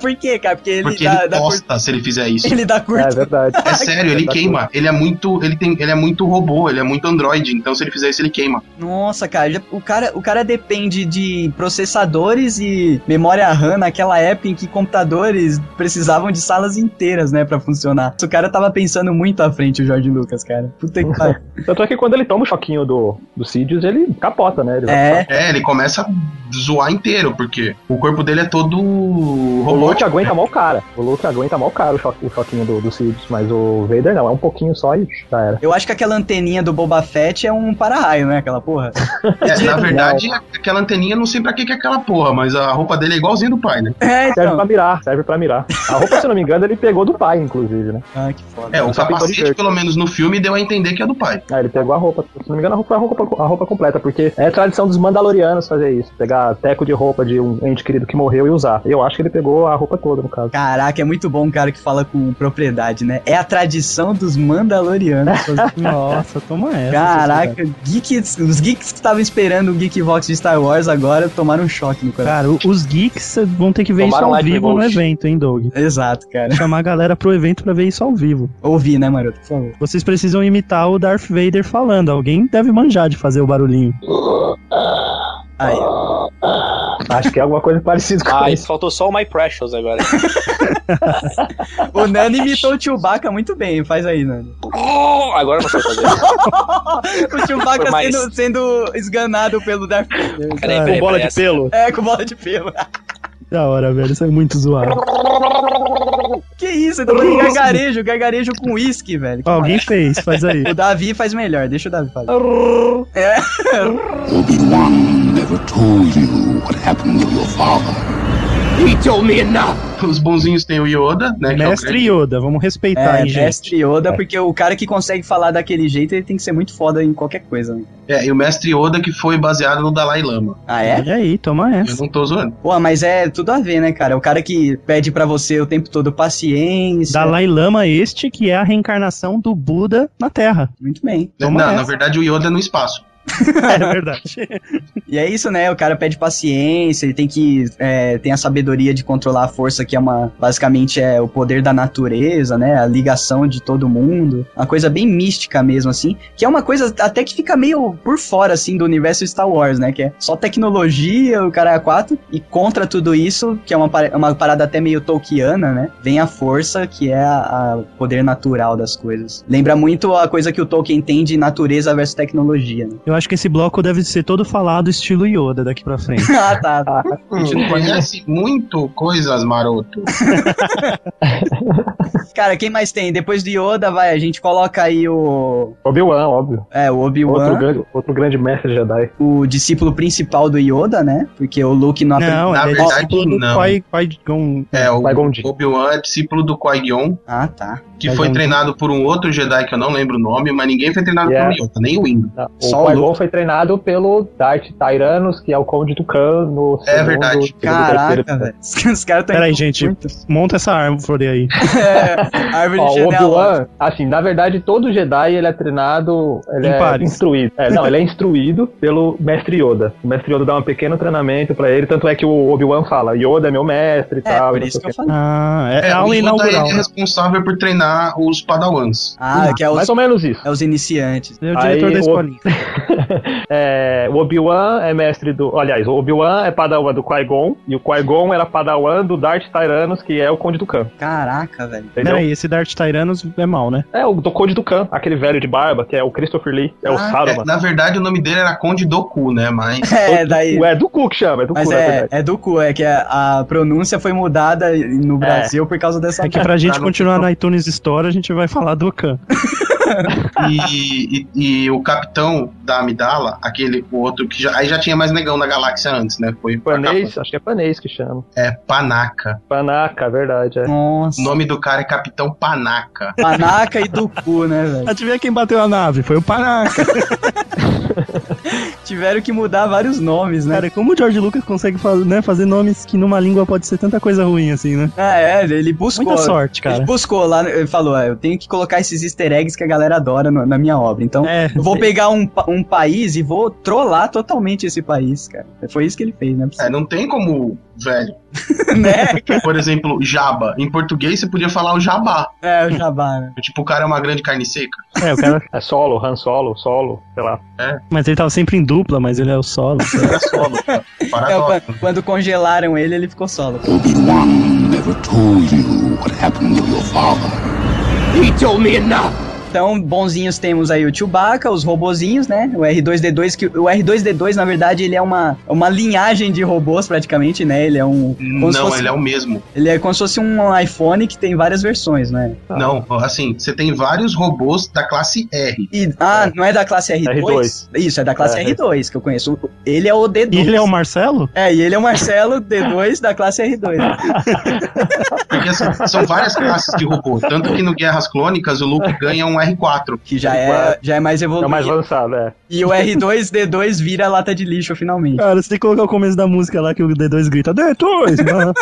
S1: Por quê, cara? Porque ele
S3: tá- Porque
S1: dá,
S3: ele
S1: dá cur-
S3: posta se ele fizer isso.
S1: [LAUGHS] ele dá
S5: É
S1: curto.
S5: verdade.
S3: É sério, ele queima. Ele é muito. Ele, tem, ele é muito robô, ele é muito android. Então se ele fizer isso, ele queima.
S1: Nossa, cara, já- o cara, o cara depende de processadores e memória RAM naquela época em que computadores precisavam de salas inteiras, né, Pra funcionar. O cara tava pensando muito à frente, o Jorge Lucas, cara. Puta que
S4: [LAUGHS]
S1: pariu.
S5: Tanto é que quando ele toma o choquinho do, do Sidious, ele capota, né? Ele vai-
S1: É,
S3: É, ele começa a zoar inteiro, porque o corpo dele é todo
S5: O
S3: robô.
S5: Luke aguenta mal o cara. O Luke aguenta mal o cara, o, cho o choquinho do, do Sidious. Mas o Vader não, é um pouquinho só e já era.
S1: eu acho que aquela anteninha do Boba Fett é um para-raio, né, aquela porra. [LAUGHS]
S3: É,
S1: né?
S3: na verdade, aquela anteninha, eu não sei pra que, que é aquela porra, mas a roupa dele é igualzinha do pai, né?
S1: É,
S5: Serve
S1: então.
S5: pra mirar, serve pra mirar. A roupa, se eu não me engano, ele pegou do pai, inclusive, né?
S1: Ah, que foda.
S3: É, o
S5: Só pintou de
S3: capacete,
S5: verde.
S3: pelo menos no filme, deu a entender que é do pai. [LAUGHS]
S5: Ah, ele pegou a roupa. Se eu não me engano, a roupa, a roupa, a roupa completa, porque é tradição dos mandalorianos fazer isso. Pegar teco de roupa de um ente querido que morreu e usar. Eu acho que ele pegou a roupa toda, no caso.
S1: Caraca, é muito bom um cara que fala com propriedade, né? É a tradição dos Mandalorianos.
S2: Nossa, toma
S1: [LAUGHS]
S2: essa.
S1: Caraca, geeks, os geeks que estavam esperando o Geek Vox de Star Wars agora tomaram um choque no coração.
S2: Cara, os geeks vão ter que ver
S4: Tomaram
S2: isso ao
S4: like
S2: vivo no
S4: revolt.
S2: evento, hein, Doug?
S1: Exato, cara.
S2: Chamar a galera pro evento pra ver isso ao vivo.
S1: Ouvi, né, maroto? Por favor.
S2: Vocês precisam imitar o Darth Vader falando. Alguém deve manjar de fazer o barulhinho.
S1: Aí.
S5: Acho que é alguma coisa parecida com
S4: Ah,
S5: isso.
S4: faltou só o My
S1: [LAUGHS]
S4: Precious agora.
S1: O Nano imitou o Chewbacca muito bem, faz aí, Nano.
S4: Oh, agora eu não sei
S1: [LAUGHS]
S4: fazer.
S1: O Chewbacca
S4: Por mais-
S1: sendo, sendo esganado pelo Darth Vader.
S4: Peraí,
S2: Com
S4: peraí,
S2: bola
S4: peraí,
S2: de pelo?
S1: É, com bola de pelo.
S2: Da hora, velho. Isso é muito zoado.
S1: Que isso, ele tá fazendo gargarejo, gargarejo com uísque, velho. Que
S2: Ó, alguém fez, faz aí.
S1: maravilha. O Davi faz melhor, deixa o Davi fazer.
S8: Obi-Wan never told you what happened to your father. He told me enough.
S3: Os bonzinhos têm o Yoda, né? que é o
S2: Mestre
S3: grande-
S2: Yoda, vamos respeitar,
S1: É,
S2: Tá, hein, gente.
S1: mestre Yoda, porque o cara que consegue falar daquele jeito, ele tem que ser muito foda em qualquer coisa. Né?
S3: É, e o Mestre Yoda que foi baseado no Dalai Lama.
S1: Ah, é?
S2: Olha aí, toma
S3: Eu
S2: essa.
S3: não tô zoando.
S1: Pô, mas é tudo a ver, né, cara? O cara que pede pra você o tempo todo paciência.
S2: Dalai Lama este, que é a reencarnação do Buda na Terra. [LAUGHS]
S1: Muito bem.
S3: Não,
S2: Toma
S3: na
S2: essa.
S3: verdade, o Yoda é no espaço.
S2: É verdade.
S1: E é isso, né? O cara pede paciência, ele tem que. É, tem a sabedoria de controlar a força, que é uma. Basicamente é o poder da natureza, né? A ligação de todo mundo. Uma coisa bem mística mesmo, assim. Que é uma coisa até que fica meio por fora, assim, do universo Star Wars, né? Que é só tecnologia, o cara é quatro. E contra tudo isso, que é uma, par- uma parada até meio Tolkiana, né? Vem a força, que é a, a poder natural das coisas. Lembra muito a coisa que o Tolkien tem de natureza versus tecnologia, né? [LAUGHS]
S2: Eu acho que esse bloco deve ser todo falado estilo Yoda daqui pra frente.
S1: ah, tá.
S3: A gente não conhece muito coisas, maroto.
S1: Cara, quem mais tem? Depois do Yoda, vai, a gente coloca aí o.
S5: Obi-Wan, óbvio.
S1: É, o
S5: Outro
S1: Obi-Wan,
S5: grande, outro grande mestre Jedi.
S1: o discípulo principal do Yoda, né? Porque o Luke não, aprendeu.
S2: Não,
S3: Na
S2: ele é
S3: verdade,
S2: discípulo do
S3: não.
S2: Qui- Qui-Gon.
S3: É, o
S5: Qui-Gon Jinn.
S3: Obi-Wan é discípulo do Qui-Gon,
S1: Ah, tá.
S3: que
S2: Qui-Gon
S3: foi
S2: Jinn.
S3: treinado por um outro Jedi que eu não lembro o nome, mas ninguém foi treinado
S5: Yeah.
S3: pelo Yoda, nem o Windu.
S5: Não,
S1: Só
S5: né? o
S1: o
S5: Qui-Gon
S1: Luke.
S5: foi treinado pelo Darth Tyranus, que é o Conde Tucan no
S3: É verdade.
S5: segundo,
S1: Caraca,
S5: terceiro-
S1: velho. [LAUGHS] Os caras estão
S2: Peraí, gente, monta essa árvore aí.
S1: Árvore
S5: Ó,
S1: de
S5: o
S1: genealógica.
S5: Obi-Wan, assim, na verdade, todo Jedi ele é treinado, ele
S2: Em
S5: é
S2: pares.
S5: instruído. É, não, ele é instruído pelo mestre Yoda. O mestre Yoda dá um pequeno treinamento pra ele, tanto é que o Obi-Wan fala, Yoda é meu mestre e
S1: É,
S5: tal.
S1: por
S5: não
S1: isso
S5: sei
S1: que eu
S5: o quê.
S1: falei.
S2: Ah, é,
S3: É,
S2: a
S3: o
S2: aula
S3: Yoda ele
S2: inaugural.
S3: é responsável por treinar os padawans.
S1: Ah, que é os,
S5: Mais ou menos isso. [LAUGHS]
S1: é os iniciantes.
S2: É o diretor
S5: Aí,
S2: da
S5: o-
S2: escolinha.
S5: É, o Obi-Wan é mestre do. Aliás, o Obi-Wan é padawan do Qui-Gon, e o Qui-Gon era padawan do Darth Tyranus, que é o Conde Tucan.
S1: Caraca, velho.
S5: Entendeu?
S2: Peraí, esse Darth Tyrannus é mal, né?
S5: É o do Conde Tucan, aquele velho de barba, que é o Christopher Lee, é
S1: Ah,
S5: o
S3: É,
S5: Saruman.
S3: na verdade, o nome dele era Conde Doku, né?
S5: [LAUGHS]
S3: Mas
S1: É, daí.
S5: [LAUGHS] É do cu que chama, é do
S1: Mas
S5: cu, na
S1: é,
S5: verdade.
S1: é do cu, é que a, a pronúncia foi mudada
S5: É.
S1: no Brasil por causa dessa.
S2: É que
S3: [LAUGHS]
S2: pra gente
S3: não
S2: continuar na iTunes Store, a gente vai falar do Khan.
S3: e, e- e o capitão da Amidala, aquele o outro que já, aí já tinha mais negão na galáxia antes, né? Foi
S5: Panês, acho que é Panês que chama.
S3: é Panaca.
S5: Panaca, verdade, é.
S1: Nossa.
S3: O nome do cara é Capitão Panaca.
S5: [LAUGHS]
S1: Panaca e do cu, né, velho?
S2: Adivinha quem bateu a nave? Foi o Panaca.
S1: Tiveram que mudar vários nomes, né?
S2: [LAUGHS] Cara, como o George Lucas consegue fa- né, fazer nomes que numa língua pode ser tanta coisa ruim assim, né?
S1: Ah, é, ele buscou.
S2: Muita sorte, cara.
S1: Ele buscou lá, ele falou, "Ah, eu tenho que colocar esses easter eggs que a galera adora no- na minha obra. Então,
S2: É,
S1: eu vou pegar um, pa- um país e vou trollar totalmente esse país, cara. Foi isso que ele fez, né?
S3: É, não tem como, velho.
S1: né?
S3: Por exemplo, jaba. Em português você podia falar o jabá.
S1: É, o Jabá, né?
S3: Tipo, o cara é uma grande carne seca.
S2: É, o cara.
S7: É solo, Han Solo, solo, sei lá.
S2: Mas ele tava sempre em dupla, mas ele é o [LAUGHS] solo.
S3: É solo. cara.
S1: [LAUGHS] É, o-
S3: Paradoxo.
S1: quando, congelaram ele, ele ficou solo.
S8: Obi-Wan never told you what happened to your father. He told me enough.
S1: Então, bonzinhos temos aí o Chewbacca, os robozinhos, né? O R2D2, que o R2D2, na verdade, ele é uma, uma linhagem de robôs, praticamente, né? Ele é um. como se
S3: Não,
S1: fosse-
S3: ele é o mesmo.
S1: ele é como se fosse um iPhone que tem várias versões, né?
S3: Não, assim, você tem vários robôs da classe R.
S1: E- ah, não é da classe R2?
S7: R2.
S1: Isso, é da classe
S7: É.
S1: R2 que eu conheço. Ele é o D2.
S2: E ele é o Marcelo?
S1: É, e ele é o Marcelo D2 da classe né? R2.
S3: Porque assim, são várias classes de robô. Tanto que no Guerras Clônicas o Luke ganha um R4.
S1: Que já é, já é mais
S7: É
S1: evoluído.
S7: o mais avançado, é.
S2: [LAUGHS]
S1: E o R2D2 vira lata de lixo finalmente.
S2: Cara, você tem que colocar o começo da música lá que o D2 grita: [LAUGHS] D2! mano."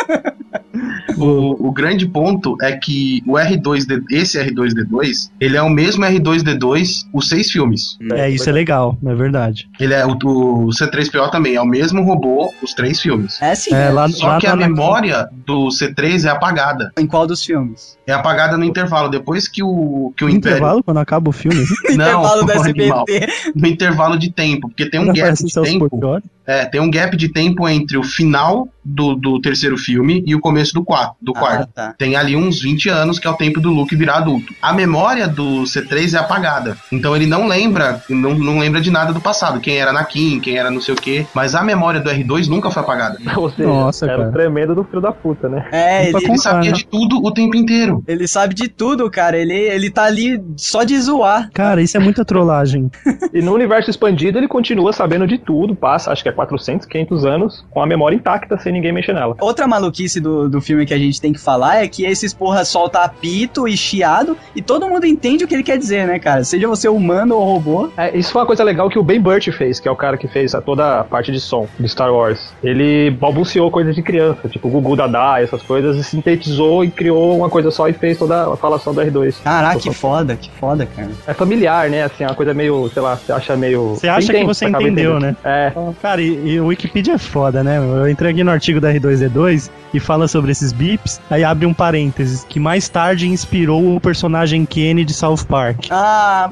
S3: O, o grande ponto é que o R2D, esse R2D2, ele é o mesmo R2D2, os seis filmes.
S2: é, isso é legal, é verdade.
S3: Ele é o, o C3PO também, é o mesmo robô, os três filmes.
S1: É sim.
S2: É,
S1: né?
S2: lá,
S3: Só
S2: lá
S3: que
S2: tá
S3: a
S2: na-
S3: memória do C3 é apagada.
S1: Em qual dos
S2: [LAUGHS]
S1: filmes?
S3: É apagada no intervalo. Depois que o, que o
S2: no
S3: Império.
S2: intervalo, quando acaba o filme,
S1: No
S3: Não,
S1: intervalo
S2: [LAUGHS]
S3: [LAUGHS]
S1: do
S3: animal.
S1: SBT.
S3: No intervalo de tempo. Porque tem um
S2: quando
S3: gap
S2: aparece o
S3: de
S2: Celso
S3: tempo.
S2: Portiolli.
S3: É, tem um gap de tempo entre o final do, do terceiro filme e o começo do, quatro, do
S1: Ah,
S3: quarto.
S1: tá.
S3: Tem ali uns 20 anos, que é o tempo do Luke virar adulto. A memória do C3 é apagada. Então ele não lembra, não, não lembra de nada do passado. Quem era Anakin, quem era não sei o quê. Mas a memória do R2 nunca foi apagada.
S7: Ou seja,
S2: Nossa,
S7: era
S2: cara.
S7: um tremendo do filho da puta, né?
S1: É, ele,
S2: Não tá com-
S3: Ele sabia
S2: né?
S3: de tudo o tempo inteiro.
S1: ele sabe de tudo, cara. Ele, ele tá ali só de zoar.
S2: Cara, isso é muita trollagem.
S7: E no universo expandido ele continua sabendo de tudo, passa, acho que é 400, 500 anos, com a memória intacta, sem ninguém mexer nela.
S1: Outra maluquice do, do filme que a gente tem que falar é que esses porra solta apito e chiado e todo mundo entende o que ele quer dizer, né, cara? Seja você humano ou robô.
S7: É, isso foi uma coisa legal que o Ben Burt fez, que é o cara que fez a- toda a parte de som de Star Wars. Ele balbuciou coisas de criança, tipo Gugu Dadá, essas coisas, e sintetizou e criou uma coisa só e fez toda a falação do R2.
S1: Caraca, que foda, que foda, cara.
S7: É familiar, né? Assim, é uma coisa meio, sei lá, você acha meio.
S2: Você acha que você
S7: acaba
S2: entendeu,
S7: entendendo.
S2: né?
S7: É,
S2: Cara, e, e o Wikipedia é foda, né? Eu entrei aqui no artigo da R2D2 e fala sobre esses bips, aí abre um parênteses, que mais tarde inspirou o personagem Kenny de South Park.
S1: Ah,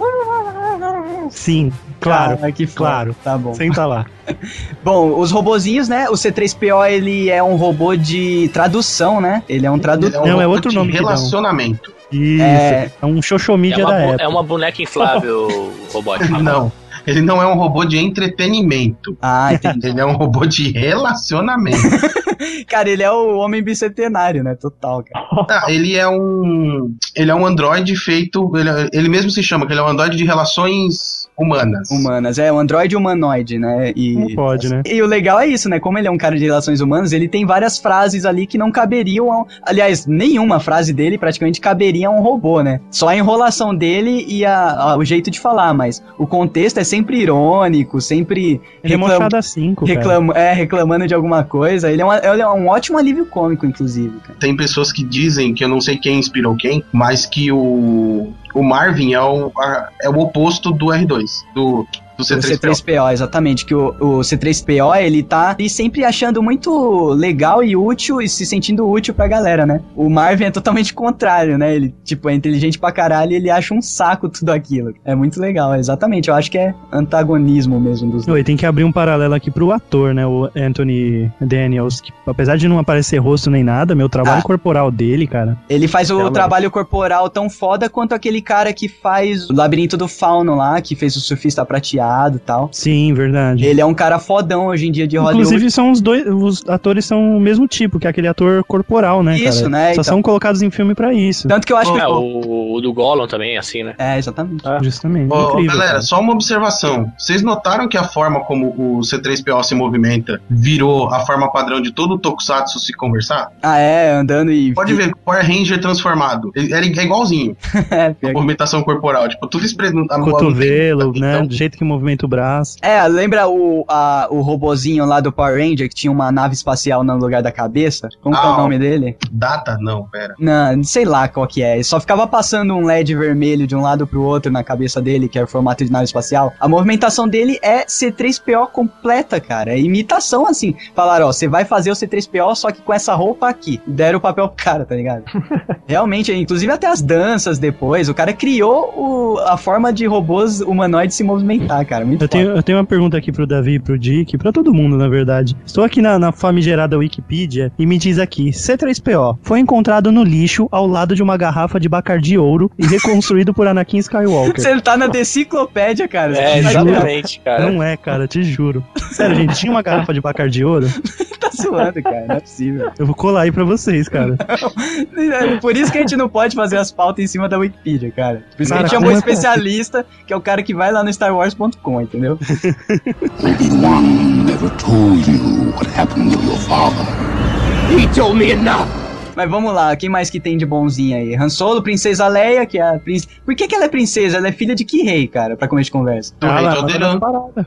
S2: Sim, claro,
S1: cara, que foda.
S2: claro.
S1: Tá bom.
S2: senta lá.
S1: Bom, os robozinhos, né? O C3PO ele é um robô de tradução, né? Ele é um
S3: Ele é
S1: tradutor.
S2: Não, é
S3: robô
S2: outro
S3: de
S2: nome que dá um.
S3: Relacionamento.
S1: [LAUGHS]
S2: Isso,
S1: É.
S2: é, um xoxomídia
S4: É uma,
S2: da
S4: bu-
S2: época.
S4: é uma boneca [LAUGHS] inflável,
S2: Ah, tá.
S4: robótica.
S3: Não. Ele não é um robô de entretenimento.
S1: Ah, entendi. [LAUGHS]
S3: Ele é um robô
S2: [LAUGHS]
S3: de relacionamento.
S1: cara, ele é o homem bicentenário, né? Total, cara.
S3: Ah, ele é um. Ele é um androide feito. Ele, ele mesmo se chama, que ele é um androide de relações humanas.
S1: Humanas. É, o androide humanoide, né? E...
S2: Não pode, né?
S1: E o legal é isso, né? Como ele é um cara de relações humanas, ele tem várias frases ali que não caberiam. A... Aliás, nenhuma frase dele praticamente caberia a um robô, né? Só a enrolação dele e a- a- o jeito de falar, mas o contexto é sempre irônico, sempre
S2: Ele é
S1: reclam-
S2: mostrado a 5, cara.
S1: reclam- é, reclamando de alguma coisa. Ele é, uma- ele é um ótimo alívio cômico, inclusive, cara.
S3: Tem pessoas que dizem que eu não sei quem inspirou quem, mas que o. O Marvin é o, a- é o oposto do R2, do,
S1: O
S3: do C3.
S1: C3PO, exatamente, que o, o C3PO, ele tá e sempre achando muito legal e útil e se sentindo útil pra galera, né? O Marvin é totalmente contrário, né? Ele, tipo, é inteligente pra caralho e ele acha um saco tudo aquilo. É muito legal, exatamente. Eu acho que é antagonismo mesmo dos dois.
S2: Oi, tem que abrir um paralelo aqui pro ator, né? O Anthony Daniels, que apesar de não aparecer rosto nem nada, meu trabalho
S1: Ah.
S2: corporal dele, cara.
S1: Ele faz o
S7: Realmente.
S1: trabalho corporal tão foda quanto aquele cara que faz o Labirinto do Fauno lá, que fez o Surfista Prateado e tal.
S2: Sim, verdade.
S1: Ele é um cara fodão hoje em dia de Hollywood.
S2: Inclusive, são os dois. Os atores são o mesmo tipo, que é aquele ator corporal, né?
S1: Isso,
S2: cara?
S1: né,
S2: Só
S1: então.
S2: são colocados em filme pra isso.
S1: Tanto que eu acho que...
S4: É, o, o do Gollum também, assim, né?
S1: É, exatamente.
S2: Justamente.
S3: Ô,
S2: Incrível,
S3: galera,
S2: cara.
S3: só uma observação. Vocês notaram que a forma como o C3PO se movimenta virou a forma padrão de todo o Tokusatsu se conversar?
S1: Ah, é, andando e...
S3: Pode ver, Power Ranger transformado. Ele ele é igualzinho.
S1: [LAUGHS] É, pior que-
S3: Movimentação corporal. Tipo, tudo espre... a- a-
S2: Cotovelo,
S3: a-
S2: né?
S3: então,
S2: Do jeito que movimenta o braço.
S1: É, lembra o, a, o robozinho lá do Power Ranger que tinha uma nave espacial no lugar da cabeça? Como que é
S3: Ah,
S1: o
S3: o-
S1: nome dele?
S3: Data? Não, pera.
S1: Não, não sei lá qual que é. Só ficava passando um LED vermelho de um lado pro outro na cabeça dele, que é o formato de nave espacial. A movimentação dele é C3PO completa, cara. É imitação assim. Falaram, ó, você vai fazer o C3PO só que com essa roupa aqui. Deram o papel pro cara, tá ligado? Realmente, inclusive até as danças depois, o cara criou o- a forma de robôs humanoides se movimentar, cara. Muito
S2: Eu tenho, eu tenho uma pergunta aqui pro Davi, pro Dick, pra todo mundo, na verdade. Estou aqui na, na famigerada Wikipedia e me diz aqui: C3PO foi encontrado no lixo ao lado de uma garrafa de Bacardi ouro e reconstruído por Anakin
S1: [LAUGHS]
S2: Skywalker.
S1: Você tá na deciclopédia, cara.
S4: É,
S1: Você tá-
S4: exatamente, cara.
S2: Não é, cara, te juro. Sério, gente, tinha uma garrafa de Bacardi ouro?
S1: tá zoando, cara. Não é possível. É,
S2: Eu vou colar aí pra vocês, cara.
S1: Por isso que a gente não pode fazer as pautas em cima da Wikipedia, cara. Por isso que a
S2: Cara,
S1: gente chamou um
S2: como é-
S1: especialista, que é o cara que vai lá no StarWars.com, entendeu?
S8: Obi-Wan never told you what happened to your father. He told me enough.
S1: Mas vamos lá, quem mais que tem de bonzinho aí? Han Solo, Princesa Leia, que é a princesa. Por que, que ela é princesa? Ela é filha de que rei, cara? Pra começo de conversa.
S3: Do
S2: Ah,
S3: Rei
S2: lá,
S3: Alderan.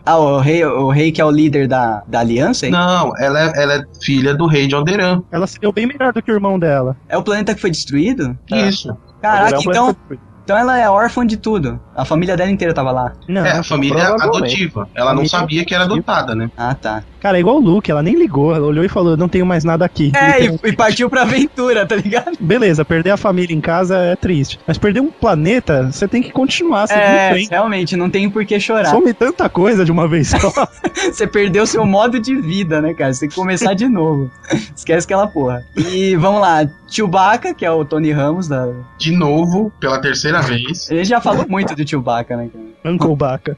S1: Ah, o rei, o rei que é o líder da, da aliança, hein?
S3: Não, ela é, ela é filha do rei de Alderan.
S2: Ela se deu bem melhor do que o irmão dela.
S1: É o planeta que foi destruído?
S3: Isso.
S1: Caraca,
S7: Alderan foi
S1: então, então ela é órfã de tudo. A família dela inteira tava lá.
S2: Não,
S3: É, a família
S7: provavelmente.
S3: adotiva. Ela não
S2: Família
S3: sabia que era adotada, né?
S1: Ah, tá.
S2: cara, é igual o Luke, ela nem ligou, ela olhou e falou: não tenho mais nada aqui.
S1: É,
S2: Então,
S1: e, e partiu pra aventura, tá ligado?
S2: Beleza, perder a família em casa é triste. Mas perder um planeta, você tem que continuar seguindo em
S1: É,
S2: frente.
S1: realmente, não tem por que chorar.
S2: Some tanta coisa de uma vez só. [LAUGHS]
S1: Você perdeu seu modo de vida, né, cara? Você tem que começar de novo. [LAUGHS] Esquece aquela porra. E vamos lá, Chewbacca, que é o Tony Ramos da.
S3: De novo, pela terceira vez.
S1: Ele já falou muito do Chewbacca, né, cara? [LAUGHS]
S2: Uncle Baca.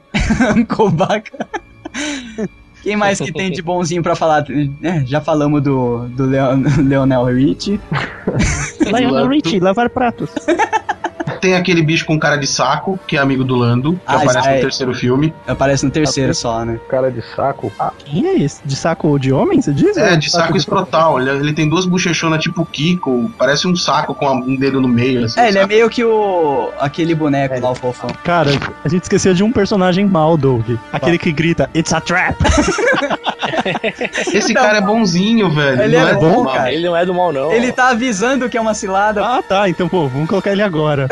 S1: Uncle Baca. Quem mais que tem de bonzinho pra falar? É, já falamos do, do [LAUGHS] Leon- Leonel Rich.
S2: Lionel
S3: Lando.
S2: Richie, lavar pratos.
S3: Tem aquele bicho com cara de saco, que é amigo do Lando, que
S1: Ah,
S3: aparece
S1: isso aí.
S3: no terceiro filme.
S1: Aparece no terceiro só, né?
S5: Cara de saco. Ah,
S2: Quem é esse? De saco de homem, você diz?
S3: É,
S2: Ou
S3: de saco escrotal. Ele, ele tem duas bochechonas tipo Kiko, parece um saco com a- um dedo no meio. Assim,
S1: É, ele é
S3: sabe?
S1: meio que o. aquele boneco
S3: É.
S1: lá, o fofão.
S2: Cara, a gente esqueceu de um personagem mal, Doug. Aquele que grita, It's a
S3: [LAUGHS]
S2: trap.
S3: Esse cara é bonzinho, velho.
S1: Ele
S3: não
S1: é
S3: do
S1: bom,
S3: mal.
S1: cara.
S4: Ele não é do mal,
S3: Oh.
S4: não.
S1: Ele tá avisando que é uma cilada.
S2: Ah, tá, então, pô, vamos colocar ele
S3: [LAUGHS]
S2: agora.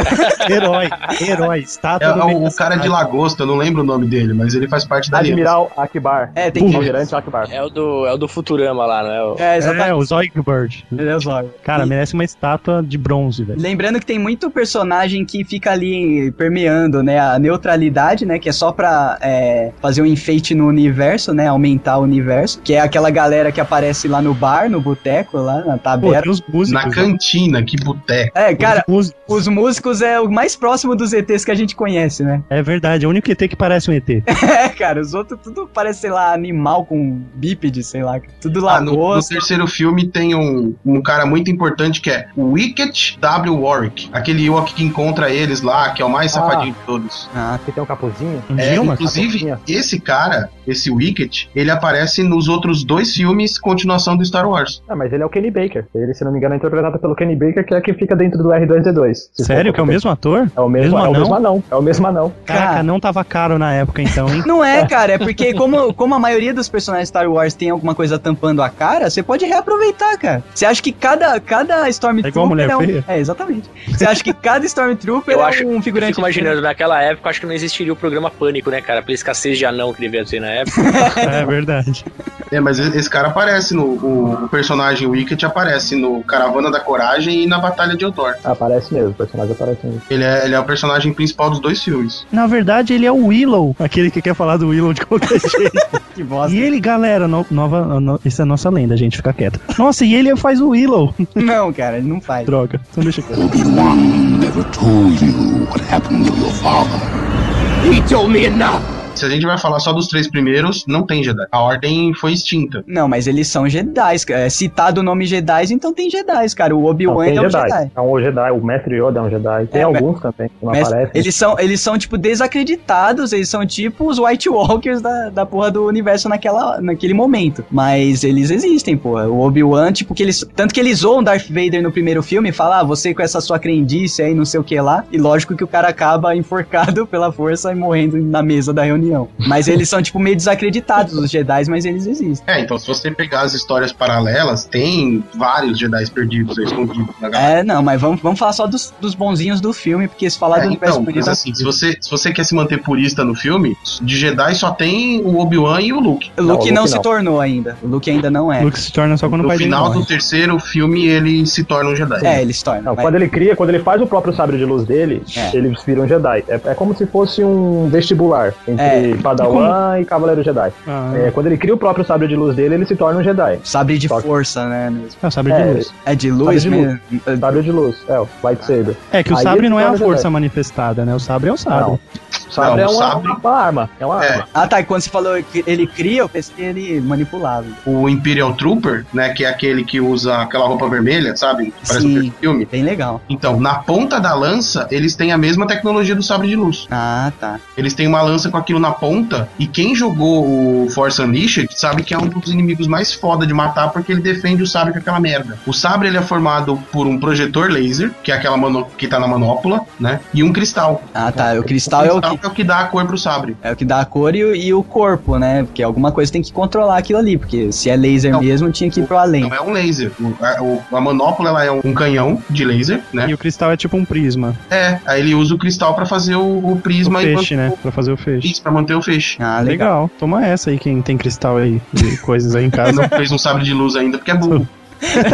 S2: herói, herói,
S3: É,
S2: estátua
S3: é
S2: do meio
S3: o,
S2: da
S3: o cara de
S2: cidade.
S3: lagosta, eu não lembro o nome dele, mas ele faz parte da aliança.
S5: Admiral Akbar.
S1: É, tem que.
S5: Almirante Akbar.
S4: É o do, é o do Futurama lá, não é? O...
S1: É, exatamente.
S2: É, o Zoidberg.
S1: Ele é o Zorro.
S2: Cara, merece uma estátua de bronze, velho.
S1: Lembrando que tem muito personagem que fica ali permeando, né? A neutralidade, né? Que é só pra é, fazer um enfeite no universo, né? Aumentar o universo. Que é aquela galera que aparece lá no bar, no boteco, lá na
S2: Pô, um-
S1: tabela.
S2: tem os músicos.
S3: Na
S2: né?
S3: cantina, que boteco.
S1: É, cara,
S2: Os músicos.
S1: os músicos é o mais próximo dos ETs que a gente conhece, né? [LAUGHS]
S2: É verdade, é o único ET que parece um ET.
S1: É, cara, os outros tudo parece, sei lá, animal com bípede, sei lá. Tudo
S3: Ah, no, no
S1: lagosta.
S3: terceiro filme tem um, um cara muito importante que é o Wicket W. Warwick. Aquele Ewok que encontra eles lá, que é o mais
S5: Ah.
S3: safadinho de todos.
S1: Ah,
S5: Que tem um capuzinho.
S2: Um
S3: É,
S2: Dilma?
S3: inclusive,
S5: capetinha.
S3: esse cara, esse Wicket, ele aparece nos outros dois filmes continuação do Star Wars.
S5: Ah, mas ele é o Kenny Baker. Ele, se não me engano, é interpretado pelo Kenny Baker, que é que fica dentro do R2D2. se
S2: Sério
S5: for
S2: que é o
S5: pra-
S2: mesmo ator?
S5: É o mesmo,
S2: Mesmo
S5: é o
S2: anão?
S5: mesmo anão. É o mesmo anão.
S2: Caraca, não tava caro na época então,
S1: [LAUGHS]
S2: hein?
S1: Não é, cara, é porque como, como a maioria dos personagens de Star Wars tem alguma coisa tampando a cara, você pode reaproveitar, cara. Você acha que cada, cada
S2: É igual a
S1: Stormtrooper
S2: Mulher
S1: um-
S2: Feia?
S1: É, exatamente. Você acha que cada Stormtrooper
S4: [LAUGHS] Eu
S1: é
S4: acho-
S1: um
S4: Eu
S1: figurante
S4: fico imaginando, naquela época, acho que não existiria o programa Pânico, né, cara? Pela escassez de anão que devia ter na época.
S2: É verdade.
S3: É, mas e- esse cara aparece no. O, o personagem Wicket aparece no Caravana da Coragem e na Batalha de Eldor.
S5: Aparece mesmo, o personagem aparece mesmo.
S3: Ele é, ele é o personagem principal dos dois filmes.
S2: Na verdade, ele é o Willow, aquele que quer falar do Willow de qualquer [LAUGHS] jeito.
S1: diferente. Que bosta.
S2: E ele, galera, no- nova, no- isso é nossa lenda, gente, fica quieto. Nossa, e ele faz o Willow. [LAUGHS]
S1: Não, cara, ele não faz.
S2: Droga, então deixa quieto.
S8: Obi-Wan never told you what happened to your father. He told me enough.
S3: Se a gente vai falar só dos três primeiros, não tem Jedi. A ordem foi extinta.
S1: Não, mas eles são Jedi. cara. É citado o nome Jedi, então tem Jedi, cara. O
S5: Não,
S1: Obi-Wan
S5: tem
S1: ele é um
S5: Jedi.
S1: Jedi.
S5: É um Jedi. O Mestre Yoda é um Jedi. Tem
S1: É,
S5: alguns também que não
S1: Mas
S5: aparecem.
S1: eles são, eles são, tipo, desacreditados, eles são tipo os White Walkers da, da porra do universo naquela, naquele momento. Mas eles existem, porra. O Obi-Wan, tipo, que eles. Tanto que eles zoam Darth Vader no primeiro filme e falam, ah, você com essa sua [LAUGHS] crendice aí, não sei o que lá. E lógico que o cara acaba enforcado pela força e morrendo na mesa da reunião. Mas eles são, tipo, meio desacreditados, os Jedi, mas eles existem.
S3: É, então se você pegar as histórias paralelas, tem vários Jedi perdidos aí, escondidos na galáxia.
S1: É, não, mas vamos, vamos falar só dos, dos bonzinhos do filme, porque se falar
S3: É,
S1: do universo
S3: então, mas
S1: bonito,
S3: assim, se você, se você quer se manter purista no filme, de Jedi só tem o Obi-Wan e o Luke.
S1: o
S5: Não,
S1: Luke
S5: o
S1: não,
S5: Luke
S1: se
S5: não.
S1: tornou ainda. O Luke ainda não é.
S2: Luke se torna só quando o
S3: No
S2: pai dele
S3: final
S2: morre.
S3: do terceiro filme, ele se torna um Jedi.
S1: É, ele se torna.
S5: Não,
S1: mas-
S5: quando ele cria, quando ele faz o próprio sabre de luz dele,
S1: É.
S5: ele vira um Jedi. É, é como se fosse um vestibular entre
S1: É.
S5: Padawan e Cavaleiro Jedi.
S2: Ah,
S5: É, quando ele cria o próprio sabre de luz dele, ele se torna um Jedi.
S1: Sabre de
S5: Só-
S1: força, né? mesmo.
S2: é o sabre de
S5: É,
S2: luz.
S1: É de luz
S5: Sabre de
S1: mesmo.
S5: Sabre de luz, é, o lightsaber.
S2: É que o
S5: Aí
S2: sabre
S5: ele
S2: não é a
S5: torna
S2: força manifestada, né? O sabre é o sabre.
S5: Ah, Não. O sabre
S3: Não,
S5: é
S3: o
S5: uma,
S3: sabre-
S5: uma arma. É uma
S3: É.
S5: arma.
S1: Ah, tá. e Quando você falou que ele cria, eu pensei que ele manipulava.
S3: O Imperial Trooper, né, que é aquele que usa aquela roupa vermelha, sabe? Que parece
S1: Sim.
S3: um filme.
S1: Bem legal.
S3: Então, na ponta da lança, eles têm a mesma tecnologia do sabre de luz.
S1: Ah, tá.
S3: Eles têm uma lança com aquilo na ponta. E quem jogou o Force Unleashed sabe que é um dos inimigos mais foda de matar porque ele defende o sabre com aquela merda. O sabre ele é formado por um projetor laser, que é aquela mano- que tá na manopla, né? E um cristal.
S1: Ah, tá. O cristal é o que,
S3: é o que dá a cor pro sabre.
S1: é o que dá a cor e, o- e o corpo, né? Porque alguma coisa tem que controlar aquilo ali. Porque se é laser
S3: Não.
S1: mesmo, tinha que ir pro além.
S3: Então é um laser. O- a, o- a manopla ela é um canhão de laser, né?
S2: E o cristal é tipo um prisma.
S3: É, aí ele usa o cristal pra fazer o, o
S2: O
S3: prisma
S2: peixe,
S3: e
S2: né? Pra fazer o peixe.
S3: isso, pra manter o feixe.
S1: Ah, legal.
S2: Legal. Toma essa aí quem tem cristal aí e coisas aí em casa.
S3: Não fez um sabre de luz ainda porque é burro.
S2: [LAUGHS]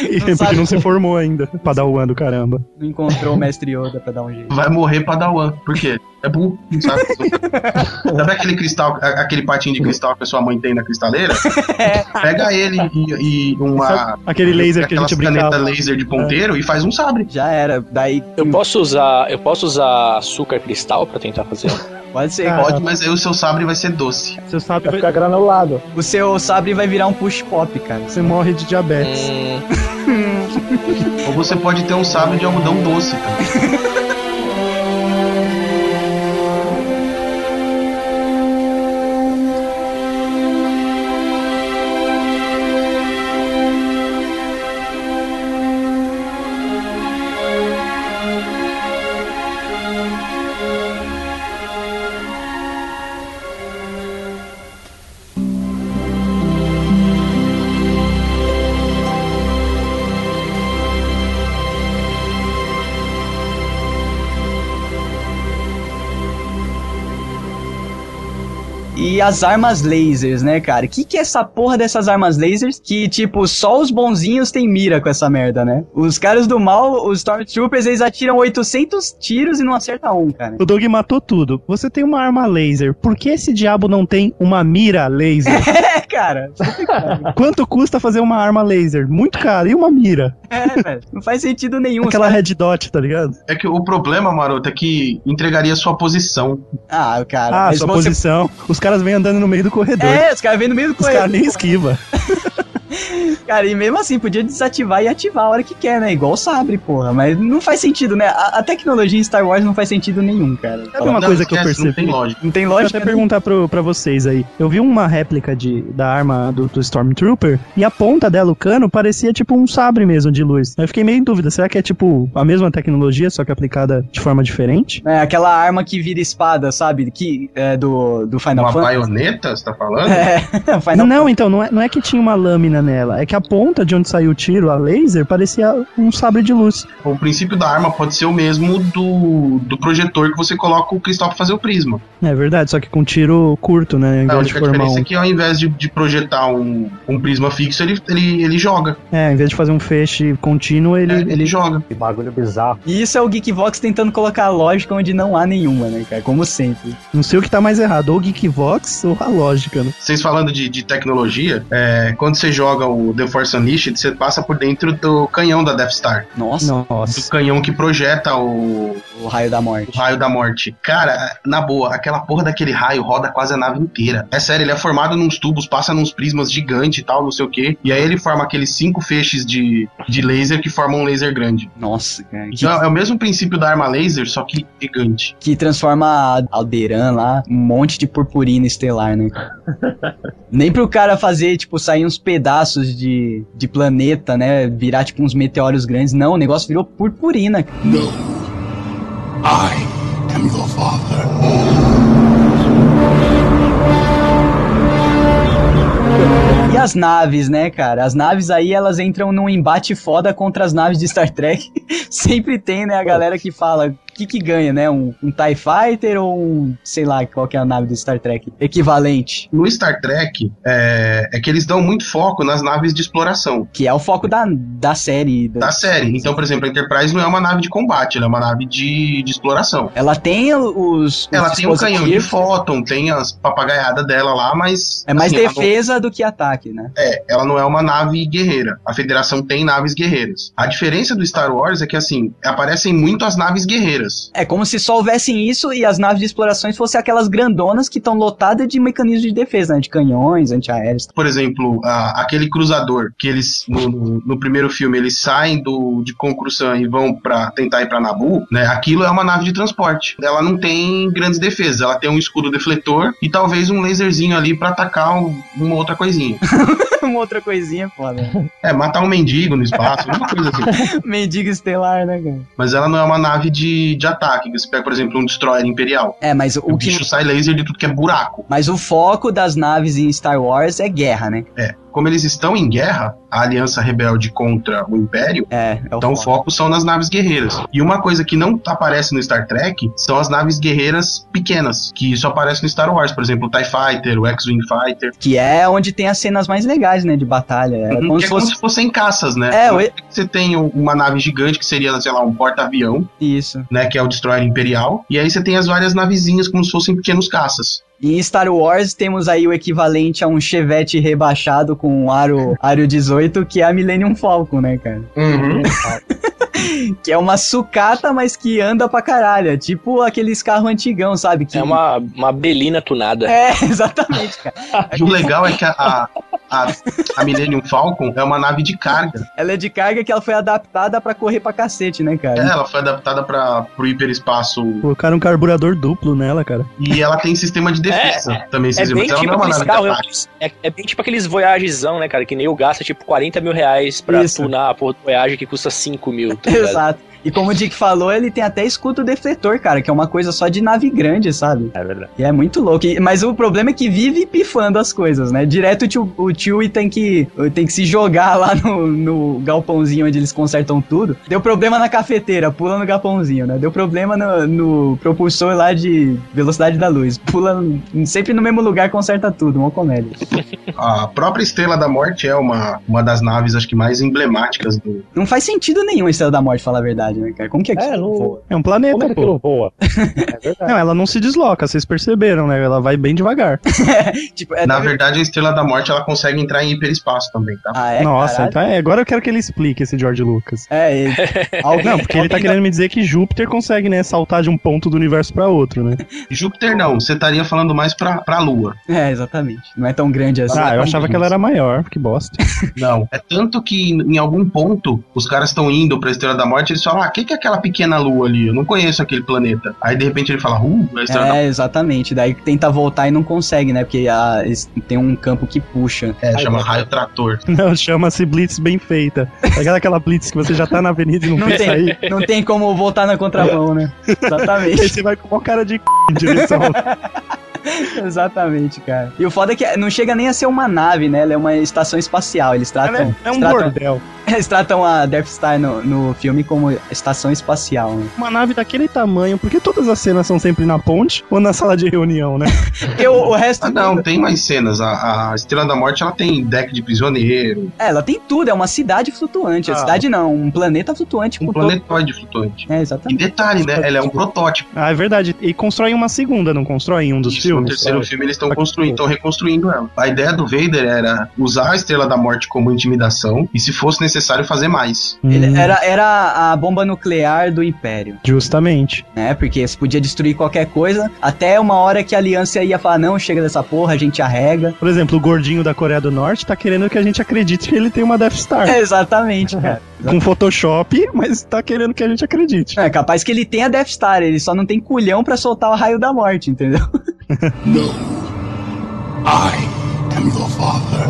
S2: E
S1: Não
S2: porque
S1: sabe.
S2: não se formou ainda. Padawan do caramba.
S1: Não encontrou o mestre Yoda pra dar um jeito.
S3: Vai morrer Padawan. Por quê? É burro, sabe? sabe aquele cristal, a- aquele patinho de cristal que a sua mãe tem na cristaleira? Pega ele e, e uma.
S2: Aquele laser que a gente
S3: aquelas
S2: brincava.
S3: caneta laser de ponteiro e faz um sabre.
S1: Já era. Daí
S4: Eu posso usar, eu posso usar açúcar cristal pra tentar fazer?
S1: pode ser.
S2: Ah.
S3: Pode, mas aí o seu sabre vai ser doce.
S2: Você sabe,
S5: Vai ficar granulado.
S1: O seu sabre vai virar um push pop, cara.
S2: você morre de diabetes.
S4: Hum,
S3: Ou você pode ter um sabre de algodão doce.
S1: E as armas lasers, né, cara? Que que é essa porra dessas armas lasers que, tipo, só os bonzinhos têm mira com essa merda, né? Os caras do mal, os Stormtroopers, eles atiram 800 tiros e não acerta um, cara. [LAUGHS]
S2: O Doug matou tudo. Você tem uma arma laser. Por que esse diabo não tem uma mira laser?
S1: É, cara.
S2: Quanto custa fazer uma arma laser? Muito caro. E uma mira?
S1: É, velho. Não faz sentido nenhum.
S2: Aquela
S1: sabe?
S2: red dot, tá ligado?
S3: É que o problema, maroto, é que entregaria sua posição.
S1: Ah, cara.
S2: Ah,
S1: mas
S2: sua
S1: você-
S2: posição. Os caras vêm andando no meio do corredor.
S1: É, os caras vêm no meio do
S2: Os caras
S1: corredor.
S2: nem esquiva.
S1: Cara, e mesmo assim, podia desativar e ativar a hora que quer, né? Igual o sabre, porra. Mas não faz sentido, né? A, a tecnologia em Star Wars não faz sentido nenhum, cara.
S2: Sabe uma coisa que eu
S3: esquece, Não tem
S2: percebi?
S3: lógica.
S1: Não tem
S2: Deixa eu
S1: lógica. né?
S2: até perguntar pro, pra vocês aí. Eu vi uma réplica de, da arma do, do Stormtrooper e a ponta dela, o cano, parecia tipo um sabre mesmo de luz. Eu fiquei meio em dúvida. Será que é tipo a mesma tecnologia, só que aplicada de forma diferente?
S1: É, aquela arma que vira espada, sabe? Que, é, do, do Final
S3: Uma
S1: Fantasy.
S3: baioneta, você tá
S1: [LAUGHS]
S3: falando?
S1: É, Final
S2: Não, então, não é, não é que tinha uma lâmina nela. É que a ponta de onde saiu o tiro, a laser, parecia um sabre de luz.
S3: O princípio da arma pode ser o mesmo do, do projetor que você coloca o cristal pra fazer o prisma.
S2: É verdade, só que com tiro curto, né? Em
S3: A
S2: vez de
S3: única
S2: formar
S3: diferença
S2: um.
S3: é que ao invés de, de projetar um, um prisma fixo, ele, ele, ele joga.
S2: É, em vez de fazer um feixe contínuo, ele.
S3: É, ele joga.
S5: Que bagulho bizarro.
S1: E isso é o Geekvox tentando colocar lógica onde não há nenhuma, né, cara? Como sempre.
S2: Não sei o que tá mais errado, ou o Geekvox ou a lógica, né?
S3: Vocês falando de, de tecnologia, é, quando você joga o The Force Unleashed, você passa por dentro do canhão da Death Star.
S1: Nossa,
S2: Nossa.
S3: Do canhão que projeta o,
S1: o raio da
S3: o
S1: morte.
S3: raio da morte. Cara, na boa, aquela porra daquele raio roda quase a nave inteira. É sério, ele é formado nos tubos, passa nos prismas gigantes e tal, não sei o quê. E aí ele forma aqueles cinco feixes de, de laser que formam um laser grande.
S1: Nossa, cara. Que,
S3: Então é o mesmo princípio da arma laser, só que gigante.
S1: que transforma a Alderan lá um monte de purpurina estelar, né? Nem pro cara fazer, tipo, sair uns pedaços de, de planeta, né? Virar, tipo, uns meteoros grandes. Não, o negócio virou purpurina.
S8: No. I am your father.
S1: E as naves, né, cara? As naves aí, elas entram num embate foda contra as naves de Star Trek. Sempre tem, né, a galera que fala. O que, que ganha, né? Um, um TIE Fighter ou um. sei lá qual que é a nave do Star Trek? Equivalente.
S3: No Star Trek, é, é que eles dão muito foco nas naves de exploração.
S1: Que é o foco da, da série. do-
S3: da série. Então, por exemplo, a Enterprise não é uma nave de combate, ela é uma nave de, de exploração.
S1: Ela tem os. os
S3: Ela tem um canhão de
S1: dispositivos.
S3: fóton, tem as papagaiadas dela lá, mas.
S1: É mais
S3: assim, ela não-
S1: defesa do que ataque, né?
S3: é, ela não é uma nave guerreira. A Federação tem naves guerreiras. A diferença do Star Wars é que, assim, aparecem muito as naves guerreiras.
S1: É como se só houvessem isso e as naves de explorações fossem aquelas grandonas que estão lotadas de mecanismos de defesa, né? De canhões, antiaéreos. [LAUGHS]
S3: Por exemplo, a- aquele cruzador que eles, no, no- no primeiro filme, eles saem do, de Concrução e vão para tentar ir pra Nabu, né? Aquilo é uma nave de transporte. Ela não tem grandes defesas. Ela tem um escudo defletor e talvez um laserzinho ali pra atacar um- uma outra coisinha.
S1: Uma outra coisinha foda. né?
S3: É, matar um mendigo no espaço, alguma coisa assim.
S1: [LAUGHS] Mendigo estelar, né, cara?
S3: Mas ela não é uma nave de, de ataque. Você pega, por exemplo, um destroyer imperial.
S1: É, mas
S3: O
S1: o que.
S3: um bicho sai laser de tudo que é buraco.
S1: Mas o foco das naves em Star Wars é guerra, né?
S3: É. Como eles estão em guerra, a aliança rebelde contra o Império,
S1: É, é o
S3: então o
S1: foco.
S3: foco são nas naves guerreiras. E uma coisa que não aparece no Star Trek são as naves guerreiras pequenas, que só aparecem no Star Wars, por exemplo, o TIE Fighter, o X-Wing Fighter.
S1: Que é onde tem as cenas mais legais, né? De batalha. É
S3: Uhum,
S1: como
S3: que
S1: se
S3: é como
S1: fosse.
S3: se fossem caças, né?
S1: É, o-
S3: Você tem um- uma nave gigante que seria, sei lá, um porta-avião,
S1: Isso.
S3: né? Que é o Destroyer Imperial. E aí você tem as várias navezinhas como se fossem pequenos caças.
S1: E em Star Wars temos aí o equivalente a um Chevette rebaixado com um aro, aro 18, que é a Millennium Falcon, né, cara?
S3: Uhum.
S1: Que é uma sucata, mas que anda pra caralho. É tipo aqueles carros antigão, sabe? Que...
S4: É uma, uma belina tunada.
S1: [LAUGHS] É, exatamente, cara.
S3: E o legal é que a, a, a, a Millennium Falcon é uma nave de carga.
S1: Ela é de carga que ela foi adaptada pra correr pra cacete, né,
S3: É,
S1: cara?
S3: Ela foi adaptada para o hiperespaço
S2: Colocaram um carburador duplo nela, cara.
S3: e ela tem sistema de defesa também.
S4: É
S3: vocês viram,
S4: bem
S3: mas ela
S4: tipo
S3: não é uma
S4: aqueles
S3: nave de
S4: carros,
S3: ataque.
S4: é, é bem tipo aqueles voyagezão, né, cara? Que nem eu gasto tipo 40 mil reais pra
S1: Isso.
S4: tunar a porra do Voyage que custa 5 mil. [LAUGHS] tá ligado?
S1: Exato. E como o Dick falou, ele tem até escudo defletor, cara, que é uma coisa só de nave grande, sabe?
S4: É verdade.
S1: E é muito louco. E- Mas o problema é que vive pifando as coisas, né? Direto o tio, o tio e tem que, tem que se jogar [LAUGHS] lá no, no galpãozinho onde eles consertam tudo. Deu problema na cafeteira, pula no galpãozinho, né? Deu problema no, no propulsor lá de velocidade da luz. Pula no- sempre no mesmo lugar, conserta tudo. Uma comédia.
S3: A própria Estrela da Morte é uma, uma das naves, acho que mais emblemáticas do.
S1: Não faz sentido nenhum a Estrela da Morte, falar a verdade, né, cara? Como que é que
S5: É, não...
S2: É um planeta,
S5: Como é que
S2: pô.
S5: aquilo voa? É verdade.
S2: Não, ela não se desloca, vocês perceberam, né? Ela vai bem devagar.
S1: Tipo, é
S3: Na verdade, a Estrela da Morte ela consegue entrar em hiperespaço também, tá?
S1: Ah, é,
S2: Nossa,
S1: caralho?
S2: então é, agora eu quero que ele explique esse George Lucas.
S1: É, ele- [LAUGHS] alguém,
S2: Não, porque ele tá
S1: alguém
S2: querendo me dizer que Júpiter consegue, né, saltar de um ponto do universo pra outro, né?
S3: Júpiter não, você estaria falando mais pra, pra Lua.
S1: É, exatamente. Não é tão grande assim.
S2: Ah, eu achava que ela era maior, que bosta. [LAUGHS]
S3: Não. É tanto que em em algum ponto os caras estão indo pra Estrela da Morte eles falam: Ah, o que, que é aquela pequena lua ali? Eu não conheço aquele planeta. Aí de repente ele fala: Uh, a Estrela da
S1: É, exatamente. Daí tenta voltar e não consegue, né? Porque a- es- tem um campo que puxa.
S3: É, chama raio trator.
S2: Não, chama-se Blitz bem feita. Aquela, aquela Blitz que você já tá na avenida e não,
S1: Não
S2: quer sair.
S1: tem, não tem como voltar na contramão,
S2: [LAUGHS]
S1: né?
S2: E aí
S1: Exatamente. [LAUGHS]
S2: você vai com uma cara de c... em direção.
S1: exatamente, cara. E o foda é que não chega nem a ser uma nave, né? Ela é uma estação espacial. Eles
S2: Ela
S1: tratam.
S2: é, é um
S1: eles, tratam
S2: bordel.
S1: [LAUGHS] eles tratam a Death Star no, no filme como estação espacial, né?
S2: Uma nave daquele tamanho, porque todas as cenas são sempre na ponte ou na sala de reunião, né?
S1: Porque o, o resto.
S3: Ah, não, tem mais cenas. A, a Estrela da Morte ela tem deck de prisioneiro,
S1: É, ela tem tudo, é uma cidade flutuante. A
S2: Ah.
S1: cidade não, um planeta flutuante
S3: um
S1: com
S3: planetoide flutuante.
S1: todo. É,
S3: E
S1: exatamente.
S3: detalhe, né? Ela é um protótipo.
S2: Ah, é verdade. E constroem uma segunda, não constroem um dos
S3: Isso, no
S2: filmes?
S3: terceiro filme eles estão
S2: Tá que
S3: construindo, estão reconstruindo ela. A ideia do Vader era usar a Estrela da Morte como intimidação e, se fosse necessário, fazer mais.
S2: Hum,
S1: Ele- era, era a bomba nuclear do Império.
S2: Justamente.
S1: né? Porque você podia destruir qualquer coisa, até uma hora que a aliança ia falar, não, chega dessa porra, a gente arrega.
S2: Por exemplo, o gordinho da Coreia do Norte tá querendo que a gente acredite que ele tem uma Death Star.
S1: [LAUGHS] exatamente, cara.
S2: Com Photoshop, mas tá querendo que a gente acredite.
S1: É capaz que ele tenha Death Star, ele só não tem culhão pra soltar o raio da morte, entendeu?
S8: [LAUGHS] No. I am your father.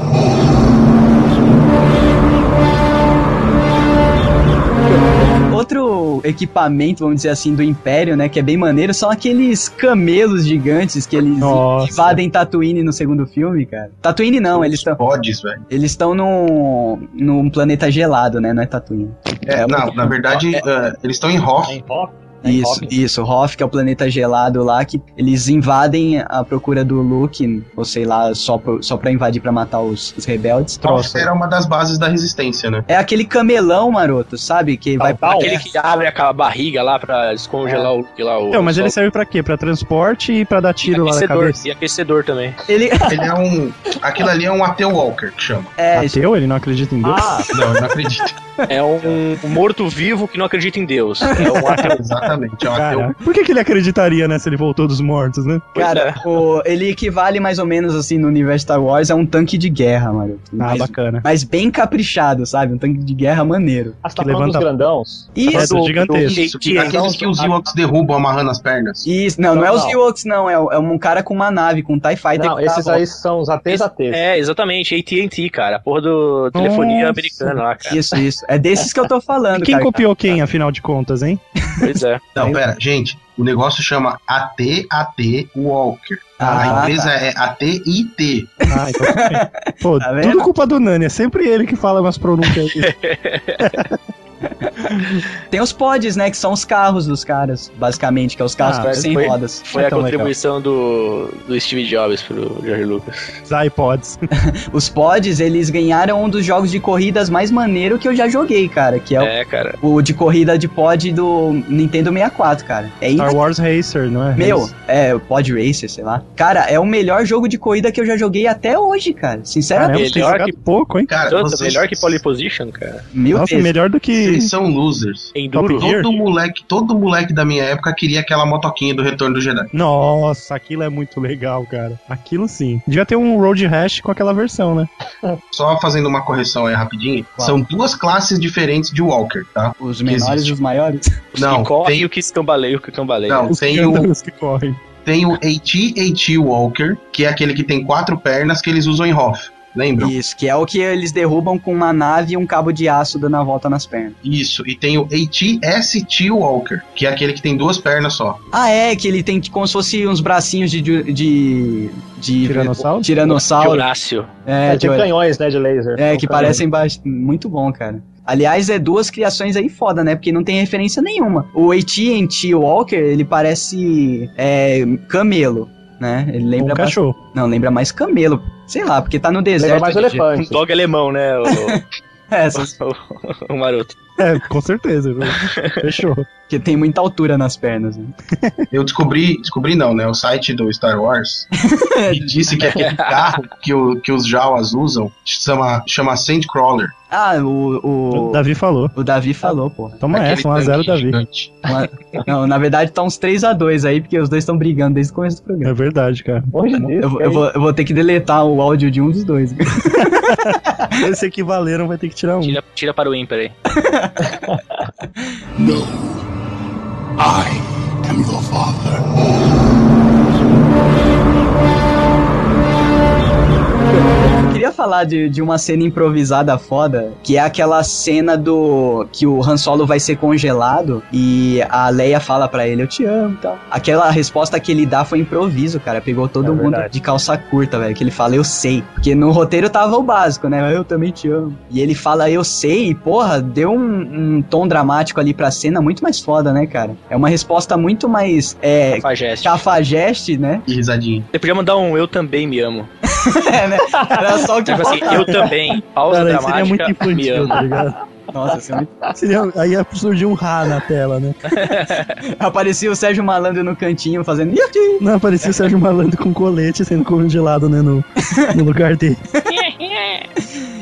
S1: Ô, outro equipamento, vamos dizer assim, do Império, né? Que é bem maneiro, são aqueles camelos gigantes que eles
S2: Nossa.
S1: invadem Tatooine no segundo filme, cara. Tatooine não, eles estão
S3: Podes, velho.
S1: eles estão num, num planeta gelado, né? Não é Tatooine.
S3: É,
S1: É,
S3: não, na verdade, eh, eles estão em Hoth.
S1: Isso, isso, Hoth, que é o planeta gelado lá, que eles invadem a procura do Luke, ou sei lá, só, pro, só pra invadir, pra matar os, os rebeldes.
S3: Hoth era uma das bases da
S1: [LAUGHS]
S3: resistência, né?
S1: É aquele camelão maroto, sabe? Que vai
S4: Aquele que abre aquela barriga lá pra descongelar o que
S1: É,
S4: lá
S2: É.
S4: o.
S2: Não, mas
S4: o
S2: ele serve pra quê? Pra transporte e pra dar tiro lá na
S4: aquecedor,
S2: cabeça?
S4: e aquecedor também.
S1: Ele.
S3: Ele é um. Aquilo ali é um Ateu Walker, que chama.
S1: É, isso- Ah,
S2: Ateu? Ele não acredita em Deus?
S3: Não, eu não acredito.
S4: É um morto-vivo que não acredita em
S2: [LAUGHS]
S4: Deus. É um ateu.
S3: Exatamente, é um
S2: Cara,
S3: ateu.
S2: por que, que ele acreditaria, né, se ele voltou dos mortos, né?
S4: Pois
S1: cara, o- ele equivale mais ou menos assim no universo Star Wars a um tanque de guerra, maroto.
S2: Ah,
S1: Mas,
S2: bacana.
S1: mas bem caprichado, sabe? Um tanque de guerra maneiro.
S5: Ah, você tá
S2: Que
S5: falando
S2: levanta-
S5: dos grandãos?
S1: E
S2: Nossa,
S1: isso.
S2: gigantesco.
S3: Isso, que, aqueles que os Ewoks derrubam amarrando as pernas.
S1: Isso, não, não,
S5: Não,
S1: é os
S5: não.
S1: Ewoks, não. É, o- é um cara com uma nave, com um TIE Fighter.
S5: Não,
S1: que tá
S5: esses
S1: à
S5: aí são os ATs ATs.
S4: É, exatamente, AT&T, cara, a porra do telefonia
S2: Nossa.
S4: americana lá,
S1: volta.
S4: cara.
S1: Isso, isso. É desses que eu tô
S2: E
S1: falando,
S2: quem
S1: cara.
S2: copiou quem, afinal de
S1: [LAUGHS]
S2: contas, hein?
S4: Pois é.
S3: Não, pera, gente, o negócio chama AT-AT Walker.
S1: Ah,
S4: tá.
S3: a empresa é AT-IT.
S2: Ah, então tudo bem. Pô,
S1: Tá vendo?
S2: tudo culpa do Nani, é sempre ele que fala umas pronúncias
S1: [LAUGHS]
S2: aí.
S1: Tem os pods, né? Que são os carros dos caras, basicamente, que é os carros
S2: Ah,
S1: que sem
S4: foi-
S1: rodas.
S4: Foi a
S2: Então, legal.
S4: contribuição do, do Steve Jobs pro George Lucas.
S2: Os iPods.
S1: Os pods, eles ganharam um dos jogos de corridas mais maneiro que eu já joguei, cara. Que é,
S4: É, cara.
S1: o, o de corrida de pod do Nintendo 64, cara. É
S2: Star
S1: incrível.
S2: Wars Racer, não é?
S1: Meu,
S2: Racer.
S1: é, o Pod Racer, sei lá. Cara, é o melhor jogo de corrida que eu já joguei até hoje, cara.
S2: Caramba,
S1: Sinceramente,
S2: você tem
S4: melhor
S2: jogado pouco, hein?
S3: Cara,
S4: Tanto,
S3: vocês,
S4: melhor que Pole Position, cara.
S1: mil
S2: Nossa,
S1: vezes.
S2: melhor do que...
S3: vocês são losers.
S4: Enduro.
S2: Top Gear.
S3: Todo moleque, todo moleque da minha época queria aquela motoquinha do Retorno do Jedi.
S2: Nossa, aquilo é muito legal, cara. Aquilo sim. Devia ter um Road Rash com aquela versão, né?
S3: Só fazendo uma correção aí rapidinho, são duas classes diferentes de Walker, tá?
S1: Os menores e
S3: existe.
S1: os maiores.
S4: Os
S3: Não,
S4: que correm
S3: tem-
S4: e o que escambaleia, o que cambaleia.
S3: Não,
S2: Os
S3: tem o,
S2: cantores que correm.
S3: tem o AT-AT Walker, que é aquele que tem quatro pernas que eles usam em Hoth. Lembram?
S1: Isso, que é o que eles derrubam com uma nave e um cabo de aço dando a volta nas pernas.
S3: Isso. E tem o AT-ST Walker, que é aquele que tem duas pernas só.
S1: Ah, é, que ele tem como se fosse uns bracinhos de. de. de, de
S2: Tiranossauro?
S1: Tiranossauro.
S4: Horácio.
S1: É,
S5: É,
S1: de
S5: tem
S1: olho.
S5: canhões, né, de laser.
S1: É,
S5: São
S1: que
S5: canhões.
S1: parecem bast- muito bom, cara. Aliás, é duas criações aí foda, né? Porque não tem referência nenhuma. O AT&T Walker, ele parece é, camelo, né? Ele lembra
S2: Um
S1: mais-
S2: cachorro.
S1: Não, lembra mais camelo. Sei lá, porque tá no
S5: Lembra
S1: deserto.
S5: mais
S1: né,
S4: Um
S5: [LAUGHS] elefante.
S4: dog alemão, né? O,
S1: gente? É, só
S4: o maroto.
S2: É, com certeza. viu? Fechou.
S1: que tem muita altura nas pernas. Né?
S3: Eu descobri, descobri não, né? O site do Star Wars me disse que aquele carro que, o- que os Jawas usam chama, chama Sandcrawler.
S1: Ah, o, o,
S2: O Davi falou.
S1: o Davi falou, pô.
S2: Toma
S3: Aquele
S2: essa, 1x0 é?
S3: tanque
S2: Davi.
S3: gigante.
S1: Uma- não, na verdade tá uns 3 a 2 aí, porque os dois estão brigando desde o começo do programa.
S2: É verdade, cara.
S5: Hoje em dia,
S1: Eu, vou- eu vou, eu vou ter que deletar o áudio de um dos dois. [LAUGHS]
S2: Esse equivaleram vai ter que tirar um.
S4: Tira, tira para o ímpar aí.
S8: No, I am your father.
S1: Eu queria falar de, de uma cena improvisada foda, que é aquela cena do. que o Han Solo vai ser congelado e a Leia fala pra ele, eu te amo e tal. Aquela resposta que ele dá foi improviso, cara. Pegou todo
S5: É
S1: mundo
S5: verdade.
S1: de calça curta, velho. Que ele fala, eu sei. Porque no roteiro tava o básico, né? Eu também te amo. E ele fala, eu sei, e porra, deu um, um tom dramático ali pra cena muito mais foda, né, cara? É uma resposta muito mais. É,
S4: Fageste.
S1: cafajeste, né?
S3: E risadinha.
S4: Você podia mandar um eu também me amo.
S1: [LAUGHS] É, né? Era só o que
S4: Tipo assim,
S1: faltava.
S4: eu também. Pausa
S2: Cara, seria
S4: dramática,
S2: muito
S4: me
S2: infantil,
S4: amo.
S2: tá ligado?
S1: Nossa, isso é muito
S2: Seria, aí ia surgir um Rá na tela, né?
S1: Aparecia o Sérgio Malandro no cantinho fazendo. "Yuki".
S2: Não, aparecia o Sérgio Malandro com colete sendo congelado, né, no, no lugar dele.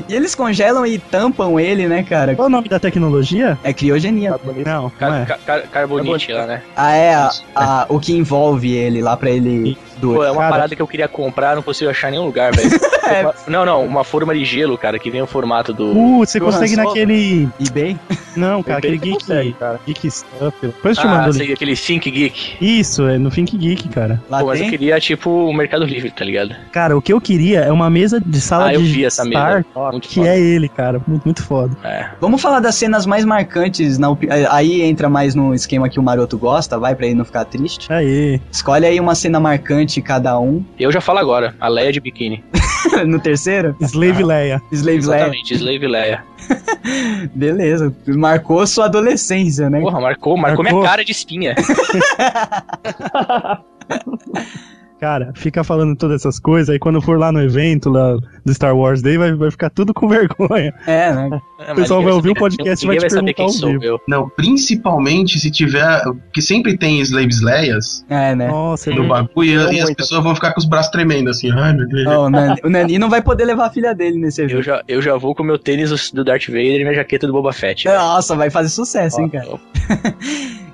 S1: E eles congelam e tampam ele, né, cara?
S2: Qual é o nome da tecnologia?
S1: É criogenia.
S2: Não, não
S4: Car
S2: é.
S4: car- car- carbonite lá, né?
S1: Ah, é a- a- o que envolve ele lá pra ele
S2: Dois.
S4: Pô, é uma
S2: Cara, É.
S4: parada que eu queria comprar, não consigo achar em nenhum lugar,
S2: [LAUGHS]
S4: velho. Eu fa- Não, não, uma forma de gelo, cara, que vem o formato do.
S2: Uh, você
S1: do
S2: consegue
S1: Han Solo.
S2: naquele.
S1: eBay?
S2: Não, cara, aquele
S7: Você
S2: geek.
S7: consegue, cara.
S2: Geek Stuff. Depois eu te
S4: Ah,
S2: mando o link.
S4: sei, aquele Think Geek.
S2: Isso, é no Think Geek, cara.
S1: Lá
S4: Pô, mas eu
S1: tem?
S4: queria, tipo, o Mercado Livre, tá ligado?
S2: Cara, o que eu queria é uma mesa de sala
S4: Ah,
S2: de
S4: eu vi essa
S2: estar,
S4: mesa. Muito
S2: que
S4: foda.
S2: é ele, cara. Muito, muito foda.
S4: É.
S1: Vamos falar das cenas mais marcantes. Na opi- é, Aí entra mais no esquema que o Maroto gosta, vai, pra ele não ficar triste.
S2: Aí.
S1: Escolhe aí uma cena marcante cada um. [LAUGHS]
S4: Eu já falo agora, a Leia de biquíni.
S1: no terceiro?
S2: Slave
S4: Ah.
S2: Leia.
S1: Slave Lair.
S4: Exatamente, Slave Leia.
S1: Beleza. Marcou sua adolescência, né?
S4: Porra, marcou, marcou, minha
S2: Marcou.
S4: cara
S2: [LAUGHS]
S4: de espinha.
S2: Cara, fica falando todas essas coisas, aí quando for lá no evento lá do Star Wars Day, vai, vai ficar tudo com [LAUGHS] vergonha.
S1: É, né?
S4: É, mas
S2: pessoal
S4: ninguém
S2: vai ouvir o
S4: saber-
S2: podcast e vai
S4: ninguém
S2: te perguntar
S4: saber quem
S2: ao
S4: sou
S2: vivo.
S4: eu.
S3: Não, principalmente se tiver. Que sempre tem Slave Slayers
S1: É, né?
S2: Nossa,
S3: no
S4: Hum.
S2: ele-
S3: bagulho e, e as
S7: muito.
S3: pessoas vão ficar com os braços tremendo assim. Ai meu [LAUGHS] Deus.
S1: Ó, o, Nani, o Nani não vai poder levar a filha dele nesse
S4: Eu
S1: evento.
S4: já, eu já vou com meu tênis do Darth Vader e minha jaqueta do Boba Fett.
S1: Nossa, vai fazer sucesso, hein, cara? [LAUGHS]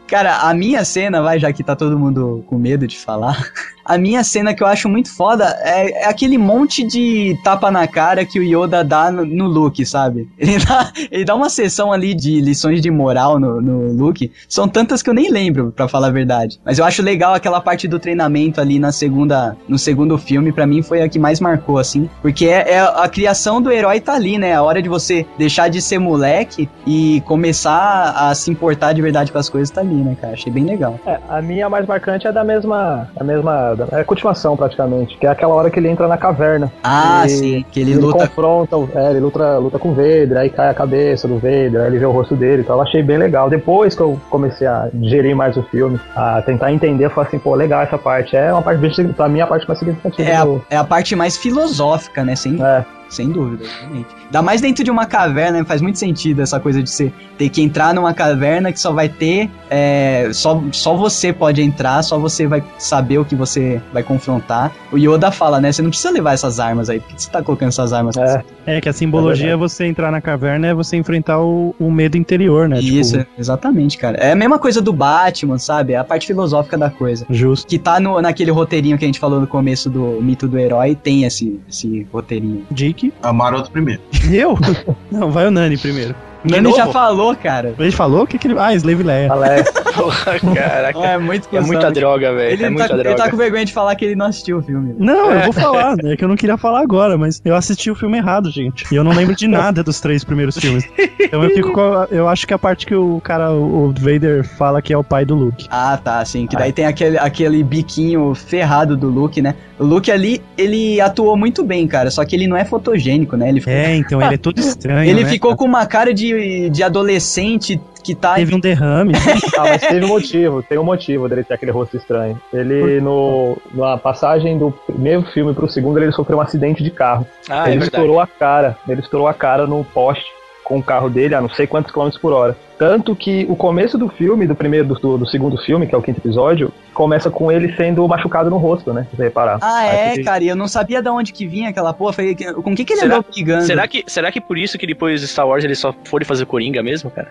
S1: Cara, a minha cena, vai, já que tá todo mundo com medo de falar. [LAUGHS] A minha cena que eu acho muito foda é, é aquele monte de tapa na cara que o Yoda dá no, no Luke, sabe? Ele dá, ele dá uma sessão ali de lições de moral no, no Luke. São tantas que eu nem lembro, pra falar a verdade. Mas eu acho legal aquela parte do treinamento ali na segunda, no segundo filme, pra mim foi a que mais marcou, assim. Porque é, é a criação do herói tá ali, né? A hora de você deixar de ser moleque e começar a se importar de verdade com as coisas tá ali, né, cara? Achei bem legal.
S5: É, a minha mais marcante é da mesma. A mesma. da- É a continuação, praticamente. Que é aquela hora que ele entra na caverna.
S1: Ah,
S5: E-
S1: sim, que ele
S5: Ele,
S1: luta.
S5: confronta, o- é, ele luta, luta com o Vader, aí cai a cabeça do Vader, aí ele vê o rosto dele e tal. Eu achei bem legal. Depois que eu comecei a digerir mais o filme, a tentar entender, eu falei assim, pô, legal essa parte. É uma parte, bem signi- pra mim, a parte mais significativa
S1: É a, [LAUGHS]
S5: do...
S1: é a parte mais filosófica, né? Sem,
S5: É,
S1: sem dúvida, realmente. Ainda mais dentro de uma caverna, né? faz muito sentido essa coisa de você ter que entrar numa caverna que só vai ter. é, só, só você pode entrar, só você vai saber o que você vai confrontar. O Yoda fala, né? Você não precisa levar essas armas aí. Por que você tá colocando essas armas?
S5: É.
S2: é que a simbologia é, você entrar na caverna é você enfrentar o, o medo interior,
S5: é,
S2: né? Tipo,
S1: Isso, exatamente, cara. É a mesma coisa do Batman, sabe? É a parte filosófica da coisa.
S2: Justo.
S1: que tá no, naquele roteirinho que a gente falou no começo do mito do herói, tem esse, esse roteirinho.
S2: Dick.
S3: A Maroto primeiro.
S2: Eu? [LAUGHS] Não, vai o Nani primeiro.
S1: O Nani já falou, cara.
S2: Ele falou o que, que ele. Ah, Slave Leia.
S5: Alex,
S4: [LAUGHS] Porra, caraca.
S1: É muito
S4: É muita droga, velho.
S1: ele,
S4: É
S1: tá,
S4: muita
S1: com- ele tá
S4: droga.
S1: com vergonha de falar que ele não assistiu o filme.
S2: Não, eu vou falar, né? Que eu não queria falar agora, mas eu assisti o filme errado, gente. E eu não lembro de nada dos três primeiros filmes. Então eu fico com a- Eu acho que a parte que o cara, o Vader, fala que é o pai do Luke.
S1: Ah, tá, sim. Que daí tem aquele, aquele biquinho ferrado do Luke, né? O Luke ali, ele atuou muito bem, cara. Só que ele não é fotogênico, né? Ele ficou,
S2: É, então ele é todo estranho.
S1: ele
S2: né,
S1: ficou
S2: cara?
S1: com uma cara de, de adolescente que tá.
S2: Teve um derrame.
S5: Ah, mas teve um motivo, tem um motivo dele ter aquele rosto estranho. Ele, no, na passagem do primeiro filme pro segundo, ele sofreu um acidente de carro.
S4: Ah, é
S5: ele
S4: verdade.
S5: estourou a cara, ele estourou a cara no poste com o carro dele a não sei quantos quilômetros por hora. Tanto que o começo do filme, do primeiro, do, do segundo filme, que é o quinto episódio, começa com ele sendo machucado no rosto, né? Se você reparar.
S1: Ah,
S5: Aí
S1: é,
S5: você-
S1: cara. E eu não sabia de onde que vinha aquela porra. Falei, que- com o que, que ele
S4: Será-
S1: andou brigando?
S4: Será que, será que por isso que depois do Star Wars ele só foi fazer o Coringa mesmo, cara?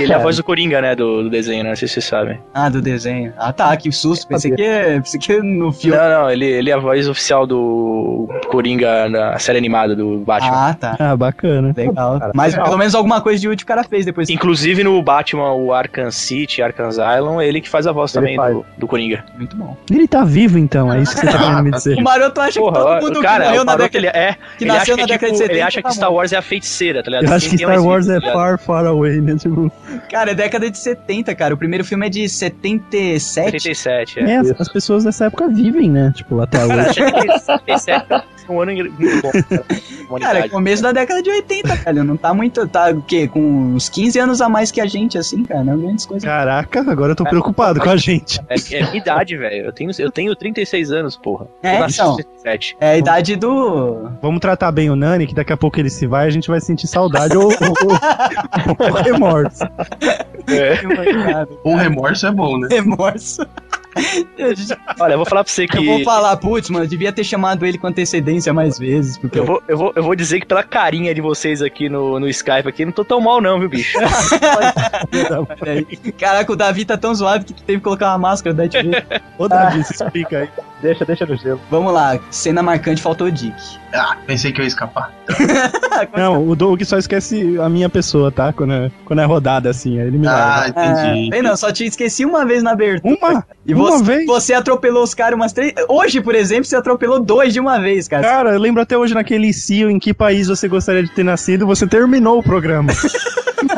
S4: Ele
S2: [LAUGHS]
S4: é a voz do Coringa, né, do, do desenho, né? Não sei se vocês sabem.
S1: Ah, do desenho. Ah, tá, que susto. Pensei que, pensei que no filme.
S4: Não, não, ele, ele é a voz oficial do Coringa na série animada do Batman.
S1: Ah, tá.
S2: Ah, bacana.
S1: Legal. Mas pelo menos alguma coisa de útil o cara fez depois.
S4: Inclusive no Batman, o Arkham City, Arkham Asylum, é ele que faz a voz também do, do Coringa.
S1: Muito bom.
S2: Ele tá vivo, então, é isso que você tá
S4: [LAUGHS]
S2: querendo me dizer.
S1: O Maroto [LAUGHS] acha
S4: Porra,
S1: que
S4: ó,
S1: Tipo, todo mundo
S4: cara,
S1: que morreu
S4: o
S1: na
S4: Maroto,
S1: década,
S4: ele é,
S1: que
S4: ele acha
S1: nasceu
S4: que,
S1: na década
S4: tipo,
S1: de 70.
S4: ele acha
S1: tá
S4: que Star
S1: bom.
S4: Wars é a feiticeira, tá ligado?
S2: Eu acho
S4: Quem
S2: que
S4: tem mais
S2: Star Wars é
S4: feiticeiro, tá ligado?
S2: far, far away, né? Tipo,
S1: Cara, é década de 70, cara. O primeiro filme é de 77.
S4: 37, é.
S2: é, as- as pessoas dessa época vivem, né? Tipo, até hoje.
S4: Cara, 37 é um ano ingre- muito bom, cara.
S1: Cara, é
S4: Humanidade.
S1: começo da década de 80, velho. Não tá muito. Tá o quê? Com uns 15 anos a mais que a gente, assim, cara. Não é grandes coisas.
S2: Caraca, agora eu tô preocupado com a gente.
S4: É, é minha idade, velho. Eu tenho, eu tenho 36 anos, porra.
S1: É,
S4: eu nasci
S1: então.
S4: em 67.
S1: É a idade do.
S2: Vamos tratar bem o Nani, que daqui a pouco ele se vai e a gente vai sentir saudade ou, ou, ou- ou remorso.
S4: É.
S3: O remorso é bom, né?
S1: Remorso. Eu já-
S4: Olha, eu vou falar pra você que.
S1: Eu vou falar, putz, mano, eu devia ter chamado ele com antecedência mais vezes, porque
S4: Eu [LAUGHS] vou, eu, vou, eu vou dizer que pela carinha de vocês aqui no, no Skype aqui, eu não tô tão mal não, viu, bicho?
S1: Olha aí. Caraca, o Davi tá tão zoado que tu teve que colocar uma máscara da TV.
S2: Ô, Davi, se explica aí.
S7: Deixa, deixa no gelo.
S1: Vamos lá, cena marcante faltou o Dick.
S3: Ah, pensei que eu ia escapar.
S2: Não, o Doug só esquece a minha pessoa, tá? Quando é, quando é rodada assim, aí ele me larga.
S3: Ah, entendi.
S1: Bem, É, não, só te esqueci uma vez na abertura.
S2: Uma?
S1: E
S2: uma
S1: você,
S2: vez?
S1: você atropelou os caras umas três. Hoje, por exemplo, você atropelou dois de uma vez, cara.
S2: Cara, eu lembro até hoje naquele CIO em que país você gostaria de ter nascido, você terminou o programa.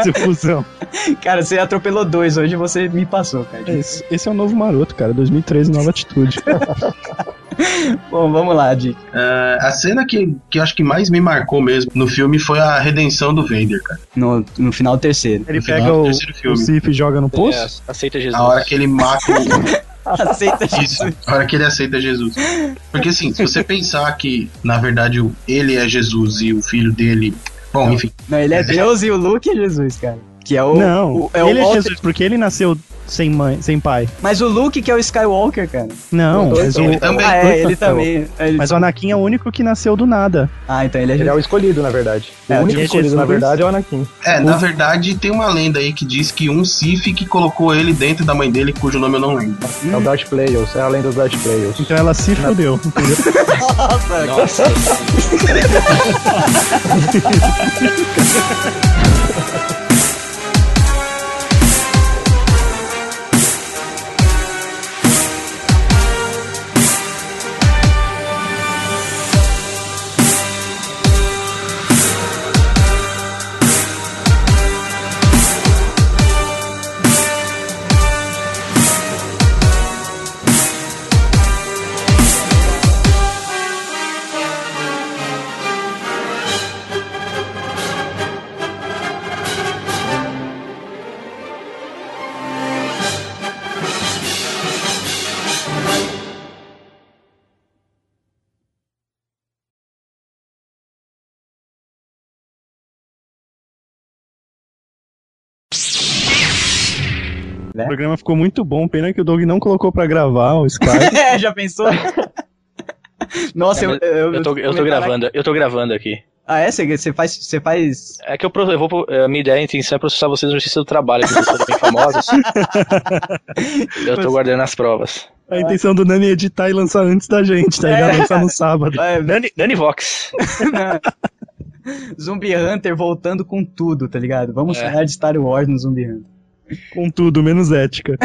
S2: Seu cuzão.
S1: [LAUGHS] Cara, você atropelou dois, hoje você me passou, cara.
S2: Esse, esse é o novo maroto, cara. 2013, nova atitude.
S1: Bom, vamos lá, Dick.
S3: Ah, a cena que, que eu acho que mais me marcou mesmo no filme foi a redenção do Vader, cara.
S1: No, no final do
S2: [LAUGHS]
S1: terceiro.
S2: Ele
S3: No
S2: pega
S3: final do
S2: o,
S3: terceiro filme.
S2: o Sif e joga no poço?
S4: É, aceita Jesus.
S3: A hora que ele mata o.
S1: Aceita
S3: [LAUGHS] Isso, a hora que ele aceita Jesus. Porque assim, se você pensar que, na verdade, o- ele é Jesus e o filho dele. Bom, enfim.
S1: Não, ele é Deus e o Luke é Jesus, cara. Que é o.
S2: Não,
S1: o- é o
S2: ele é
S1: Walter-
S2: Jesus, porque ele nasceu sem mãe, sem pai.
S1: Mas o Luke que é o Skywalker, cara.
S2: Não, mas o,
S3: Ele também.
S1: Ah, é, ele também. Ele-
S2: mas o Anakin é o único que nasceu do nada.
S1: Ah, então ele é
S5: Ele é
S1: Jesus.
S5: o escolhido, na verdade. O
S2: É, o
S5: único
S2: de
S5: escolhido,
S2: Jesus.
S5: na verdade, é o Anakin.
S3: É, na verdade, tem uma lenda aí que diz que um Sif que colocou ele dentro da mãe dele, cujo nome eu não lembro.
S5: É o Darth Players, é a lenda dos Darth Players.
S2: Então ela se fodeu.
S4: Nossa,
S2: O programa ficou muito bom, pena que o Doug não colocou pra gravar o Skype.
S1: [LAUGHS] É, já pensou? Nossa, eu, eu,
S4: É, eu tô, eu tô
S1: comentar- né?
S4: gravando, eu tô gravando aqui.
S1: Ah, é? Você você faz. Você faz.
S4: É que eu, pro- eu vou. pro- A minha ideia, a intenção é processar vocês no justiça do trabalho, que vocês são bem famosos. eu tô guardando as provas.
S2: A intenção do Nani é editar e lançar antes da gente, tá ligado? Lançar no sábado.
S1: é,
S4: Nani, Nani Vox.
S1: [LAUGHS] Zumbi Hunter voltando com tudo, tá ligado? Vamos
S4: É.
S1: falar de Star Wars no Zumbi Hunter.
S2: Com tudo, menos ética.